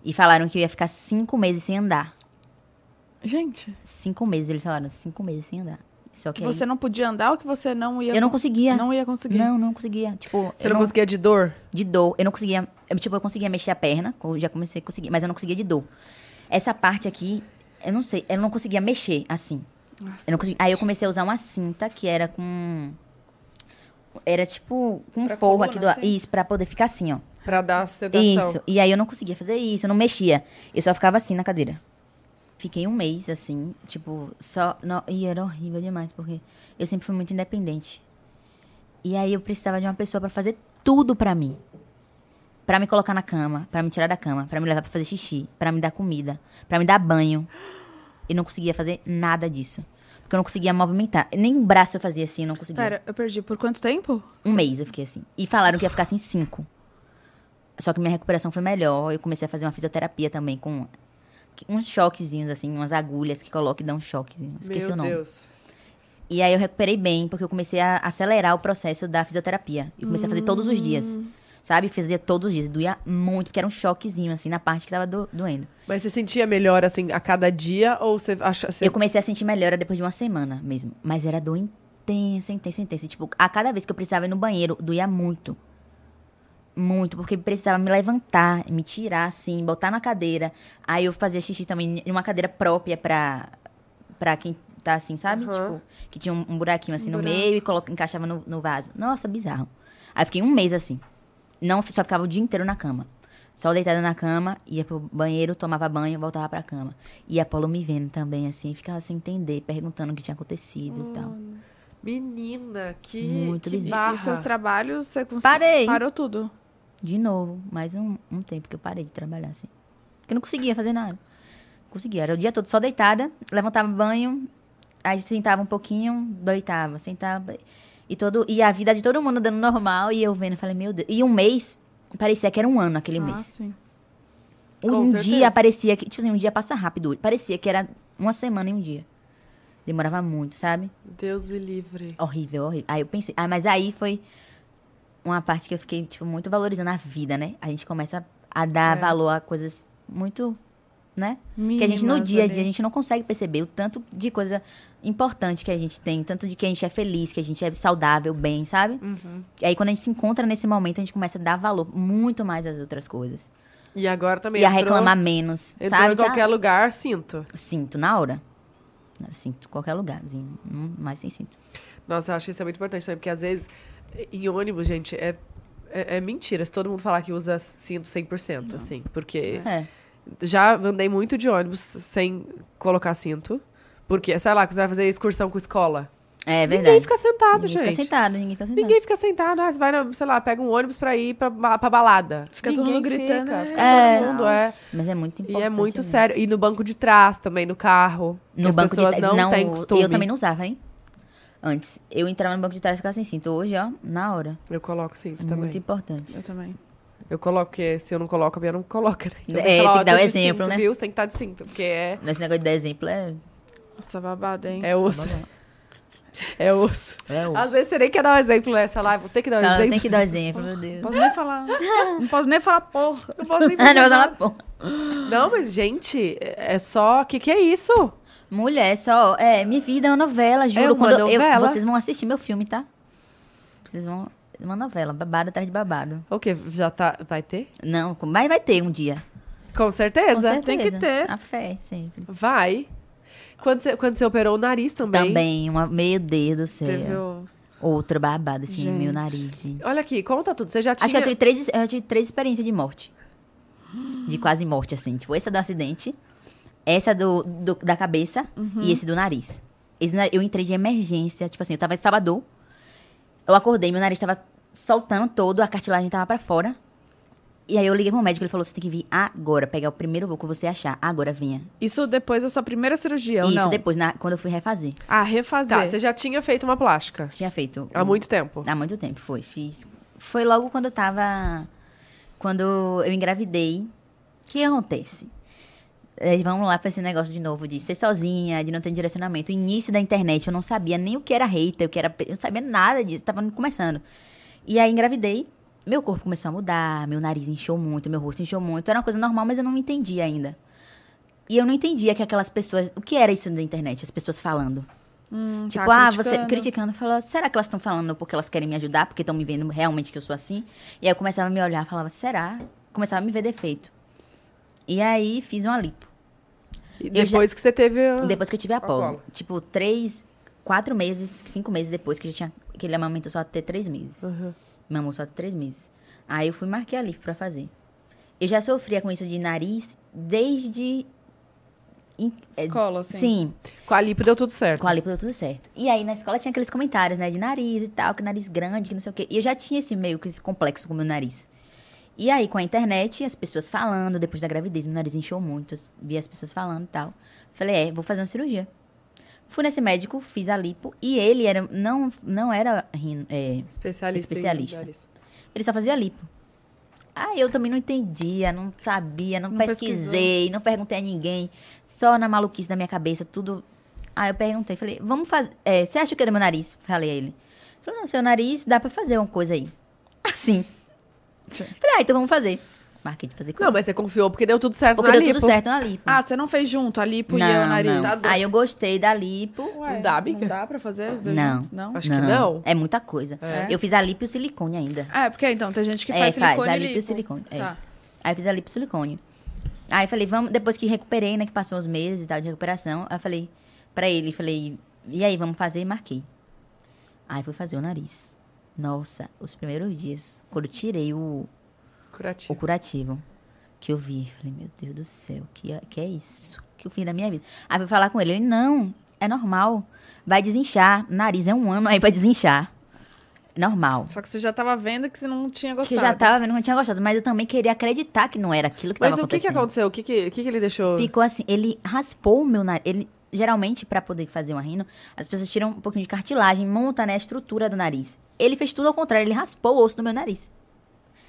C: E falaram que eu ia ficar cinco meses sem andar.
A: Gente,
C: Cinco meses, eles falaram, cinco meses sem andar. Só que
A: que você não podia andar ou que você não ia...
C: aí, eu não conseguia. Não,
A: não ia conseguir.
C: não, conseguia. Tipo,
B: Você
C: eu
B: não conseguia de dor?
C: de dor, eu não conseguia. Eu, tipo, eu conseguia mexer a perna, eu já comecei a conseguir, mas eu não conseguia de dor. Essa parte aqui, eu não sei, eu não conseguia mexer assim.
A: Nossa.
C: Eu não consegui- Aí eu comecei a usar uma cinta que era com. Era tipo com um
A: Pra
C: forro
A: coluna,
C: aqui do lado.
A: assim?
C: Isso, pra poder ficar assim, ó.
B: Pra dar sedação.
C: Isso. E aí eu não conseguia fazer isso, eu não mexia. Eu só ficava assim na cadeira. Fiquei um mês assim, tipo, só. no- E era horrível demais, porque eu sempre fui muito independente. E aí eu precisava de uma pessoa pra fazer tudo pra mim. Pra me colocar na cama, pra me tirar da cama, pra me levar pra fazer xixi, pra me dar comida, pra me dar banho. Eu não conseguia fazer nada disso. Porque eu não conseguia movimentar. Nem o braço eu fazia assim, eu não conseguia.
A: Pera, eu perdi. Por quanto tempo?
C: Um mês eu fiquei assim. E falaram que ia ficar assim cinco. Só que minha recuperação foi melhor. Eu comecei a fazer uma fisioterapia também com uns choquezinhos, assim, umas agulhas que colocam e dão um choquezinho. Esqueci
B: Meu
C: o nome.
B: Deus.
C: E aí eu recuperei bem, porque eu comecei a acelerar o processo da fisioterapia. Eu comecei a fazer todos os dias.
B: Hum.
C: Sabe? Fazia todos os dias. Doía muito, porque era um choquezinho, assim, na parte que tava do- doendo.
B: Mas você sentia melhor, assim, a cada dia? Ou você acha... Você...
C: Eu comecei a sentir melhora depois de uma semana mesmo. Mas era dor intensa, intensa, intensa. E, Tipo, a cada vez que eu precisava ir no banheiro, doía muito. Muito, porque precisava me levantar, me tirar, assim, botar na cadeira. Aí eu fazia xixi também em uma cadeira própria pra, pra quem tá assim, sabe?
B: Aham.
C: Tipo, que tinha um, um buraquinho assim
A: Um
C: no
A: buraco.
C: meio e coloca, encaixava no, no vaso. Nossa, bizarro. Aí eu fiquei um mês assim. Não, só ficava o dia inteiro na cama. Só deitada na cama, ia pro banheiro, tomava banho, voltava pra cama. E a Paulo me vendo também, assim, ficava sem entender, perguntando o que tinha acontecido
A: Hum.
C: e tal.
B: Menina, que,
C: Muito
B: que
A: E,
C: bizarro.
B: barra.
A: e seus trabalhos, você conseguiu...
C: Parei.
A: Parou tudo.
C: De novo, mais um, um tempo que eu parei de trabalhar, assim. Porque eu não conseguia fazer nada. Não conseguia. Era o dia todo só deitada, levantava banho, aí sentava um pouquinho, deitava, sentava. E, todo, e a vida de todo mundo dando normal, e eu vendo, falei, meu Deus. E um mês, parecia que era um ano aquele
A: Ah,
C: mês.
A: sim.
B: Com
C: Um
B: certeza.
C: dia parecia que. Tipo assim, um dia passa rápido. Parecia que era uma semana e um dia. Demorava muito, sabe?
B: Deus me livre.
C: Horrível, horrível. Aí eu pensei. Ah, mas aí foi uma parte que eu fiquei, tipo, muito valorizando a vida, né? A gente começa a dar
B: É.
C: valor a coisas muito. Né? que a gente no
A: Mínimas
C: dia a
A: ali.
C: dia a gente não consegue perceber o tanto de coisa importante que a gente tem, o tanto de que a gente é feliz, que a gente é saudável, bem, sabe?
B: Uhum.
C: E aí quando a gente se encontra nesse momento, a gente começa a dar valor muito mais às outras coisas.
B: E agora também
C: e a
B: entrou-
C: reclamar menos,
B: Entrou
C: sabe?
B: em
C: Já-
B: qualquer lugar, sinto.
C: Cinto na hora. Na hora, Cinto em qualquer lugarzinho. Hum, Mas sem cinto.
B: Nossa, eu acho que isso é muito importante também, porque às vezes, em ônibus, gente, é, é, é mentira se todo mundo falar que usa cinto 100%, assim. Porque
C: É.
B: já andei muito de ônibus sem colocar cinto. Porque, sei lá, que você vai fazer excursão com escola.
C: É verdade.
B: Ninguém fica sentado,
C: Ninguém
B: gente.
C: fica sentado, ninguém fica sentado.
B: Ninguém fica sentado. Ah, você vai, na- sei lá, pega um ônibus pra ir pra, ba- pra balada.
A: Fica todo mundo gritando,
B: Fica,
A: né?
B: fica
C: É.
B: todo mundo, é.
C: Mas é muito
B: E
C: importante.
B: é muito
C: né?
B: sério. E no banco de trás também, no carro.
C: No
B: as
C: banco
B: pessoas
C: de
B: não,
C: trás.
B: têm costume.
C: eu também não usava, hein? Antes. Eu entrava no banco de trás e ficava sem cinto. Hoje, ó, na hora.
B: Eu coloco cinto também.
C: Muito importante.
A: Eu também.
B: Eu coloco, porque se eu não coloco, a minha não coloca, né? Então,
C: É,
B: falar,
C: tem
B: ó,
C: que dar
B: tô
C: o
B: de
C: exemplo,
B: cinto,
C: né?
B: Viu? Você tem que estar de cinto, porque é,
C: Esse negócio de dar exemplo é.
A: Nossa, babado, hein?
B: é osso. É osso.
C: É osso.
B: Às vezes você nem quer dar um exemplo, né? Sei lá, vou ter que dar um
C: Fala, tem
B: exemplo.
C: que dar exemplo, meu Deus.
A: Não posso nem falar. Não posso nem falar porra.
B: Não posso nem
C: Ah,
B: fazer
C: não,
B: nada.
C: ela...
B: Não, mas, gente, é só. O que, que é isso?
C: Mulher, só. É, minha vida é uma novela, juro.
B: É uma
C: quando eu- eu-
B: novela.
C: vocês vão assistir meu filme, tá? Vocês vão. é Uma novela, babado atrás de babado.
B: O quê? Já tá. Vai ter?
C: Não, com- mas vai ter um dia.
B: Com certeza.
C: Com certeza.
A: Tem que ter.
C: A fé, sempre.
B: Vai. Quando você, quando você operou o nariz também.
C: Também, uma, meu Deus do céu.
B: Teve o-
C: Outra babada, assim, no meu
B: Gente.
C: nariz, gente.
B: Olha aqui, conta tudo. Você já tinha.
C: Acho que eu tive, três, eu tive três experiências de morte. De quase morte, assim. Tipo, essa do acidente, essa do, do- da cabeça
B: Uhum.
C: e esse do nariz. Esse na- eu entrei de emergência, tipo assim, eu tava em Salvador. Eu acordei, meu nariz tava soltando todo, a cartilagem tava pra fora. E aí eu liguei pro médico, ele falou, você tem que vir agora, pegar o primeiro voo que você achar. Agora venha.
A: Isso depois da sua primeira cirurgia, ou
C: E Isso
A: não?
C: depois, na- quando eu fui refazer.
A: Ah, refazer.
B: Tá, você já tinha feito uma plástica.
C: Tinha feito.
B: Há
C: um-
B: muito tempo.
C: Há muito tempo, foi. Fiz. Foi logo quando eu tava. Quando eu engravidei. O que acontece? Eh, vamos lá pra esse negócio de novo, de ser sozinha, de não ter direcionamento. O início da internet, eu não sabia nem o que era hater, o que era. pe- Eu não sabia nada disso, tava começando. E aí engravidei, meu corpo começou a mudar, meu nariz inchou muito, meu rosto inchou muito. Era uma coisa normal, mas eu não entendia ainda. E eu não entendia que aquelas pessoas. O que era isso da internet? As pessoas falando.
A: Hum,
C: Tipo,
A: tá
C: ah, você
A: criticando.
C: criticando, fala, será que elas estão falando porque elas querem me ajudar, porque estão me vendo realmente que eu sou assim? E aí eu começava a me olhar, falava, será? Começava a me ver defeito. E aí fiz uma lipo.
B: E
C: eu já-
B: depois que você teve. a-
C: Depois que eu tive Hum, a
B: Apolo.
C: polo. Tipo, três, quatro meses, cinco meses depois que eu já tinha. Que ele amamentou só até três meses.
B: Uhum.
C: Mamou só até três meses. Aí eu fui marquei a lipo pra fazer. Eu já sofria com isso de nariz desde. em- é,
A: Escola, assim.
C: Sim,
B: Com a lipo deu tudo certo.
C: com a lipo deu tudo certo. E aí na escola tinha aqueles comentários, né? De nariz e tal, que nariz grande, que não sei o quê. E eu já tinha esse meio que esse complexo com o meu nariz. E aí com a internet, as pessoas falando, depois da gravidez, meu nariz inchou muito, eu vi as pessoas falando e tal. Falei, é, vou fazer uma cirurgia. Fui nesse médico, fiz a lipo, e ele era, não, não era rino, é,
B: Especialista. em
C: Especialista.
B: nariz.
C: ele só fazia lipo. Ah, eu também não entendia, não sabia, não,
A: Não
C: pesquisei, não perguntei a ninguém. Só na maluquice da minha cabeça, tudo. Ah, eu perguntei, falei, vamos fazer. é, você acha o que do meu nariz? Falei a ele. Ele Falou, não, seu nariz dá pra fazer uma coisa aí. Assim. Falei, ah, então vamos fazer. Marquei de fazer
B: Não,
C: coisa.
B: mas você confiou porque deu tudo certo na
C: Porque deu
B: lipo.
C: tudo certo na lipo.
A: Ah, você não fez junto a lipo
C: não,
A: e eu o nariz?
C: não.
A: Tá doido.
C: Aí eu gostei da lipo.
A: Ué,
B: Não dá, amiga?
A: Não dá pra fazer os dois
C: Não.
A: juntos? né? Não.
B: Acho que não.
C: É muita coisa.
A: É?
C: Eu fiz a lipo e o silicone ainda.
A: Ah, é porque então tem gente que
C: É,
A: faz
C: faz,
A: silicone
C: a
A: e
C: lipo e
A: lipo.
C: silicone, é.
A: Tá.
C: Aí eu fiz a lipo silicone. Aí eu falei, vamos, depois que recuperei, né, que passou uns meses e tal de recuperação, aí eu falei pra ele, falei, e aí, vamos fazer? E marquei. Aí fui fazer o nariz. Nossa, os primeiros dias, quando eu tirei o, o
B: Curativo.
C: curativo, que eu vi, falei, meu Deus do céu, que, é- que é isso? Que o fim da minha vida. Aí fui falar com ele, ele, não, é normal, vai desinchar, nariz é um ano aí pra desinchar. Normal.
A: Só que você já tava vendo que você não tinha
C: Que
A: gostado.
C: eu já tá. tava vendo que não tinha gostado, mas eu também queria acreditar que não era aquilo que
B: né? Mas
C: tava
B: o que, que
C: acontecendo.
B: aconteceu? O que, que, o que, que ele deixou?
C: Ficou assim, ele raspou o meu nariz. Ele, geralmente, pra poder fazer uma rino, as pessoas tiram um pouquinho de cartilagem, monta né, a estrutura do nariz. Ele fez tudo ao contrário, ele raspou o osso do meu nariz.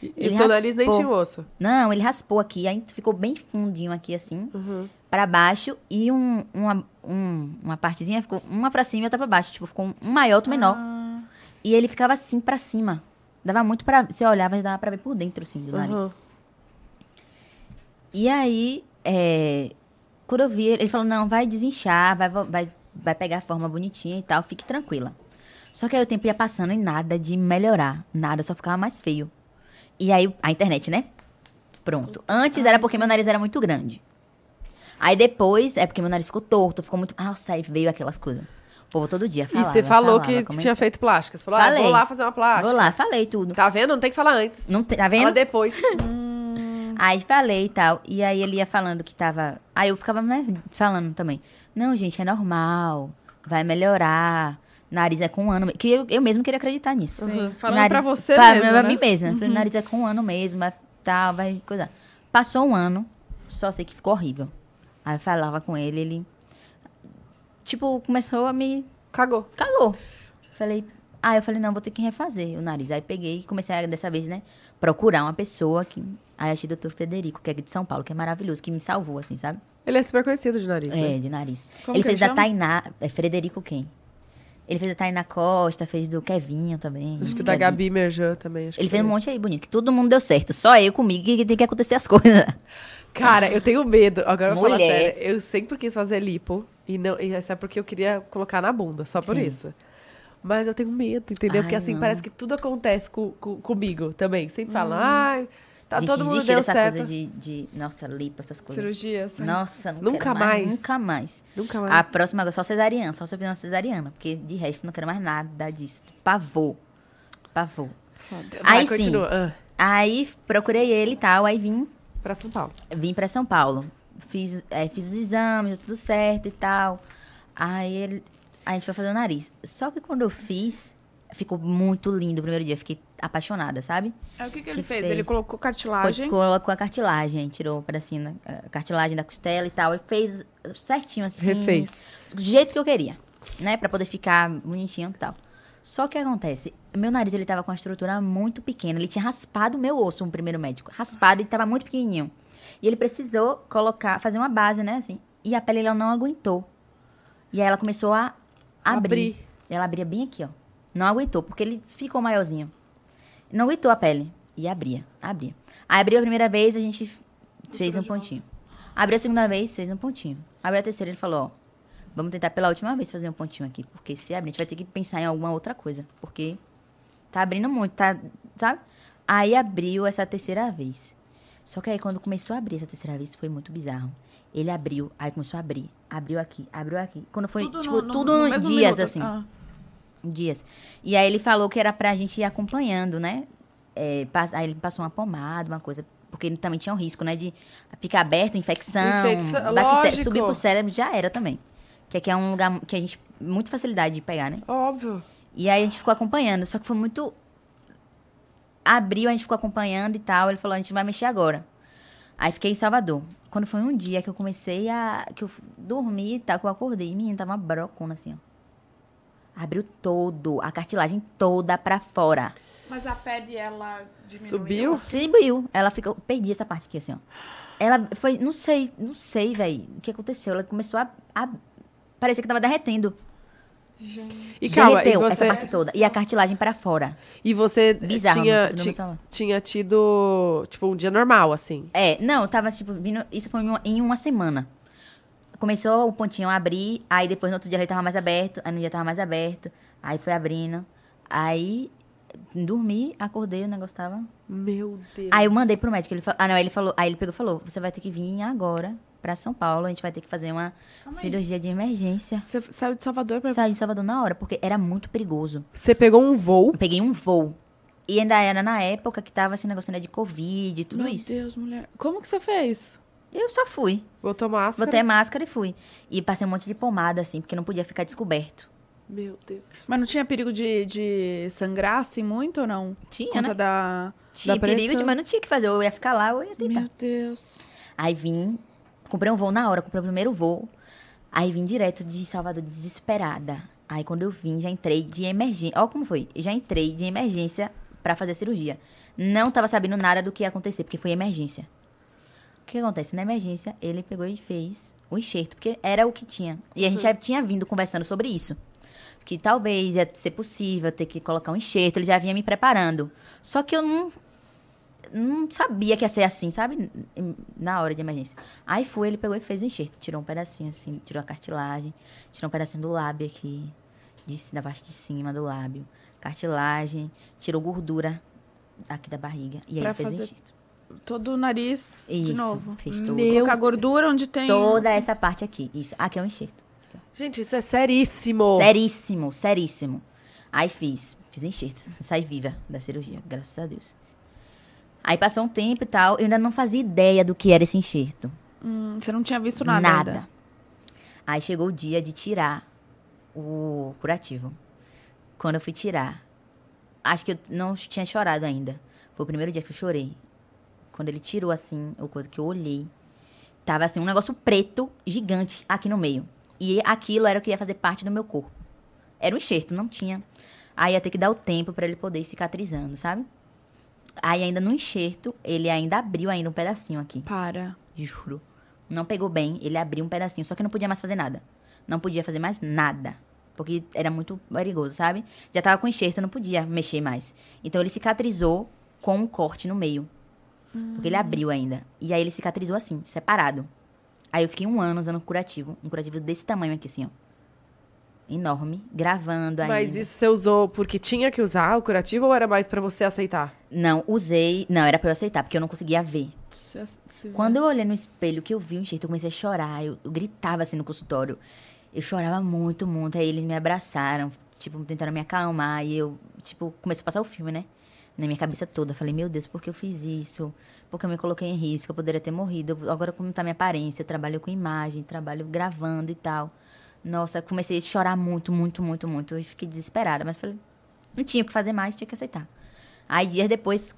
B: E
C: ele
B: seu nariz nem
C: raspou.
B: tinha osso.
C: Não, ele raspou aqui, aí ficou bem fundinho aqui, assim,
B: Uhum.
C: pra baixo, e um, uma, um- uma partezinha ficou uma pra cima e outra pra baixo. Tipo, ficou um maior, outro menor.
A: Ah,
C: E ele ficava assim pra cima. Dava muito pra. Você olhava e dava pra ver por dentro, assim, do nariz.
B: Uhum.
C: E aí, é, quando eu vi, ele ele falou, não, vai desinchar, vai, vo- vai, vai pegar a forma bonitinha e tal, fique tranquila. Só que aí o tempo ia passando e nada de melhorar, nada, só ficava mais feio. E aí, a internet, né? Pronto. Antes era porque meu nariz era muito grande. Aí depois, é porque meu nariz ficou torto, ficou muito... Nossa, aí veio aquelas coisas. O povo todo dia
B: E
C: falava,
B: você falou
C: falava,
B: que
C: comentava.
B: tinha feito plástica. Você falou, ah, vou
C: Falei.
B: lá fazer uma plástica.
C: Vou lá, falei tudo.
B: Tá vendo? Não tem que falar antes.
C: Não tem- tá
B: Fala
C: vendo?
B: depois.
C: Aí falei e tal. E aí ele ia falando que tava. Aí eu ficava, né, falando também. Não, gente, é normal. Vai melhorar. Nariz é com um ano. me-" Que eu, eu mesmo queria acreditar nisso. Uhum.
A: Sim, falando
C: Nariz-
A: pra você
C: falando
A: mesmo,
C: pra
A: né?
C: mim mesma. Falei, nariz é com um ano mesmo, vai tal, vai coisa. Passou um ano, só sei que ficou horrível. Aí eu falava com ele, ele. Tipo, começou a me
B: Cagou.
C: cagou. Falei, ah, eu falei, não, vou ter que refazer o nariz. Aí peguei e comecei a, dessa vez, né, procurar uma pessoa que. Aí achei o doutor Federico, que é aqui de São Paulo, que é maravilhoso, que me salvou, assim, sabe?
B: Ele é super conhecido de nariz, né?
C: É, de nariz.
A: Como
C: ele
A: que
C: fez
A: ele chama?
C: da Tainá. É Frederico quem? Ele fez da Tainá Costa, fez do Kevinho também.
B: Acho que
C: do
B: da
C: Kevin.
B: Gabi Merjan também. acho
C: É, Ele
B: que
C: fez um
B: é.
C: monte aí bonito, que todo mundo deu certo. Só eu comigo que tem que acontecer as coisas.
B: Cara, eu tenho medo. Agora eu vou falar
C: Mulher.
B: sério. Eu sempre quis fazer lipo. E, não, e essa é porque eu queria colocar na bunda, só por
C: Sim.
B: isso. Mas eu tenho medo, entendeu?
C: Ai,
B: porque assim,
C: não. Hum.
B: parece que tudo acontece co- co- comigo também. Sempre falam, ai, tá
C: Gente,
B: todo mundo
C: desiste
B: deu
C: dessa
B: certo.
C: coisa de, de- Nossa, lipa, essas coisas.
A: Cirurgia, assim.
C: Nossa, não
B: Nunca
C: quero mais.
B: mais.
C: Nunca mais.
B: Nunca mais.
C: A próxima agora, só cesariana, só se eu fizer uma cesariana, porque de resto não quero mais nada disso. Pavor. Pavor.
A: Foda.
B: Vai,
C: aí sim.
B: continua. Ah,
C: Aí procurei ele e tal, aí vim,
B: pra São Paulo.
C: vim pra São Paulo. Fiz, é, fiz os exames, deu tudo certo e tal. Aí ele, a gente foi fazer o nariz. Só que quando eu fiz, ficou muito lindo o primeiro dia, fiquei apaixonada, sabe?
A: Aí É, o que, que ele
C: Que
A: fez?
C: fez?
A: Ele colocou
C: Foi-
A: cartilagem.
C: Colocou a cartilagem, tirou um pedacinho, da- a cartilagem da costela e tal. E fez certinho assim.
B: Refez.
C: Do jeito que eu queria, né? Pra poder ficar bonitinho e tal. Só que acontece, meu nariz ele tava com uma estrutura muito pequena. Ele tinha raspado o meu osso, um primeiro médico. Raspado e tava muito pequenininho. E ele precisou colocar, fazer uma base, né? Assim. E a pele ela não aguentou. E aí ela começou a abrir.
B: Abrir.
C: Ela abria bem aqui, ó. Não aguentou, porque ele ficou maiorzinho. Não aguentou a pele. E abria, abria. Aí abriu a primeira vez, a gente fez um pontinho. Abriu a segunda vez, fez um pontinho. Abriu a terceira, ele falou, ó, vamos tentar pela última vez fazer um pontinho aqui. Porque se abrir, a gente vai ter que pensar em alguma outra coisa. Porque tá abrindo muito, tá, sabe? Aí abriu essa terceira vez. Só que aí quando começou a abrir essa terceira vez, foi muito bizarro. Ele abriu, aí começou a abrir. Abriu aqui, abriu aqui. Quando foi,
A: Tudo
C: tipo,
A: no- no-
C: tudo
A: no
C: em
A: mesmo
C: dias,
A: minuto.
C: assim
A: Ah.
C: dias. E aí ele falou que era pra gente ir acompanhando, né? É, pas- aí ele passou uma pomada, uma coisa. Porque ele também tinha um risco, né? De ficar aberto, infecção,
B: Infecção, lógico.
C: bactéria, subir pro cérebro, já era também. Que aqui é um lugar que a gente... Muita facilidade de pegar, né?
B: Óbvio.
C: E aí a gente ficou acompanhando, só que foi muito. Abriu, a gente ficou acompanhando e tal. Ele falou, a gente não vai mexer agora. Aí fiquei em Salvador. Quando foi um dia que eu comecei a. que eu dormi e tal, que eu acordei. Menina, tava uma brocona assim, ó. Abriu todo, a cartilagem toda pra fora.
A: Mas a pele, ela diminuiu.
B: Subiu?
C: Subiu. Ela ficou. Perdi essa parte aqui, assim, ó. Ela foi. Não sei, não sei, velho. O que aconteceu? Ela começou a. a- parecia que tava derretendo.
A: Gente.
B: E calma, e
C: Derreteu
B: você,
C: essa parte toda. E a cartilagem pra fora.
B: e você
C: Bizarro,
B: tinha,
C: não tô
B: ti-
C: dando noção.
B: tinha tido, tipo, um dia normal, assim.
C: É, não, eu tava, tipo, vindo. Isso foi em uma, em uma semana. Começou o pontinho a abrir, aí depois no outro dia ele tava mais aberto, aí no dia tava mais aberto, aí foi abrindo. Aí dormi, acordei, o negócio tava.
B: Meu Deus.
C: Aí eu mandei pro médico, ele falou. Ah, não, aí ele falou. Aí ele pegou e falou: você vai ter que vir agora pra São Paulo, a gente vai ter que fazer uma
A: Calma aí.
C: cirurgia de emergência.
A: Você saiu de Salvador pra...
C: Saí de Salvador na hora, porque era muito perigoso.
B: Você pegou um voo.
C: Eu peguei um voo. E ainda era na época que tava esse negócio né, de Covid e tudo
A: Meu
C: isso.
A: Deus, mulher. Como que você fez?
C: Eu só fui.
B: Botou máscara.
C: Botei a máscara e fui. E passei um monte de pomada, assim, porque não podia ficar descoberto.
B: Meu Deus.
A: Mas não tinha perigo de, de sangrar, assim, muito ou não?
C: Tinha,
A: Conta
C: né?
A: da... Tá.
C: Tinha
A: da
C: perigo, de,
A: pressão.
C: mas não tinha o que fazer. Ou eu ia ficar lá ou eu ia tentar.
A: Meu Deus.
C: Aí vim, comprei um voo na hora, comprei o primeiro voo. Aí vim direto de Salvador, desesperada. Aí quando eu vim, já entrei de emergência. Olha como foi. Já entrei de emergência pra fazer a cirurgia. Não tava sabendo nada do que ia acontecer, porque foi emergência. O que acontece? Na emergência, ele pegou e fez o enxerto, porque era o que tinha. E a gente já tinha vindo conversando sobre isso. Que talvez ia ser possível ter que colocar um enxerto, ele já vinha me preparando. Só que eu não, não sabia que ia ser assim, sabe? Na hora de emergência. Aí foi, ele pegou e fez o enxerto. Tirou um pedacinho assim, tirou a cartilagem, tirou um pedacinho do lábio aqui, de, ci- da parte de cima do lábio. Cartilagem, tirou gordura aqui da barriga. E aí
A: Pra
C: ele fez o
A: fazer
C: enxerto.
A: Todo o nariz, de
C: Isso,
A: novo.
C: fez tudo.
A: Meu... Colocar gordura onde tem...
C: Toda essa parte aqui. Isso. Aqui é um enxerto. Isso aqui, ó.
B: Gente, isso é seríssimo.
C: Seríssimo, seríssimo. Aí fiz, fiz o enxerto, saí viva da cirurgia, graças a Deus. Aí passou um tempo e tal, eu ainda não fazia ideia do que era esse enxerto.
A: Hum, você não tinha visto nada
C: Nada.
A: ainda.
C: Aí chegou o dia de tirar o curativo. Quando eu fui tirar, acho que eu não tinha chorado ainda. Foi o primeiro dia que eu chorei. Quando ele tirou assim, o coisa que eu olhei, tava assim um negócio preto gigante aqui no meio. E aquilo era o que ia fazer parte do meu corpo. Era um enxerto, não tinha. Aí ia ter que dar o tempo pra ele poder ir cicatrizando, sabe? Aí ainda no enxerto, ele ainda abriu ainda um pedacinho aqui.
A: Para.
C: Juro. Não pegou bem, ele abriu um pedacinho, só que não podia mais fazer nada. Não podia fazer mais nada. Porque era muito perigoso, sabe? Já tava com enxerto, não podia mexer mais. Então ele cicatrizou
B: Hum.
C: com um corte no meio. Porque ele abriu ainda. E aí ele cicatrizou assim, separado. Aí eu fiquei um ano usando um curativo. Um curativo desse tamanho aqui, assim, ó. Enorme. Gravando aí.
B: Mas isso você usou porque tinha que usar o curativo ou era mais pra você aceitar?
C: Não, usei. Não, era pra eu aceitar, porque eu não conseguia ver.
A: Se- se-
C: Quando eu olhei no espelho que eu vi um jeito, eu comecei a chorar. Eu, eu gritava assim no consultório. Eu chorava muito, muito. Aí eles me abraçaram, tipo, tentaram me acalmar. E eu, tipo, comecei a passar o filme, né? Na minha cabeça toda. Eu Falei, meu Deus, por que eu fiz isso? Por que eu me coloquei em risco? Eu poderia ter morrido. Eu- Agora, como tá minha aparência? Eu trabalho com imagem, trabalho gravando e tal. Nossa, comecei a chorar muito, muito, muito, muito. E fiquei desesperada. Mas falei, não tinha o que fazer mais, tinha que aceitar. Aí, dias depois,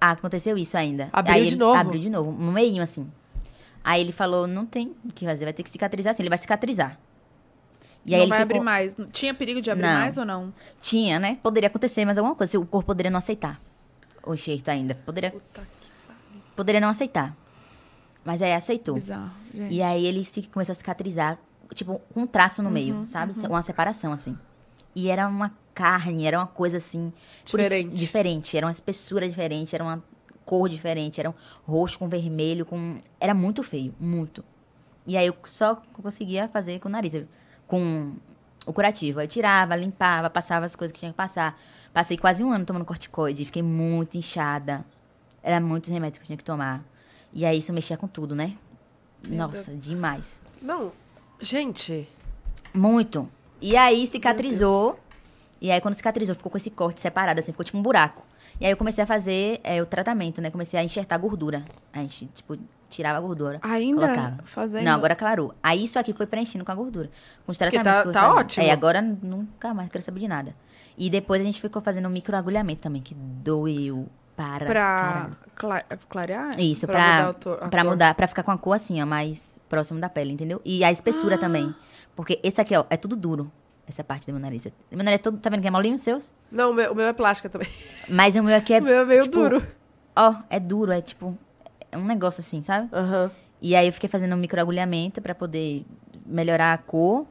C: aconteceu isso ainda.
B: Abriu
C: Aí
B: de
C: ele
B: novo?
C: Abriu de novo, no meio, assim. Aí ele falou, não tem o que fazer, vai ter que cicatrizar assim. Ele vai cicatrizar. E aí
A: não
C: ele
A: vai
C: ficou,
A: abrir mais. Tinha perigo de abrir
C: Não.
A: mais ou não?
C: Tinha, né? Poderia acontecer mais alguma coisa. O corpo poderia não aceitar o enxerto ainda. Poderia,
A: Puta que
C: poderia não aceitar. Mas aí aceitou.
A: bizarro, gente.
C: E aí ele se- começou a cicatrizar, tipo, com um traço no
A: Uhum,
C: meio, sabe? Uma separação, assim. E era uma carne, era uma coisa assim. por isso-
B: Diferente.
C: diferente. Era uma espessura diferente, era uma cor diferente, era um roxo com vermelho, com. Era muito feio, muito. E aí eu só conseguia fazer com o nariz, eu- com o curativo. Aí Eu tirava, limpava, passava as coisas que tinha que passar. Passei quase um ano tomando corticoide, fiquei muito inchada. Era muitos remédios que eu tinha que tomar. E aí isso mexia com tudo, né? Nossa, demais.
B: Não. Gente,
C: Muito. E aí cicatrizou. E aí quando cicatrizou, ficou com esse corte separado, assim, ficou tipo um buraco. E aí eu comecei a fazer é, o tratamento, né? Comecei a enxertar gordura. A gente, tipo, tirava a gordura.
A: Ainda
C: colocava.
A: fazendo?
C: Não, agora clarou. Aí isso aqui foi preenchendo com a gordura. Com os
B: tá-
C: tratamentos. que eu
B: tá
C: fazia.
B: ótimo.
C: É, agora n- nunca mais quero saber de nada. E depois a gente ficou fazendo um microagulhamento também, que doeu para
A: pra
C: caralho.
A: cla- é, clarear?
C: Isso,
B: Pra mudar
C: pra,
B: o to- a
C: pra
B: cor.
C: mudar, pra ficar com a cor assim, ó, mais próximo da pele, entendeu? E a espessura
B: Ah.
C: também. Porque esse aqui, ó, é tudo duro. Essa parte do meu nariz. Meu nariz é todo, tá vendo que é molinho os seus?
B: não, o meu, o meu é plástica também.
C: Mas o meu aqui é.
B: O meu é meio
C: tipo,
B: duro.
C: Ó, é duro, é tipo. É um negócio assim, sabe?
B: Aham.
C: E aí eu fiquei fazendo um microagulhamento pra poder melhorar a cor,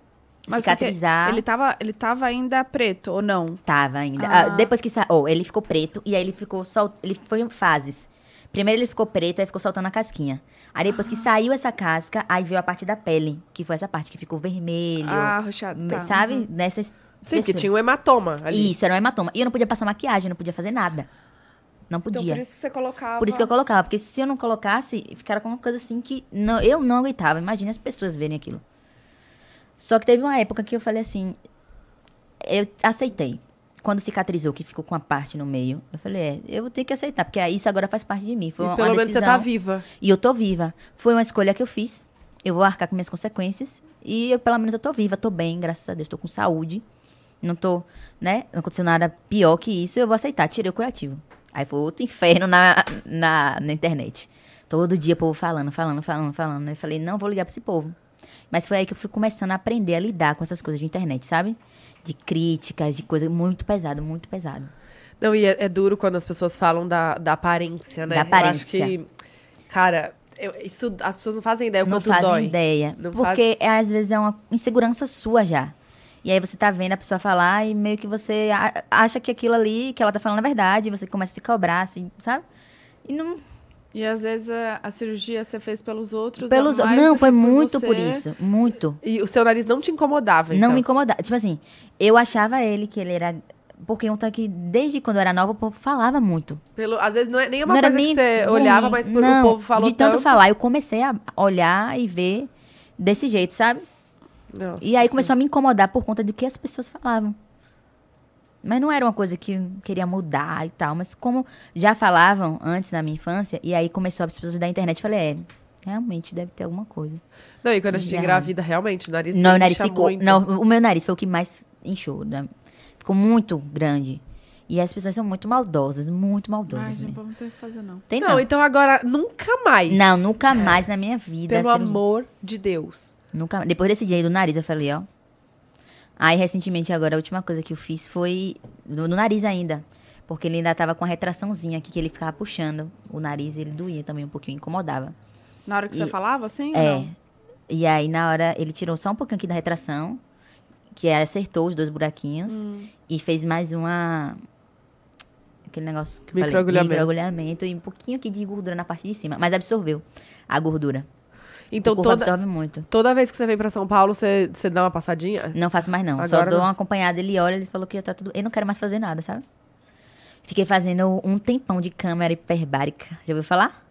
A: Mas porque
C: cicatrizar.
A: Ele tava, ele tava ainda preto ou não?
C: Tava ainda.
A: Ah.
C: Ah, depois que saiu. ele ficou preto e aí ele ficou sol... Ele foi em fases. Primeiro ele ficou preto, aí ficou soltando a casquinha. Aí depois que
B: Ah.
C: saiu essa casca, aí veio a parte da pele, que foi essa parte que ficou vermelho.
A: Ah, roxado. Tá.
C: Sabe? Nessa. es-
B: Uhum. Sim, porque
C: espessura.
B: tinha um hematoma ali.
C: Isso, era um hematoma. E eu não podia passar maquiagem, não podia fazer nada. Não podia.
A: Então por isso que você colocava.
C: Por isso que eu colocava, porque se eu não colocasse, ficava com uma coisa assim que não, eu não aguentava. Imagina as pessoas verem aquilo. Só que teve uma época que eu falei assim, eu aceitei. Quando cicatrizou, que ficou com a parte no meio, eu falei, é, eu vou ter que aceitar, porque isso agora faz parte de mim. Foi
B: E
C: uma,
B: pelo
C: uma
B: menos você
C: decisão.
B: tá viva.
C: E eu tô viva. Foi uma escolha que eu fiz. Eu vou arcar com minhas consequências. E eu, pelo menos eu tô viva, tô bem, graças a Deus, tô com saúde. Não tô, né? Não aconteceu nada pior que isso, eu vou aceitar, tirei o curativo. Aí foi outro inferno na, na, na internet. Todo dia o povo falando, falando, falando, falando. Eu falei, não vou ligar pra esse povo. Mas foi aí que eu fui começando a aprender a lidar com essas coisas de internet, sabe? De críticas, de coisa muito pesado, muito pesado.
B: Não, e é, é duro quando as pessoas falam da, da aparência, né?
C: Da aparência.
B: Eu acho que, cara, eu- isso as pessoas não fazem ideia É o
C: não
B: quanto
C: fazem
B: dói.
C: ideia.
B: Não
C: porque é, às vezes é uma insegurança sua já. E aí você tá vendo a pessoa falar e meio que você a- acha que aquilo ali que ela tá falando é verdade, e você começa a se cobrar, assim, sabe? E não,
A: E às vezes a, a cirurgia você fez pelos outros.
C: pelos,
A: é mais do
C: não
A: que
C: foi muito
A: você.
C: por isso, muito.
B: E o seu nariz não te incomodava, então.
C: Não me incomodava. Tipo assim, eu achava ele que ele era porque um que desde quando eu era nova o povo falava muito.
B: Pelo, às vezes não é nem uma
C: não era
B: coisa
C: nem
B: que você
C: ruim,
B: olhava, mas por,
C: não,
B: o povo falou
C: De tanto, falar, eu comecei a olhar e ver desse jeito, sabe?
B: Nossa,
C: E aí
B: sim.
C: começou a me incomodar por conta do que as pessoas falavam. Mas não era uma coisa que eu queria mudar e tal, mas como já falavam antes na minha infância, e aí começou as pessoas da internet, eu falei, é, realmente deve ter alguma coisa.
B: Não, e quando a gente
C: Já.
B: engravida, realmente, o nariz
C: não, o nariz
B: incha
C: ficou,
B: muito.
C: não, o meu nariz foi o que mais inchou, né? ficou muito grande. E as pessoas são muito maldosas, muito
A: Ai,
C: maldosas
A: gente,
C: mesmo.
A: não tem o que fazer, não.
C: Tem
B: Não,
C: não.
B: então agora, nunca mais.
C: Não, nunca mais na minha vida. assim,
B: Pelo
C: cirurgia.
B: amor de Deus.
C: Nunca, depois desse dia aí do nariz, eu falei, ó. Aí, recentemente, agora, a última coisa que eu fiz foi no, no nariz ainda. Porque ele ainda tava com a retraçãozinha aqui, que ele ficava puxando o nariz, ele doía também um pouquinho, incomodava.
A: Na hora que você
C: E-
A: falava assim? ou
C: É.
A: não?
C: E aí, na hora, ele tirou só um pouquinho aqui da retração, que aí acertou os dois buraquinhos,
B: Hum.
C: e fez mais uma. Aquele negócio que eu falei,
B: Microagulhamento.
C: microagulhamento e um pouquinho aqui de gordura na parte de cima, mas absorveu a gordura.
B: Então
C: o corpo
B: toda,
C: absorve muito.
B: toda vez que você vem pra São Paulo, você, você dá uma passadinha?
C: Não faço mais, não. Só
B: Agora
C: dou
B: não.
C: uma acompanhada. Ele olha, ele falou que já tá tudo. Eu não quero mais fazer nada, sabe? Fiquei fazendo um tempão de câmera hiperbárica. Já ouviu falar?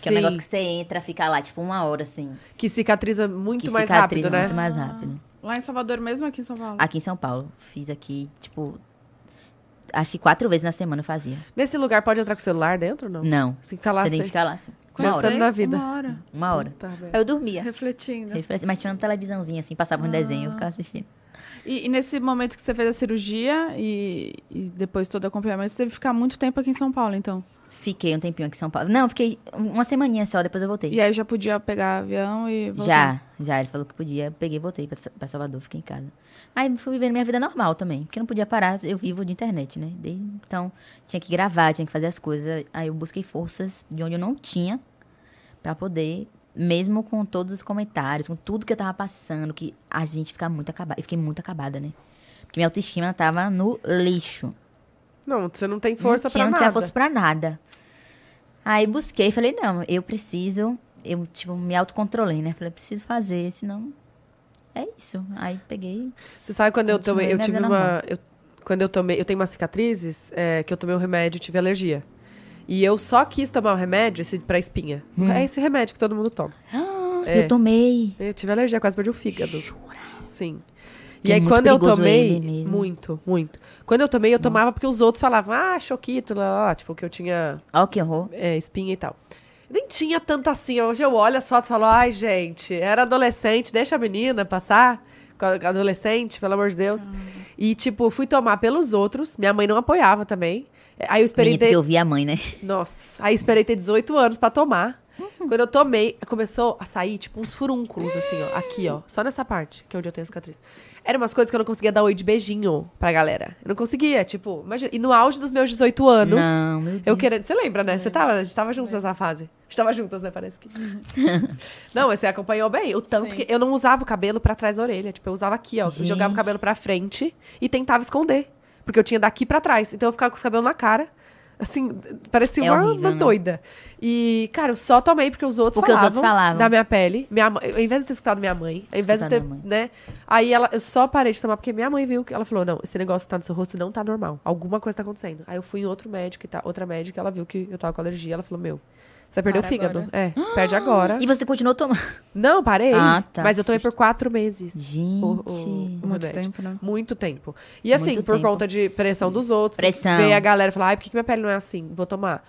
C: Que é
B: Sim.
C: um negócio que você entra, fica lá, tipo, uma hora assim.
B: Que cicatriza muito
C: que
B: mais
C: cicatriza
B: rápido, né?
C: muito mais rápido.
A: Lá em Salvador mesmo, aqui em São Paulo.
C: Aqui em São Paulo, fiz aqui, tipo. Acho que quatro vezes na semana eu fazia.
B: Nesse lugar pode entrar com o celular dentro ou não?
C: Não.
B: Você tem que falar
C: você tem que
B: assim.
C: ficar lá assim, uma
A: Quanto
C: hora.
B: pensando na
A: tempo?
B: vida.
A: Uma hora.
C: Uma hora.
B: Tá bem.
C: Aí eu dormia.
A: Refletindo.
C: Ele falou assim, mas tinha uma televisãozinha assim, passava um desenho,
B: Ah.
C: eu ficava assistindo.
A: E, e nesse momento que você fez a cirurgia e, e depois todo o acompanhamento, você teve que ficar muito tempo aqui em São Paulo, então.
C: Fiquei um tempinho aqui em São Paulo. Não, fiquei uma semaninha só, depois eu voltei.
A: E aí já podia pegar avião e voltar.
C: Já, já. Ele falou que podia. Peguei, voltei pra, Sa- pra Salvador, fiquei em casa. Aí fui vivendo minha vida normal também. Porque não podia parar, eu vivo de internet, né? Desde, então, tinha que gravar, tinha que fazer as coisas. Aí eu busquei forças de onde eu não tinha pra poder, mesmo com todos os comentários, com tudo que eu tava passando, que a gente ficava muito acabada. Eu fiquei muito acabada, né? Porque minha autoestima tava no lixo
B: Não, você não tem força
C: não
B: pra
C: tinha, não
B: nada.
C: tinha força pra nada. Aí busquei, falei, não, eu preciso, eu, tipo, me autocontrolei, né? Falei, preciso fazer, senão é isso. Aí peguei,
B: Você sabe quando eu
C: Continua
B: tomei,
C: aí,
B: eu
C: minha
B: tive
C: vida
B: uma,
C: normal.
B: eu- quando eu tomei, eu tenho umas cicatrizes é, que eu tomei um remédio e tive alergia. E eu só quis tomar o remédio esse pra espinha.
C: Hum.
B: É esse remédio que todo mundo toma.
C: ah,
B: É.
C: eu tomei.
B: Eu tive alergia, quase perdi o fígado. Sim. E
C: Que é
B: aí
C: muito
B: quando eu
C: perigoso
B: tomei,
C: ele mesmo.
B: muito, muito. Quando eu tomei, eu tomava porque os outros falavam, ah, choquito, lá, lá, lá", tipo, que eu tinha
C: Ó, que horror.
B: é, espinha e tal. Nem tinha tanto assim. Hoje eu olho as fotos e falo, ai, gente, era adolescente, deixa a menina passar. com a- com a Adolescente, pelo amor de Deus. E, tipo, fui tomar pelos outros. Minha mãe não apoiava também. É, Aí eu esperei.
C: Menina,
B: ter-
C: porque eu vi a mãe, né?
B: Nossa, aí esperei ter 18 anos pra tomar. Quando eu tomei, começou a sair, tipo, uns furúnculos, assim, ó. Aqui, ó. Só nessa parte, que é onde eu tenho a cicatriz. Eram umas coisas que eu não conseguia dar oi de beijinho pra galera. Eu não conseguia, tipo, imagina. E no auge dos meus 18 anos.
C: Não, meu Deus.
B: Eu querendo. Você lembra, né? Você tava, a gente tava juntos nessa fase. A gente tava juntas, né? Parece que. não, mas você acompanhou bem. O tanto
A: Sim.
B: que eu não usava o cabelo pra trás da orelha. Tipo, eu usava aqui, ó. Eu
C: Gente.
B: jogava o cabelo pra frente e tentava esconder. Porque eu tinha daqui pra trás. Então eu ficava com os cabelos na cara. Assim, parecia
C: É
B: uma,
C: horrível,
B: uma
C: né?
B: doida. E, cara, eu só tomei porque os outros
C: Porque os
B: falavam.
C: outros falavam.
B: Da minha pele. Minha, mãe- ao invés de ter escutado minha mãe, ao invés de
C: Escutado
B: ter,
C: minha mãe.
B: né? Aí ela, eu só parei de tomar porque minha mãe viu que ela falou: não, esse negócio que tá no seu rosto não tá normal. Alguma coisa tá acontecendo. Aí eu fui em outro médico e tá, outra médica, ela viu que eu tava com alergia, ela falou: meu, você perdeu o
A: Para
B: fígado.
A: agora.
B: É, perde agora.
C: E você continuou tomando.
B: Não, parei.
C: Ah, tá,
B: Mas eu
C: que
B: tomei por quatro meses.
C: Gente.
B: O- o-
A: Muito
B: Verdade.
A: tempo, né?
B: Muito tempo. E assim,
C: Muito
B: por
C: tempo.
B: conta de pressão dos outros.
C: Pressão.
B: Veio a galera falar, ai, por que, que minha pele não é assim? Vou tomar.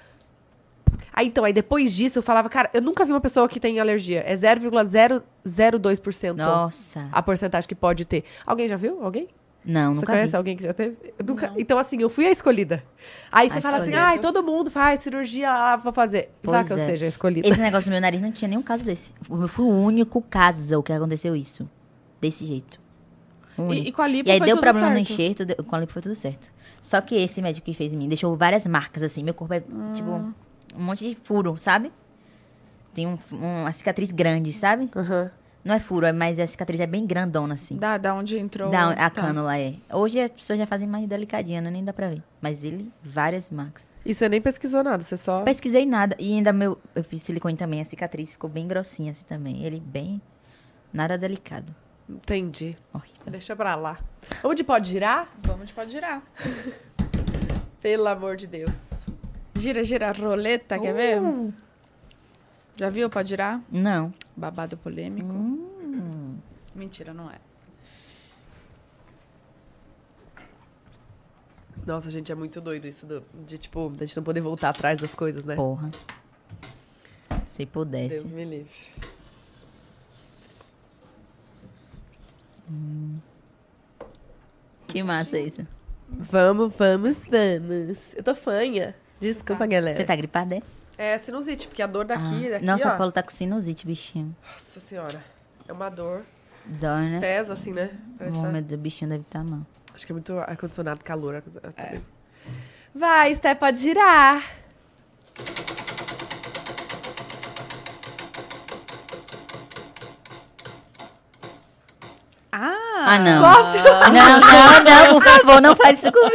B: Aí então, aí depois disso eu falava, cara, eu nunca vi uma pessoa que tem alergia. É 0,002%
C: Nossa.
B: a porcentagem que pode ter. Alguém já viu? Alguém?
C: Não,
B: você
C: nunca
B: conhece
C: vi.
B: alguém que já teve? Eu nunca- Então, assim, eu fui a escolhida. Aí você
C: A
B: fala
C: escolhida.
B: assim, ai, todo mundo faz cirurgia, ah, vou fazer. Vá
C: Pois
B: que eu
C: é.
B: seja a escolhida.
C: Esse negócio do meu nariz não tinha nenhum caso desse. Eu fui o único caso que aconteceu isso. Desse jeito. O único.
A: E, e com a lipo
C: E aí
A: foi
C: deu
A: tudo
C: problema no
A: certo.
C: enxerto, deu- com a lipo foi tudo certo. Só que esse médico que fez em mim deixou várias marcas, assim. Meu corpo é,
A: Ah.
C: tipo, um monte de furo, sabe? Tem um, um- uma cicatriz grande, sabe?
B: Aham.
C: Não é furo, é- mas a cicatriz é bem grandona, assim.
A: Da, da onde entrou.
C: Dá, a
A: tá.
C: cânula é. Hoje as pessoas já fazem mais delicadinha, né? Nem dá pra ver. Mas ele, várias marcas.
B: E você nem pesquisou nada, você só...
C: Pesquisei nada. E ainda meu. Eu fiz silicone também, a cicatriz ficou bem grossinha assim também. Ele bem. Nada delicado.
B: Entendi.
C: Horrível.
B: Deixa pra lá. Vamos de pode girar?
A: Vamos, te pode girar.
B: Pelo amor de Deus.
A: Gira, gira, a roleta, quer ver? Uh! Já viu? Pode girar?
C: Não.
A: Babado polêmico.
B: Hum.
A: Mentira, não é.
B: Nossa, gente, é muito doido isso do- de, tipo, da gente não poder voltar atrás das coisas,
A: É.
B: né?
C: Porra. Se pudesse.
B: Deus me livre.
C: Que massa isso.
B: Vamos, vamos, vamos. Eu tô fanha. Desculpa, galera.
C: Você tá gripada? é?
B: É sinusite, porque a dor daqui,
C: Ah,
B: daqui,
C: Nossa,
B: ó.
C: Paulo tá com sinusite, bichinho.
B: Nossa senhora. É uma dor.
C: Dói, né?
B: Pesa, assim, né? Parece
C: Oh,
B: que tá-
C: meu Deus, o bichinho deve estar tá mal.
B: Acho que é muito ar-condicionado, calor. ar-condicionado também. Vai, Sté, pode girar.
A: Ah!
C: Ah, não.
B: Nossa! Ah,
C: Ah, Não, não, não, por favor, não faz isso comigo.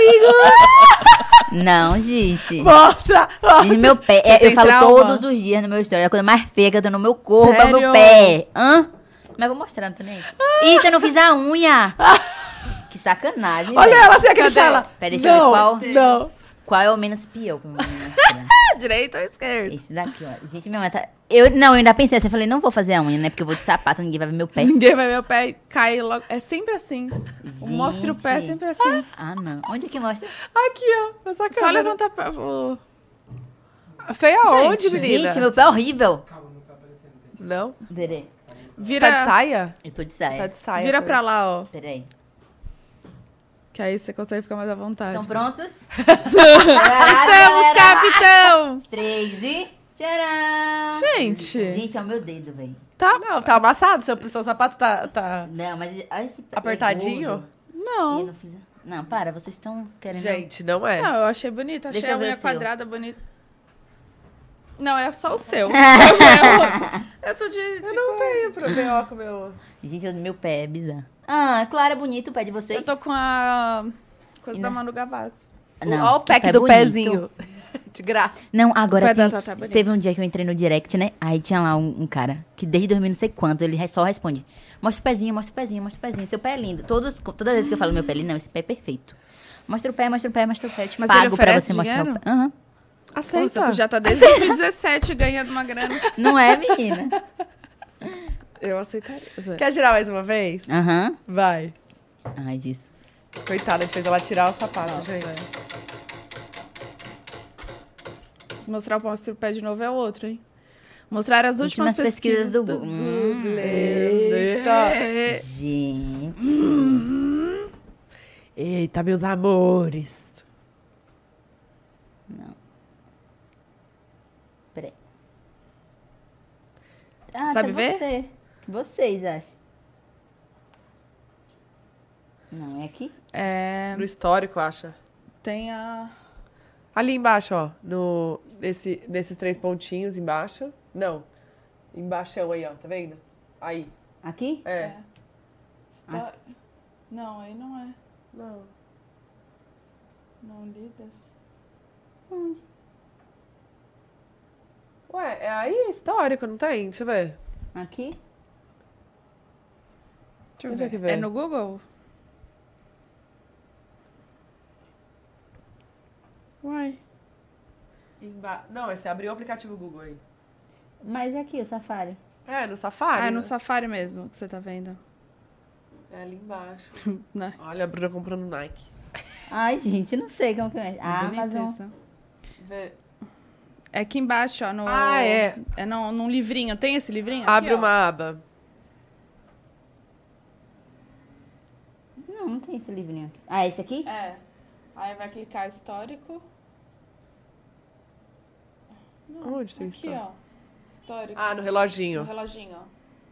C: Não, gente.
B: Mostra!
C: Diz meu pé. É,
B: tem
C: eu falo
B: trauma?
C: todos os dias no meu história. A coisa mais feia que eu tô no meu corpo é o
A: Sério?
C: meu pé. Hã? Mas vou mostrar, não tô nem. aí.
B: Ah.
C: Eita, eu não fiz a unha. que sacanagem.
B: Olha
C: velho.
B: ela assim, aquele
A: Cadê?
B: fala.
C: Peraí, deixa eu ver
B: não,
C: qual.
B: Não.
C: Qual é o menos pior que eu vou mostrar?
B: Direito ou esquerda?
C: Esse daqui, ó. Gente, minha mãe tá. Eu, não, eu ainda pensei assim. Eu falei, não vou fazer a unha, né? Porque eu vou de sapato, ninguém vai ver meu pé.
A: Ninguém vai ver o pé e cai logo. É sempre assim. O
C: Gente.
A: mostra o pé é sempre assim.
C: Ah, não. Onde é que mostra?
B: Ah, Aqui, ó. Essa
A: Só
B: câmera.
A: levanta pra- o...
B: é
A: Feia onde, menina?
C: Gente, meu pé é horrível.
B: Não.
C: Peraí.
A: Vira,
B: Tá de saia?
C: Eu tô de
B: Tá
C: saia.
B: de saia.
A: vira
B: tá.
A: pra lá, ó.
C: Peraí.
A: Que aí você consegue ficar mais à
B: Tá
A: vontade.
C: Estão prontos?
A: Estamos,
C: Estamos,
A: capitão!
C: Três e. Tcharam!
A: Gente.
C: Gente, é o meu dedo, velho.
B: Tá. Não, tá amassado. Seu, seu sapato tá. tá...
C: Não, mas olha esse pé
B: Apertadinho?
C: gordo. E eu
A: Não.
C: não fiz. Não, para, vocês estão querendo.
B: Gente, não é.
A: Não, eu achei bonito. Achei
C: Deixa eu
A: a
C: ver
A: unha
C: o seu.
A: quadrada bonita. Não, é só o seu. Eu, já- eu- eu tô de. de
B: Não
A: com-
B: tem problema ó, com o meu.
C: Gente, o meu pé é bizarro. Ah, claro, é bonito o pé de vocês.
A: Eu tô com a. Coisa
C: E
A: da
C: não-
A: Manu Gavassi.
C: Não,
B: Olha o
C: que
B: pack do
C: bonito.
B: pezinho. De graça.
C: Não,
A: O
C: agora
A: pé da
C: tem,
A: Tatá é bonito.
C: teve um dia que eu entrei no direct, né? Aí tinha lá um, um cara que desde 2000 não sei quantos, ele re- só responde: Mostra o pezinho, mostra o pezinho, mostra o pezinho. Seu pé é lindo. Todas, toda vez que eu falo meu pé é lindo, não, esse pé é perfeito. Mostra o pé, mostra o pé, mostra o pé. Eu te
A: Mas ele
C: pago pra
A: oferece
C: você mostrar o
A: dinheiro?
C: pé. Aham.
A: Pô, Você
B: Aceita.
A: já tá desde 2017 ganhando uma grana.
C: Não é, menina?
A: Eu aceitaria.
B: Quer tirar mais uma vez?
C: Aham.
B: Vai.
C: Ai, Jesus.
B: Coitada, a gente fez ela tirar o sapato, gente.
A: Se mostrar o mostra o pé de novo é outro, hein? Mostrar as últimas,
C: Últimas pesquisas do Google. Hum.
A: Eita.
C: Gente.
B: Eita, meus amores.
C: Peraí. Ah,
A: Sabe
C: tá
A: ver?
C: Você. Vocês, acho. Não, é aqui?
A: É,
B: No histórico, acha?
A: tem a.
B: Ali embaixo, ó. No, nesse, nesses três pontinhos embaixo. Não. Embaixão aí, ó. Tá vendo? Aí.
C: Aqui?
B: É.
A: Histó- Não, aí não é.
B: Não.
A: Não lidas.
B: Ué, é aí é histórico, não tem? Deixa eu ver.
C: Aqui?
B: Deixa eu ver. Onde é que vem?
A: É no Google? Uai.
B: Emba- Não, é você abriu o aplicativo Google aí.
C: Mas é aqui, o Safari.
B: É, no Safari.
A: Ah, é no
B: né?
A: Safari mesmo que você tá vendo.
B: É ali embaixo.
A: Né?
B: Olha, a Bruna comprando Nike.
C: Ai, gente, não sei como que é. Ah,
A: Bonito
C: Amazon.
A: isso.
B: Vê.
A: É aqui embaixo, ó. No...
B: Ah, é.
A: É no, num livrinho. Tem esse livrinho?
B: Abre
A: aqui, ó.
B: uma aba.
C: Não, não tem esse livrinho aqui. Ah, esse aqui?
A: É. Aí vai clicar histórico. Não,
B: Onde tem
A: aqui,
B: histórico?
A: ó. Histórico.
B: Ah, no
A: no
B: reloginho.
A: reloginho, ó.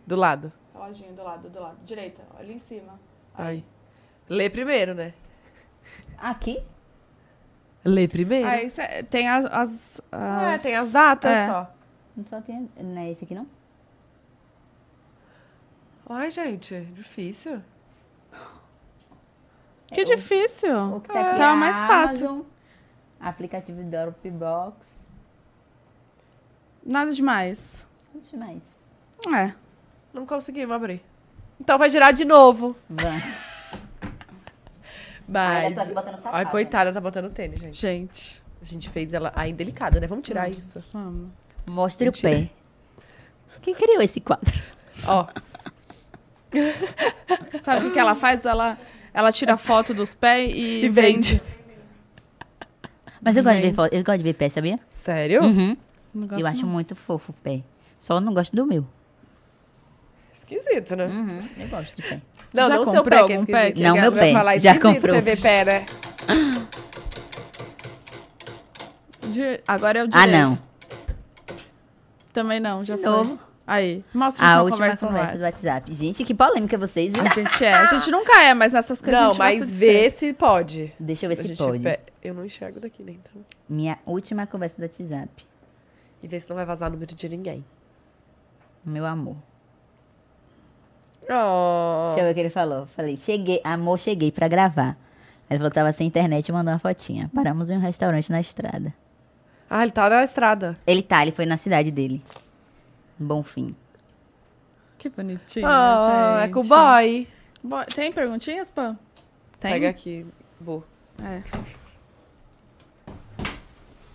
B: Do lado.
A: Reloginho do lado, do lado. Direita, ó, ali em cima.
B: Aí. Lê primeiro, né?
C: Aqui?
B: Lê primeiro.
A: Aí cê- tem as, as,
B: É,
A: as-
B: tem as datas
A: É.
B: só.
C: Não só tem. Não é esse aqui, não?
B: Ai, gente, difícil.
A: Que
C: É, o-
A: difícil.
C: O que tá aqui
A: Tá
C: é
A: mais fácil.
C: Amazon, aplicativo Dropbox.
A: Nada demais.
C: Antes mais.
A: É.
B: Não conseguimos abrir.
A: Tá
B: Então vai girar de novo.
C: Vamos. Ah,
B: Mas.
C: ainda tô aqui botando sapato.
B: Ai, coitada, tá botando tênis, gente.
A: Gente,
B: A gente fez ela aí delicada, né? Vamos
A: Hum.
B: tirar isso.
A: vamos.
C: Mostra
B: Mentira.
C: o pé. Quem criou esse quadro?
B: Ó,
A: Sabe o que que ela faz? Ela, ela tira foto dos pés e,
B: E vende.
C: Mas eu gosto, de ver, fo- eu gosto de ver pé, sabia?
B: sério?
A: Hum.
C: Uhum.
A: Não gosto
C: Eu acho
A: não.
C: muito fofo o pé. Só não gosto do meu.
B: Esquisito,
A: Hum.
B: né?
C: Uhum. Eu gosto de pé.
B: Não,
A: Já
B: não o seu pé
A: comprou
B: que é
A: algum
B: esquisito.
A: pé?
B: que
C: Não,
B: ela
C: meu
B: vai
C: pé.
B: Falar,
C: Já
B: esquisito
C: comprou.
B: Você vê pé, né?
A: Di- Agora é o
C: Ah,
A: direito.
C: não.
A: Também não, já
C: De
A: foi.
C: novo. Ah,
A: Aí, mostra
C: A
A: uma
C: última
A: conversa,
C: conversa,
A: no
C: do
A: WhatsApp.
C: WhatsApp. Gente, que polêmica vocês.
B: Ah!
A: A gente é. A gente nunca é, mas nessas coisas a
B: Não,
A: gente gosta
B: mas
A: de
B: vê se pode.
C: Deixa eu ver
B: A
C: se
B: gente
C: pode.
B: pe- Eu não enxergo daqui, né? Então.
C: Minha última conversa do WhatsApp.
B: E vê se não vai vazar número de ninguém.
C: Meu amor.
B: Oh.
A: Oh.
C: Deixa eu ver o que ele falou. Falei, cheguei, amor, cheguei pra gravar. Ele falou que tava sem internet e mandou uma fotinha. Paramos em um restaurante na estrada.
B: Ah, ele tá na estrada.
C: Ele tá, ele foi na cidade dele. Bom fim.
A: Que bonitinho,
B: Ah, é
A: gente.
B: com o boy.
A: Bo- Tem perguntinhas, Pam? Tem?
B: Pega aqui, Bu.
A: É.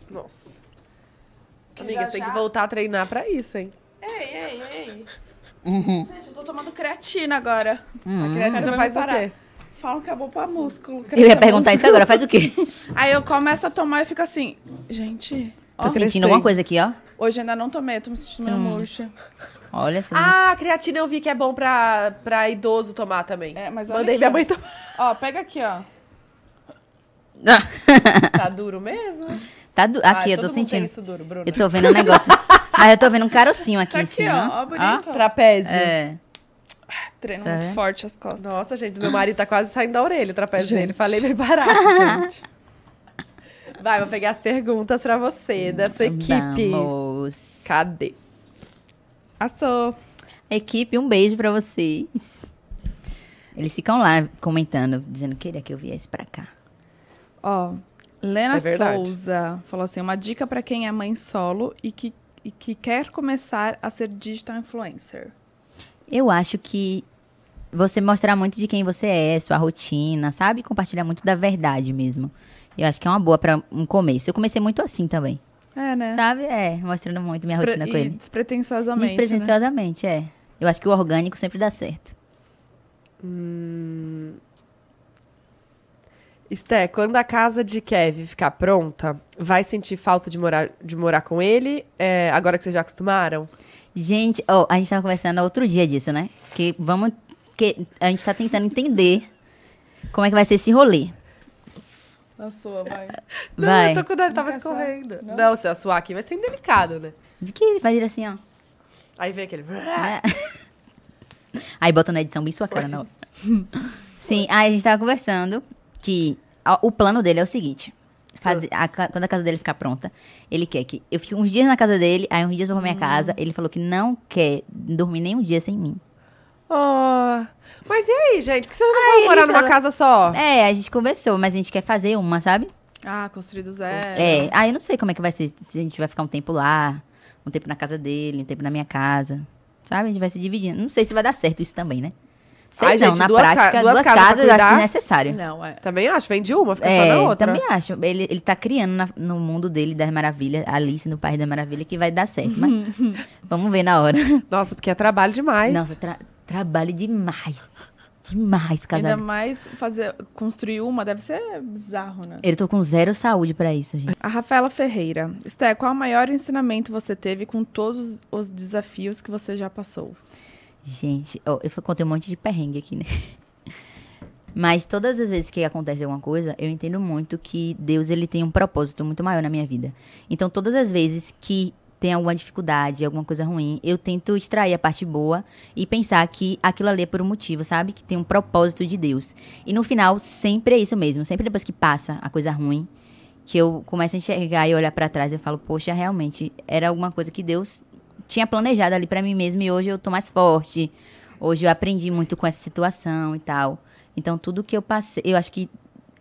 B: Nossa.
A: Que
B: Amiga,
A: já,
B: você tem que
A: já-
B: voltar a treinar pra isso, hein?
A: Ei, ei, ei.
B: Uhum.
A: Gente, eu tô tomando creatina agora.
C: Hum.
B: a
A: Quero
B: criatina
A: me
B: faz o
A: Hum. parar.
B: quê?
A: Falam que é bom pra músculo.
C: Eu
A: creatina
C: ia perguntar isso
A: músculo.
C: agora, faz o quê?
A: Aí eu começo a tomar e fico assim, gente, ó,
C: Tô
B: crescei.
C: sentindo alguma coisa aqui, ó.
A: hoje ainda não tomei, eu tô me sentindo meio murcha.
C: Olha, tá fazendo...
B: Ah, a creatina eu vi que é bom pra, pra idoso tomar também.
A: É, mas olha
B: Mandei
A: aqui,
B: minha
A: ó.
B: mãe tomar.
A: Ó, pega aqui, ó.
B: Tá duro mesmo?
C: Ah, tá du- aqui,
B: Ah,
C: eu tô
B: todo mundo tem
C: sentindo.
B: isso duro, Bruno.
C: Eu tô vendo um negócio. ah, eu tô vendo um carocinho aqui
A: Tá
C: em
A: aqui, ó.
C: cima.
A: Ó,
B: Ah,
A: bonito. ó.
B: Então. Trapézio.
C: É.
A: Treino
C: Ah, Tá
A: muito
C: vendo?
A: forte as costas.
B: Nossa, gente, meu marido tá quase saindo da orelha o trapézio
A: Gente.
B: dele. Falei pra ele parar, gente. Vai, vou pegar as perguntas pra você, da sua
C: um
B: equipe.
C: Vamos.
B: Cadê?
A: Assou.
C: Equipe, um beijo pra vocês. Eles ficam lá comentando, dizendo queria que eu viesse pra cá.
A: Ó, Lena
B: É verdade.
A: Souza falou assim: uma dica pra quem é mãe solo e que, e que quer começar a ser digital influencer.
C: Eu acho que você mostrar muito de quem você é, sua rotina, sabe? Compartilhar muito da verdade mesmo. Eu acho que é uma boa pra um começo. Eu comecei muito assim também.
A: É, né?
C: Sabe? É, mostrando muito minha
A: Despre-
C: rotina com
A: e
C: ele.
A: Despretensiosamente. né?
C: Despretensiosamente, é. Eu acho que o orgânico sempre dá certo.
B: Esté, quando a casa de Kev ficar pronta, vai sentir falta de morar, de morar com ele? É, agora que vocês já acostumaram?
C: Gente, ó, a gente tava conversando outro dia disso, né? Que vamos. Que a gente tá tentando entender como é que vai ser esse rolê.
A: Na sua, vai.
C: Vai.
B: Não, eu tô com ele, tava
A: Nunca sai.
B: escorrendo.
A: Não?
B: Não, se eu suar aqui vai ser indelicado, né?
C: Que ele vai vir assim, ó.
B: Aí vem aquele...
C: É. Aí bota na edição bem sua cara na hora. Sim, aí a gente tava conversando que a- o plano dele é o seguinte. fazer- a ca- quando a casa dele ficar pronta, ele quer que eu fique uns dias na casa dele, aí uns dias eu vou pra minha casa. Ele falou que não quer dormir nem um dia sem mim.
B: Ó, mas e aí, gente? Por que vocês não vão morar numa
C: fala-
B: casa só?
C: É, a gente conversou, mas a gente quer fazer uma, sabe?
A: Ah, construir do zero.
C: É. aí eu não sei como é que vai ser, se a gente vai ficar um tempo lá, um tempo na casa dele, um tempo na minha casa. Sabe? A gente vai se dividindo. Não sei se vai dar certo isso também, né? Sei
B: Ai,
C: não,
B: gente,
C: na
B: duas ca-
C: prática,
B: duas
C: duas,
B: casas
C: casas,
B: pra
C: eu acho que
B: cuidar?
C: é necessário.
A: Não, é.
B: Também acho, vende uma, fica
C: É,
B: só na outra.
C: também acho. Ele, ele tá criando na- no mundo dele das maravilhas, a Alice no País da Maravilha, que vai dar certo. Mas vamos ver na hora.
B: Nossa, porque é trabalho demais.
C: Nossa, tra- trabalho demais. Demais,
A: Ainda
C: casado.
A: mais fazer, construir uma deve ser bizarro, né?
C: Eu tô com zero saúde pra isso, gente.
A: A Rafaela Ferreira. Esté, qual o maior ensinamento você teve com todos os desafios que você já passou?
C: Gente, ó, eu fui- contei um monte de perrengue aqui, né? Mas todas as vezes que acontece alguma coisa, eu entendo muito que Deus ele tem um propósito muito maior na minha vida. Então, todas as vezes que tem alguma dificuldade, alguma coisa ruim, eu tento extrair a parte boa e pensar que aquilo ali é por um motivo, sabe? Que tem um propósito de Deus. E no final, sempre é isso mesmo. Sempre depois que passa a coisa ruim, que eu começo a enxergar e olhar pra trás, eu falo, poxa, realmente era alguma coisa que Deus tinha planejado ali pra mim mesmo e hoje eu tô mais forte. Hoje eu aprendi muito com essa situação e tal. Então tudo que eu passei, eu acho que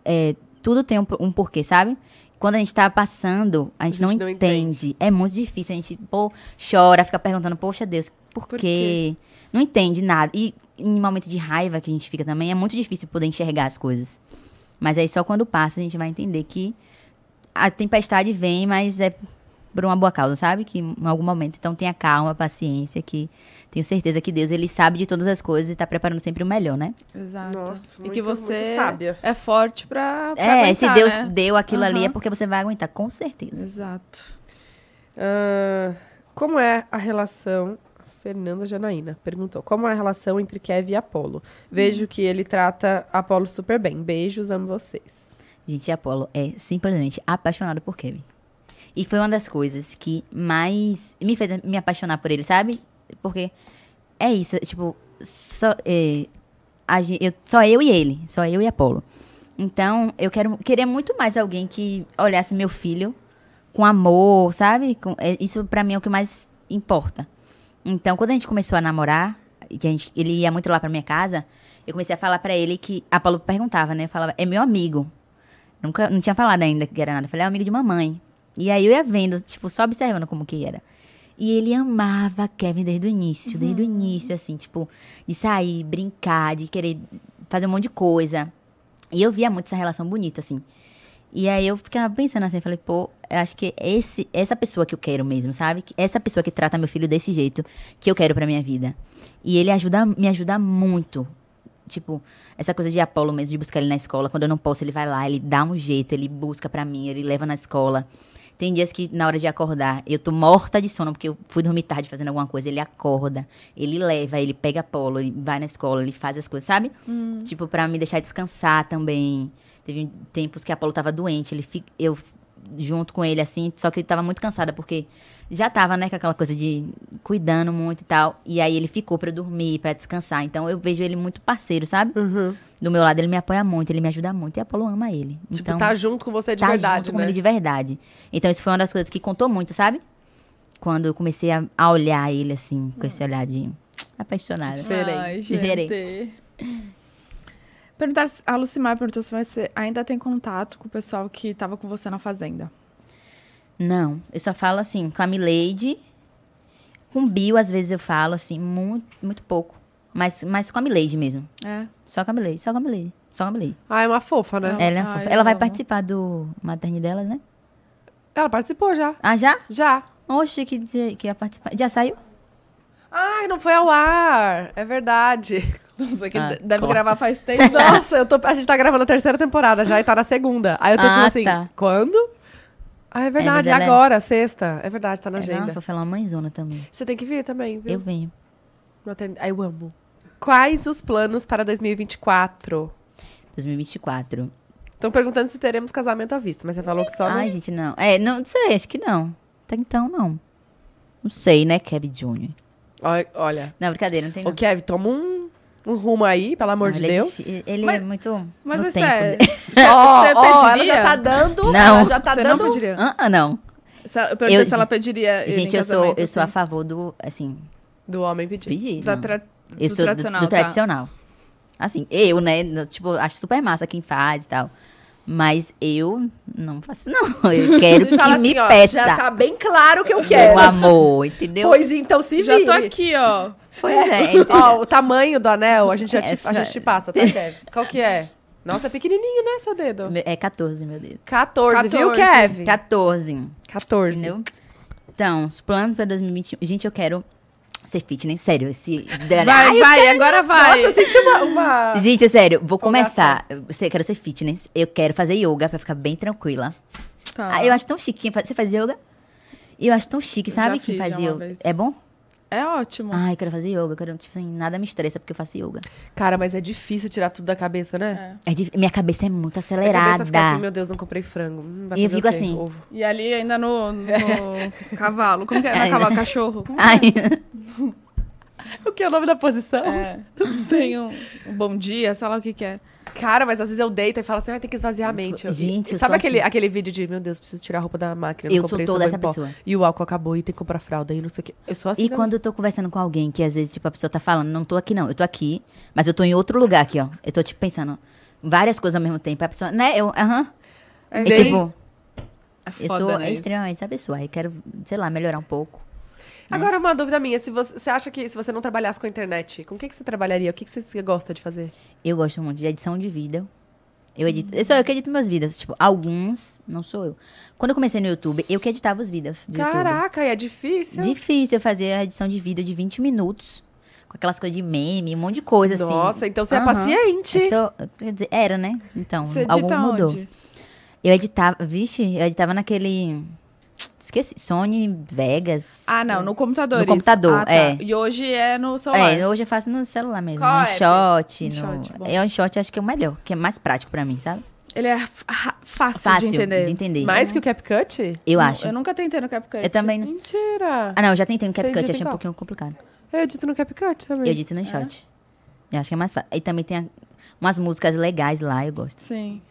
C: é, tudo tem um, por- um porquê, sabe? Quando a gente tá passando, a gente,
B: A
C: não,
B: gente não
C: entende. É muito difícil. A gente pô, chora, fica perguntando, poxa Deus, por,
A: Por
C: quê? Não entende nada. E em momento de raiva que a gente fica também, é muito difícil poder enxergar as coisas. Mas aí só quando passa a gente vai entender que a tempestade vem, mas é por uma boa causa, sabe? Que em algum momento. Então tenha calma, paciência, que tenho certeza que Deus, ele sabe de todas as coisas e tá preparando sempre o melhor, né?
A: Exato.
B: Nossa,
A: e
B: muito-
A: que você
B: muito sábia.
A: é forte pra, pra
C: é,
A: aguentar,
C: se Deus
A: né?
C: deu aquilo ali é
A: Aham.
C: porque você vai aguentar, com certeza.
A: Exato.
B: Ah, como é a relação... Fernanda Janaína perguntou, como é a relação entre Kev e Apolo? Vejo
C: Hum.
B: que ele trata Apolo super bem. Beijos, amo vocês.
C: Gente, Apolo é simplesmente apaixonado por Kevin. E foi uma das coisas que mais me fez me apaixonar por ele, sabe? Porque é isso, tipo, só, é, a gen- eu, só eu e ele, só eu e Apolo. Então, eu quero, queria muito mais alguém que olhasse meu filho com amor, sabe? Com- é, isso pra mim é o que mais importa. Então, quando a gente começou a namorar, e que a gente, ele ia muito lá pra minha casa, eu comecei a falar pra ele que. A Paulo perguntava, né? Eu falava, é meu amigo. Nunca, não tinha falado ainda que era nada. Eu falei, é um amigo de mamãe. E aí eu ia vendo, tipo, só observando como que era. E ele amava Kevin desde o início, desde o início, assim, tipo, de sair, brincar, de querer fazer um monte de coisa. E eu via muito essa relação bonita, assim. E aí eu ficava pensando assim, falei, pô, eu acho que esse, essa pessoa que eu quero mesmo, sabe? Que- Essa pessoa que trata meu filho desse jeito que eu quero pra minha vida. E ele ajuda, me ajuda muito. Tipo, essa coisa de Apolo mesmo, de buscar ele na escola. Quando eu não posso, ele vai lá, ele dá um jeito, ele busca pra mim, ele leva na escola. Tem dias que, na hora de acordar, eu tô morta de sono, porque eu fui dormir tarde fazendo alguma coisa. Ele acorda, ele leva, ele pega Apolo, ele vai na escola, ele faz as coisas, sabe? Tipo, pra me deixar descansar também. Teve tempos que a Apolo tava doente, ele fi- eu junto com ele, assim, só que ele tava muito cansada, porque já tava, né, com aquela coisa de cuidando muito e tal. E aí ele ficou pra eu dormir, pra descansar. Então eu vejo ele muito parceiro, sabe? Do meu lado, ele me apoia muito, ele me ajuda muito. E a Apolo ama ele.
B: Tipo,
C: então,
B: tá junto com você de
C: tá
B: verdade, né?
C: junto com ele de verdade. Então isso foi uma das coisas que contou muito, sabe? Quando eu comecei a, a olhar ele, assim, com esse olhar de apaixonada.
B: Diferente.
A: Ai,
C: Diferente.
A: gente. Perguntaram, se- a Lucimar perguntou se você ainda tem contato com o pessoal que tava com você na fazenda.
C: Não, eu só falo assim, com a Milady, com Bill às vezes eu falo assim, muito, muito pouco. Mas, mas com a Milady mesmo.
A: É.
C: Só com a Milady, só com a Milady, só com a Milady.
B: Ah, é uma fofa, né?
A: Não.
C: Ela, é uma
A: Ai,
C: fofa.
A: eu
C: Ela vai
A: amo.
C: participar do Maternidelas, né?
B: Ela participou já.
C: Ah, já?
B: Já.
C: Oxe, que, dia- que ia participar. Já saiu?
B: Ai, não foi ao ar. É verdade. Nossa, que
C: Ah,
B: de- deve
C: corta.
B: gravar faz tempo. Nossa, eu tô, a gente tá gravando a terceira temporada já e tá na segunda. Aí eu tô
C: Ah,
B: tipo assim,
C: tá.
B: quando? Ah, é verdade,
C: É, mas ela é-
B: agora, sexta. É verdade, tá na
C: Ela é uma
B: agenda.
C: fofa, ela é uma mãezona também.
B: Você tem que vir também, viu?
C: Eu venho.
B: Matern- Ai, eu amo. Quais os planos para 2024?
C: 2024.
B: Estão perguntando se teremos casamento à vista, mas você falou que só no-
C: Ai, gente, não. É, não sei, acho que não. Até então, não. Não sei, né, Kevin Jr.
B: Ó- Olha,
C: Não, brincadeira, não tem
B: ô Kev, toma um, um rumo aí, pelo amor de
C: ele é
B: Deus.
C: difí- ele é
A: Mas-
C: muito.
A: Mas
C: no
A: você
C: tempo
A: é.
C: dele.
A: Você
B: Ó, ó, ela
A: pediria?
B: já tá dando,
C: né? Não.
B: ela já tá
A: você
B: dando...
A: não pediria?
C: Ah, ah, não.
A: Se- Eu perguntei
C: Eu-
A: se ela pediria. ele
C: Gente,
A: em
B: tá
C: eu sou,
A: casamento,
C: eu sou a
A: assim.
C: favor do, assim,
B: Do homem pedir.
C: pedir.
A: Da
C: não.
B: tá
A: tra- do
C: eu sou do-
A: tradicional.
C: do,
A: tá?
C: tradicional. Assim, eu, né? no- Tipo, acho super massa quem faz e tal. Mas eu não faço, não. Eu quero
B: Você
C: que
B: fala
C: me
B: assim, ó,
C: peça é
B: Já tá bem claro que eu
C: o
B: quero.
C: amor, entendeu?
B: Pois então se
A: Já
B: vire.
A: tô aqui, ó.
C: Pois é. entendeu?
B: Ó, o tamanho do anel, a gente já
C: É,
B: te, a gente
C: só-
B: te passa, tá, Kev? Qual que é? Nossa, é pequenininho, né, seu dedo?
C: É 14, meu dedo.
B: 14, viu,
A: 14.
B: Kev?
C: 14.
B: 14.
C: Entendeu? Então, os planos pra 2021. Gente, eu quero ser fitness, sério. Esse... Ai,
A: Vai, vai, agora vai.
B: Nossa, eu senti uma... uma-
C: Gente, é sério, vou
B: Empolgação.
C: começar. Eu sei- quero ser fitness, eu quero fazer yoga pra ficar bem tranquila.
A: Tá.
C: Ah, eu acho tão chique. Quem faz... Você faz yoga? Eu acho tão chique,
A: Eu
C: sabe?
A: já
C: Quem
A: fiz
C: faz
A: já uma
C: yoga.
A: vez.
C: É bom?
A: É ótimo.
C: Ai, eu quero fazer yoga. eu Quero, tipo, assim, nada me estressa porque eu faço yoga.
B: Cara, mas é difícil tirar tudo da cabeça, né?
A: É.
C: É dif- Minha cabeça é muito
B: Minha
C: acelerada.
B: cabeça fica assim, meu Deus, não comprei frango. Hum, vai
C: E eu
B: fazer
C: fico
B: o quê?
C: assim.
B: Ovo.
A: E ali ainda no, no cavalo. Como que é? Não é
C: É.
A: cavalo, cachorro. Como
C: Ai,
B: O que é o nome da posição?
A: É. Tem um, um bom dia, sei lá o que que é.
B: Cara, mas às vezes eu deito e falo assim, ah, tem que esvaziar a mente. Eu-
C: Gente, eu
B: Sabe
C: sou
B: aquele,
C: assim.
B: aquele vídeo de, meu Deus, preciso tirar a roupa da máquina.
C: Eu
B: não
C: sou
B: comprei sabão em
C: toda essa
B: pó,
C: pessoa.
B: E o álcool acabou e tem que comprar fralda e não sei o quê. Eu sou assim
C: e
B: também.
C: quando eu tô conversando com alguém que às vezes, tipo, a pessoa tá falando, não tô aqui não, eu tô aqui, mas eu tô em outro lugar aqui, ó. Eu tô, tipo, pensando várias coisas ao mesmo tempo. A pessoa, né? Eu, aham.
A: É,
C: É
A: bem-
C: tipo,
A: é
C: eu
A: foda,
C: sou
A: né, isso?
C: extremamente essa pessoa. Eu quero, sei lá, melhorar um pouco.
B: Agora, uma dúvida minha. Se você, você acha que se você não trabalhasse com a internet, com o que, que você trabalharia? O que, que você gosta de fazer?
C: Eu gosto muito de edição de vídeo. Eu edito.
A: Hum.
C: Eu sou eu que edito meus vídeos. Tipo, alguns, não sou eu. Quando eu comecei no YouTube, eu que editava os vídeos do YouTube.
B: Caraca, e é difícil.
C: Difícil eu fazer a edição de vídeo de 20 minutos. Com aquelas coisas de meme, um monte de coisa, assim.
B: Nossa, então você é
C: Aham.
B: paciente.
C: Eu sou- quer dizer, era, né? Então,
A: Você
C: algum
A: edita
C: mudou.
A: onde?
C: Eu editava, vixe, eu editava naquele. Esqueci, Sony Vegas.
A: Ah, não, no computador.
C: É. No
A: isso.
C: computador,
A: Ah, tá.
C: é.
A: E hoje é no celular.
C: É, hoje eu faço no celular mesmo.
A: Qual
C: no
A: app?
C: shot. No...
A: InShot, bom.
C: é, o InShot acho que é o melhor, que é mais prático pra mim, sabe?
A: Ele é ra- fácil,
C: Fácil
A: de entender.
C: né?
B: Mais que o CapCut?
C: Eu
A: Nu-
C: acho.
A: Eu nunca tentei no CapCut.
C: Eu também não.
B: Mentira.
C: Hum. Ah, não, eu já tentei no
B: Você
C: CapCut,
B: edita em
C: achei um
B: qual?
C: pouquinho complicado.
B: Eu edito no CapCut também.
C: Eu edito no InShot. Eu acho que é mais fácil. E também tem a- umas músicas legais lá, eu gosto.
A: Sim.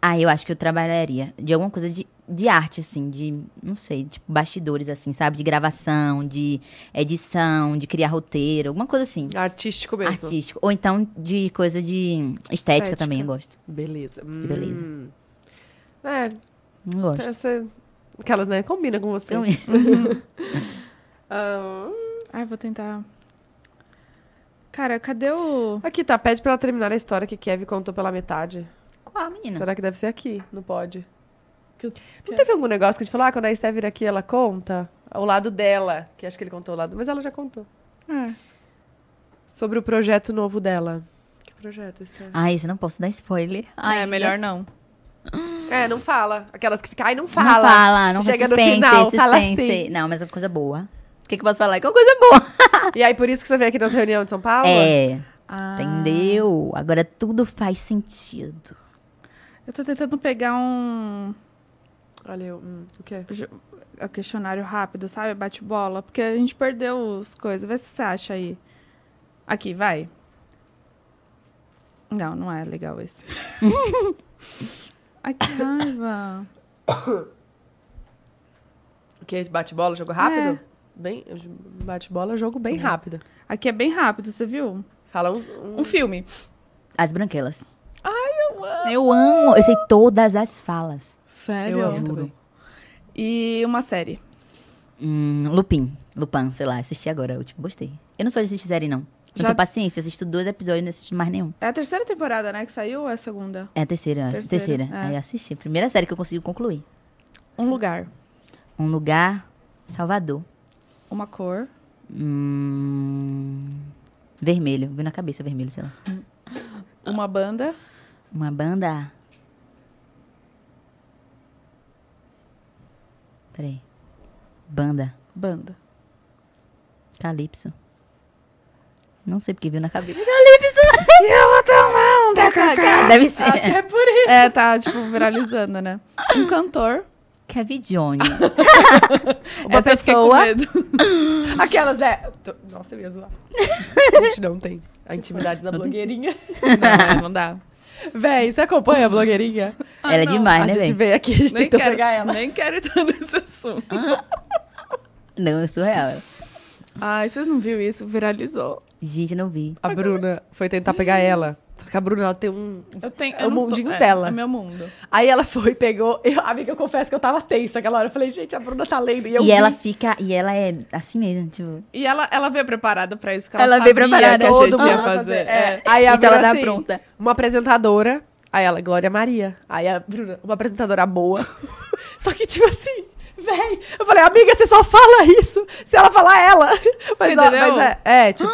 C: Ah, eu acho que eu trabalharia de alguma coisa de de arte, assim, de, não sei, tipo, bastidores, assim, sabe? De gravação, de edição, de criar roteiro, alguma coisa assim.
B: Artístico mesmo.
C: Artístico. Ou então de coisa de estética,
B: Estética.
C: também, eu gosto.
B: Beleza. Que
C: beleza.
B: É,
C: Eu gosto.
B: essa... aquelas, né? Combina com você.
C: Então,
B: Ah,
A: Ai, vou tentar. Cara, cadê o.
B: aqui tá, pede pra ela terminar a história que Kev contou pela metade.
C: qual, menina?
B: Será que deve ser aqui? Não pode.
A: Que eu-
B: Não teve algum negócio que a gente falou, ah, quando a Esté vir aqui, ela conta? O lado dela, que acho que ele contou o lado, mas ela já contou.
A: Ah,
B: Sobre o projeto novo dela. Que projeto, Esté?
C: Ah, isso eu não posso dar spoiler. Ai,
A: é, melhor não.
B: É, não fala. Aquelas que ficam, ai, não
C: Não
B: fala.
C: fala, não
B: Chega
C: faz
B: no
C: suspense,
B: final,
C: suspense.
B: fala assim.
C: Não, mas é uma coisa boa. O que, que eu posso falar? Que é uma coisa boa.
B: E aí, por isso que você vem aqui nas reuniões de São Paulo?
C: É,
A: Ah,
C: entendeu? Agora tudo faz sentido.
A: Eu tô tentando pegar um,
B: Olha, eu, hum, o quê?
A: um questionário rápido, sabe? Bate-bola. Porque a gente perdeu as coisas. Vê se você acha aí. Aqui, vai. Não, não é legal esse. Ai, que raiva.
B: O quê? Bate-bola, jogo rápido? Bem, bate-bola, jogo bem rápido.
A: Aqui é bem rápido, você viu?
B: Fala uns, um...
A: Um filme.
C: As branquelas. Ai, eu amo. Eu amo. Eu sei todas as falas.
A: Sério?
B: amo também.
A: E uma série.
C: Hum, Lupin. Lupin, sei lá, assisti agora. Eu, tipo, gostei. Eu não sou de assistir série, não. Não
A: Já-
C: tenho paciência, assisto dois episódios e não assisto mais nenhum.
A: É a terceira temporada, né? Que saiu ou é a segunda?
C: É a terceira.
A: Terceira,
C: Terceira.
A: é.
C: Aí eu assisti. Primeira série que eu consigo concluir.
A: Um lugar.
C: Um lugar, Salvador.
A: Uma cor.
C: Hum, vermelho. Viu na cabeça vermelho, sei lá.
A: Uma banda.
C: Uma banda. Peraí. Banda.
A: Banda.
C: Calypso. Não sei porque viu na cabeça. Ah, Deve ser.
A: um Acho que é por isso. É, tá, tipo, viralizando, né? Um cantor.
C: Kevin Johnny.
B: Uma
A: Essa eu fiquei
B: pessoa.
A: Com medo.
B: Aquelas, né? Tô- Nossa, eu ia zoar. A gente não tem a intimidade da blogueirinha.
A: Não, né, não dá.
B: Véi, você acompanha a blogueirinha?
A: Ah,
C: Ela é
A: não.
C: demais,
B: a
C: né,
B: gente
C: velho?
B: veio aqui, a gente
A: Nem
B: tentou
A: quero,
B: pegar ela.
A: nem quero entrar nesse assunto.
C: Não, é surreal.
A: Ai, vocês não viram isso? Viralizou.
C: Gente, não vi.
B: A Bruna foi tentar pegar ela. Só que a Bruna, ela tem um...
A: Eu tenho,
B: É
A: eu
B: o
A: não
B: mundinho dela.
A: É, é meu mundo.
B: Aí ela foi, pegou... Eu, amiga, eu confesso que eu tava tensa aquela hora. Eu falei, gente, a Bruna tá lendo. E, eu
C: e
B: vi.
C: ela fica. E ela é assim mesmo, tipo.
A: E ela, ela veio preparada pra isso que ela,
C: Ela
A: sabia
C: veio preparada.
A: que a
B: Todo
A: gente ia
B: mundo vai
A: fazer.
B: É.
A: É.
B: Aí a
C: então ela
B: Bruna,
C: tá
B: assim,
C: pronta.
B: Uma apresentadora. Aí ela, Glória Maria. Aí a Bruna, uma apresentadora boa. só que, tipo assim, véi. Eu falei, amiga, você só fala isso se ela falar ela. Mas, ó,
A: entendeu?
B: mas é, é, tipo,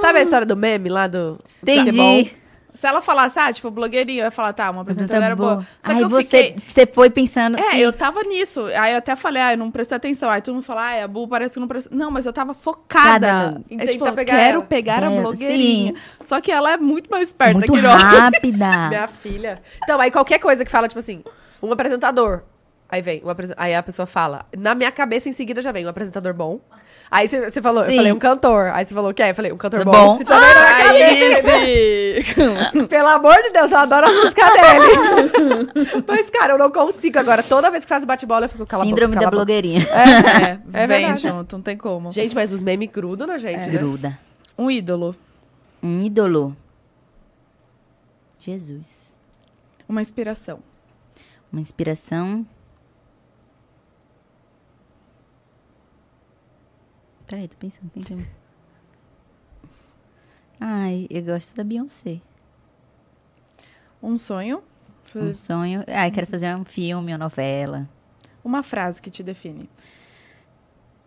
B: sabe a história do meme lá do
C: é
B: futebol?
C: Ah. Entendi.
A: Se ela falasse, ah, tipo, blogueirinha, eu ia falar, tá, uma apresentadora
C: Tá
A: boa.
C: boa.
A: Só que
C: Aí
A: eu
C: você,
A: fiquei...
C: você foi pensando.
A: É,
C: assim,
A: eu tava nisso. Aí eu até falei, ah, eu não prestei atenção. Aí todo mundo fala, ah, a Bu parece que não prestou. Não, mas eu tava
C: Cada-
A: focada.
B: Em
A: É,
B: tentar
A: tipo, eu
B: pegar
A: quero
B: ela.
A: pegar a
C: É,
A: blogueirinha.
C: sim.
A: Só que ela é muito mais esperta
C: muito
A: que nós.
C: rápida.
B: Minha filha. Então, aí qualquer coisa que fala, tipo assim, um apresentador. Aí vem, um apresen- aí a pessoa fala. Na minha cabeça, em seguida, já vem um apresentador bom. Aí você você falou, eu
C: Sim.
B: falei, um cantor. Aí você falou, o quê? Eu falei, um cantor bom.
C: Bom.
B: Só veio na minha cabeça.
A: Aí,
B: Pelo amor de Deus, eu adoro as músicas dele. Mas, cara, eu não consigo agora. Toda vez que faz bate-bola, eu fico cala a
C: Síndrome
B: boca,
C: da
B: cala a boca.
C: blogueirinha.
A: é,
B: É
A: vem
B: verdade.
A: junto, não tem como.
B: Gente, mas os memes grudam na
A: É.
B: gente, né?
C: Gruda.
A: Um ídolo,
C: Um ídolo. Jesus.
A: uma inspiração.
C: Uma inspiração. Peraí, tô pensando. Quem que é? Ai, eu gosto da Beyoncé.
A: Um sonho, Hum.
B: Hum.
C: Um sonho. Ai, quero fazer um filme, uma novela.
A: uma frase que te define.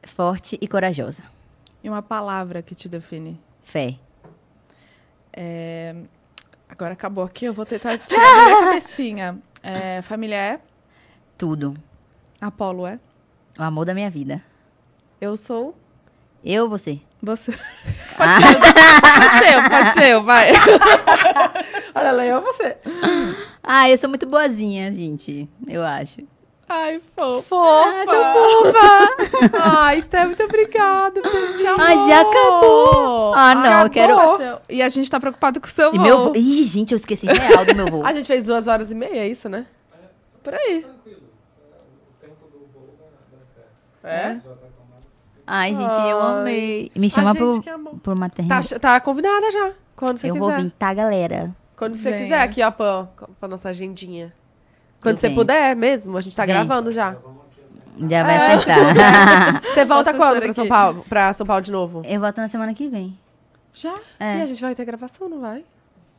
C: Forte e corajosa.
A: E uma palavra que te define.
C: Fé.
A: Agora acabou aqui, eu vou tentar tirar da minha cabecinha. É, família é?
C: Tudo.
A: Apolo é?
C: O amor da minha vida.
A: Eu sou?
C: Eu, você.
A: Você. Pode ser, eu, pode ser, eu, vai.
B: Olha, Leão, você.
C: Ah, eu sou muito boazinha, gente. Eu acho.
A: Ai, fofo.
B: Fofa. sou fofa. Ai, Esté, muito obrigada.
C: Ai, já acabou. Ah, não, eu quero.
A: E a gente tá preocupado com o seu
C: E
A: vô.
C: meu
B: Oh.
C: vô... Ih, gente, eu esqueci real do meu vô.
B: A gente fez duas horas e meia, é isso, né?
A: Por aí.
B: É?
C: Ai, gente, eu amei. Me chama
B: gente,
C: pro,
B: que amor.
C: pro
B: Tá,
C: maternidade.
B: tá convidada já. Quando você
C: eu
B: quiser.
C: vou vir, tá, galera?
B: Quando você
A: Venha.
B: quiser, aqui, ó, pra, pra nossa agendinha. Quando
C: Eu
B: você
C: venho.
B: puder mesmo, a gente tá
C: Venho.
B: gravando já.
C: Já vai
B: É.
C: aceitar.
B: Você volta
A: Nossa
B: quando
A: senhora
B: pra São,
A: aqui.
B: Paulo, pra São Paulo de novo?
C: eu volto na semana que vem.
B: Já?
C: É.
B: E a gente vai ter gravação, não vai?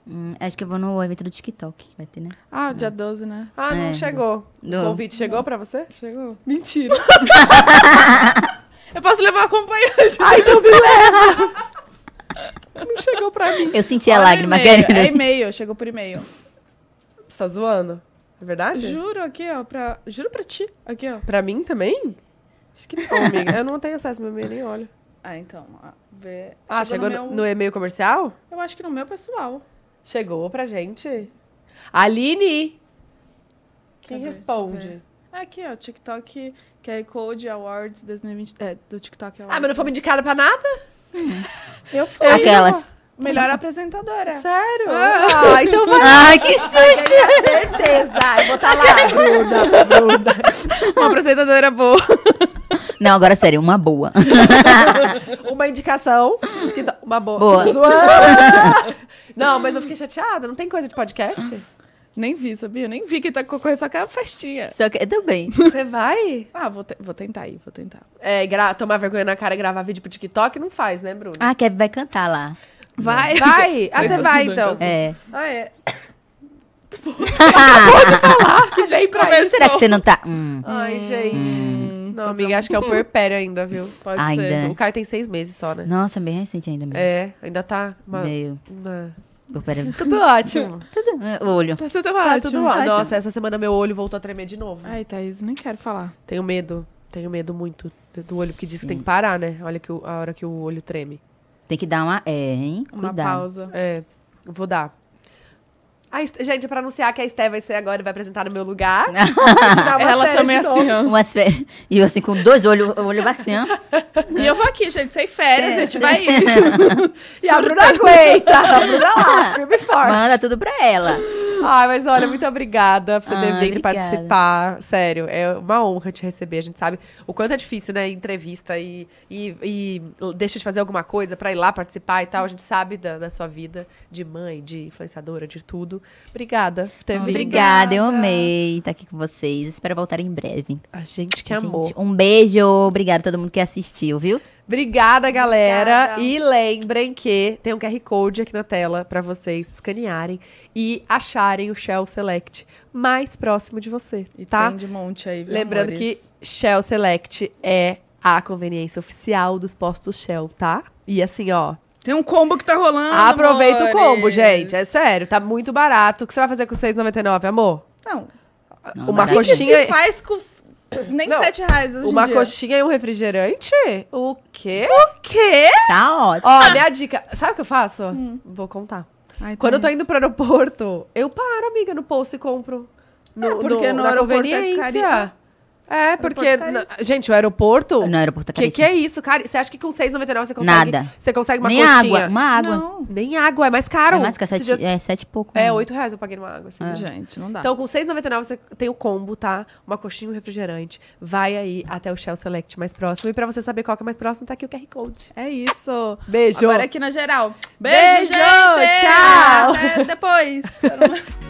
C: Hum, acho que eu vou no evento do TikTok. Vai ter, né?
A: Ah, dia 12, né?
B: Ah, não
C: É.
B: chegou.
C: Não.
B: O convite chegou pra você?
A: Chegou. Mentira. eu posso levar acompanhante.
B: Ai, então me leva! não chegou pra mim.
C: Eu senti a
A: Olha o
C: lágrima,
A: e-mail.
C: querida.
A: É e-mail, chegou por e-mail.
B: Você tá zoando? É verdade?
A: Juro aqui, ó, pra... Juro pra ti. Aqui, ó.
B: Pra mim também? Acho que não, amiga. Eu não tenho acesso, meu e-mail nem olho.
A: Ah, então. ó, vê-
B: Ah, chegou, no,
A: meu-
B: no e-mail comercial?
A: Eu acho que no meu pessoal.
B: Chegou pra gente. Aline! Quem
A: Cadê? Deixa eu
B: responde?
A: É Aqui, ó, TikTok QR Code Awards 2020. É, do TikTok Awards.
B: Ah, mas não fomos indicada pra nada?
A: Eu fui.
C: Aquelas.
A: Melhor apresentadora.
B: Sério?
A: Ah.
B: Ah, então vai.
C: Ai, que susto!
B: Certeza. Eu vou estar lá. Bruna, Bruna.
A: Uma apresentadora boa.
C: Não, agora sério, uma boa.
B: Uma indicação. de que tá- Uma boa.
C: Boa.
B: Zoando. Não, mas eu fiquei chateada. Não tem coisa de podcast?
A: Nem vi, sabia? Nem vi que tá com coisa, só que é uma festinha.
C: Só que eu também.
B: Você vai?
A: Ah, vou, te- vou tentar aí, vou tentar.
B: É, gra- tomar vergonha na cara e gravar vídeo pro TikTok não faz, né, Bruna?
C: Ah, a Kevin vai cantar lá.
A: Vai!
B: Vai? Ah,
A: Eu
B: você
A: tô
B: vai,
A: estudante,
B: então.
A: assim.
C: É.
B: Ah, é.
A: que vem pra
C: Será que você não tá. Hum.
B: Ai, gente. Não,
A: fazer um
B: amiga, acho que é o puerpério ainda, viu? Pode
C: Ainda.
B: ser. O Caio tem seis meses só, né?
C: Nossa, bem recente ainda mesmo.
B: É, ainda tá. Uma...
C: Meio.
B: uma-
C: Eu pera-
B: Tudo ótimo.
C: Tudo. O olho.
A: Tá tudo
B: tá
A: ótimo.
B: tudo ótimo. Nossa, essa semana meu olho voltou a tremer de novo.
A: Ai, Thaís, nem quero falar.
B: Tenho medo. Tenho medo muito do olho, porque diz que tem que parar, né? Olha que o- a hora que o olho treme.
C: Tem que dar uma. É, hein?
A: Uma
C: Cuidado.
A: pausa.
B: É, eu vou dar. A Est- Gente, é pra anunciar que a Esté vai ser agora e vai apresentar no meu lugar.
A: Ela também assim, ó.
C: Umas férias. E eu assim, com dois olhos, o olho vai assim, ó.
A: E eu vou aqui, gente, sem férias,
C: É,
A: a gente vai ir.
B: E a Bruna aguenta. A Bruna lá, firme e forte.
C: Manda tudo pra ela.
B: Ai, mas olha, muito obrigada por você ter
C: Ah,
B: vindo
C: obrigada.
B: participar. Sério, é uma honra te receber. A gente sabe o quanto é difícil, né? Entrevista e, e, e deixa de fazer alguma coisa pra ir lá participar e tal. A gente sabe da, da sua vida de mãe, de influenciadora, de tudo. Obrigada por ter vindo.
C: Obrigada, eu amei estar aqui com vocês. Espero voltar em breve.
B: A gente que
C: Gente,
B: amou.
C: um beijo. Obrigada a todo mundo que assistiu, viu?
B: Obrigada, galera.
A: Obrigada.
B: E lembrem que tem um QR Code aqui na tela pra vocês escanearem e acharem o Shell Select mais próximo de você,
A: E
B: tá?
A: tem de monte aí, viu,
B: Lembrando
A: amores?
B: que Shell Select é a conveniência oficial dos postos Shell, tá? E assim, ó,
A: Tem um combo que tá rolando.
B: aproveita o combo,
A: amores.
B: gente. É sério, tá muito barato. O que você vai fazer com 6,99, amor?
A: Não,
C: Não,
B: Uma
C: barato.
B: coxinha,
A: se faz com nem
B: Não,
A: 7 reais hoje em
B: uma
A: dia.
B: coxinha e um refrigerante? O quê?
A: Quê?
C: Tá ótimo.
B: Ó, minha dica. Sabe o que eu faço?
A: Hum.
B: Vou contar. Quando eu tô indo pro aeroporto, eu paro, amiga, no posto e compro. No,
A: Ah, porque no
B: na
A: aeroporto é
B: conveniência.
A: cari-
B: É, porque.
A: é
B: na- gente, o aeroporto.
C: Não, aeroporto é
B: Que que
C: caríssimo.
B: é isso, cara? Você acha que com 6,99 você consegue.
C: Nada.
B: Você consegue uma
C: Nem
B: coxinha?
C: água. Uma água.
A: Não,
B: Nem água, é mais caro.
C: É mais que é
B: Esses
C: sete,
B: dias-
C: é Ah. sete e pouco.
B: é,
C: né?
B: 8 reais eu paguei numa água. esses dias.
A: gente, não dá.
B: Então, com 6,99 você tem o combo, tá? Uma coxinha e um refrigerante. Vai aí até o Shell Select mais próximo. E pra você saber qual que é mais próximo, tá aqui o QR Code.
A: é isso.
B: Beijo!
A: Agora aqui na geral.
B: Beijo,
A: gente!
B: tchau!
A: Até depois.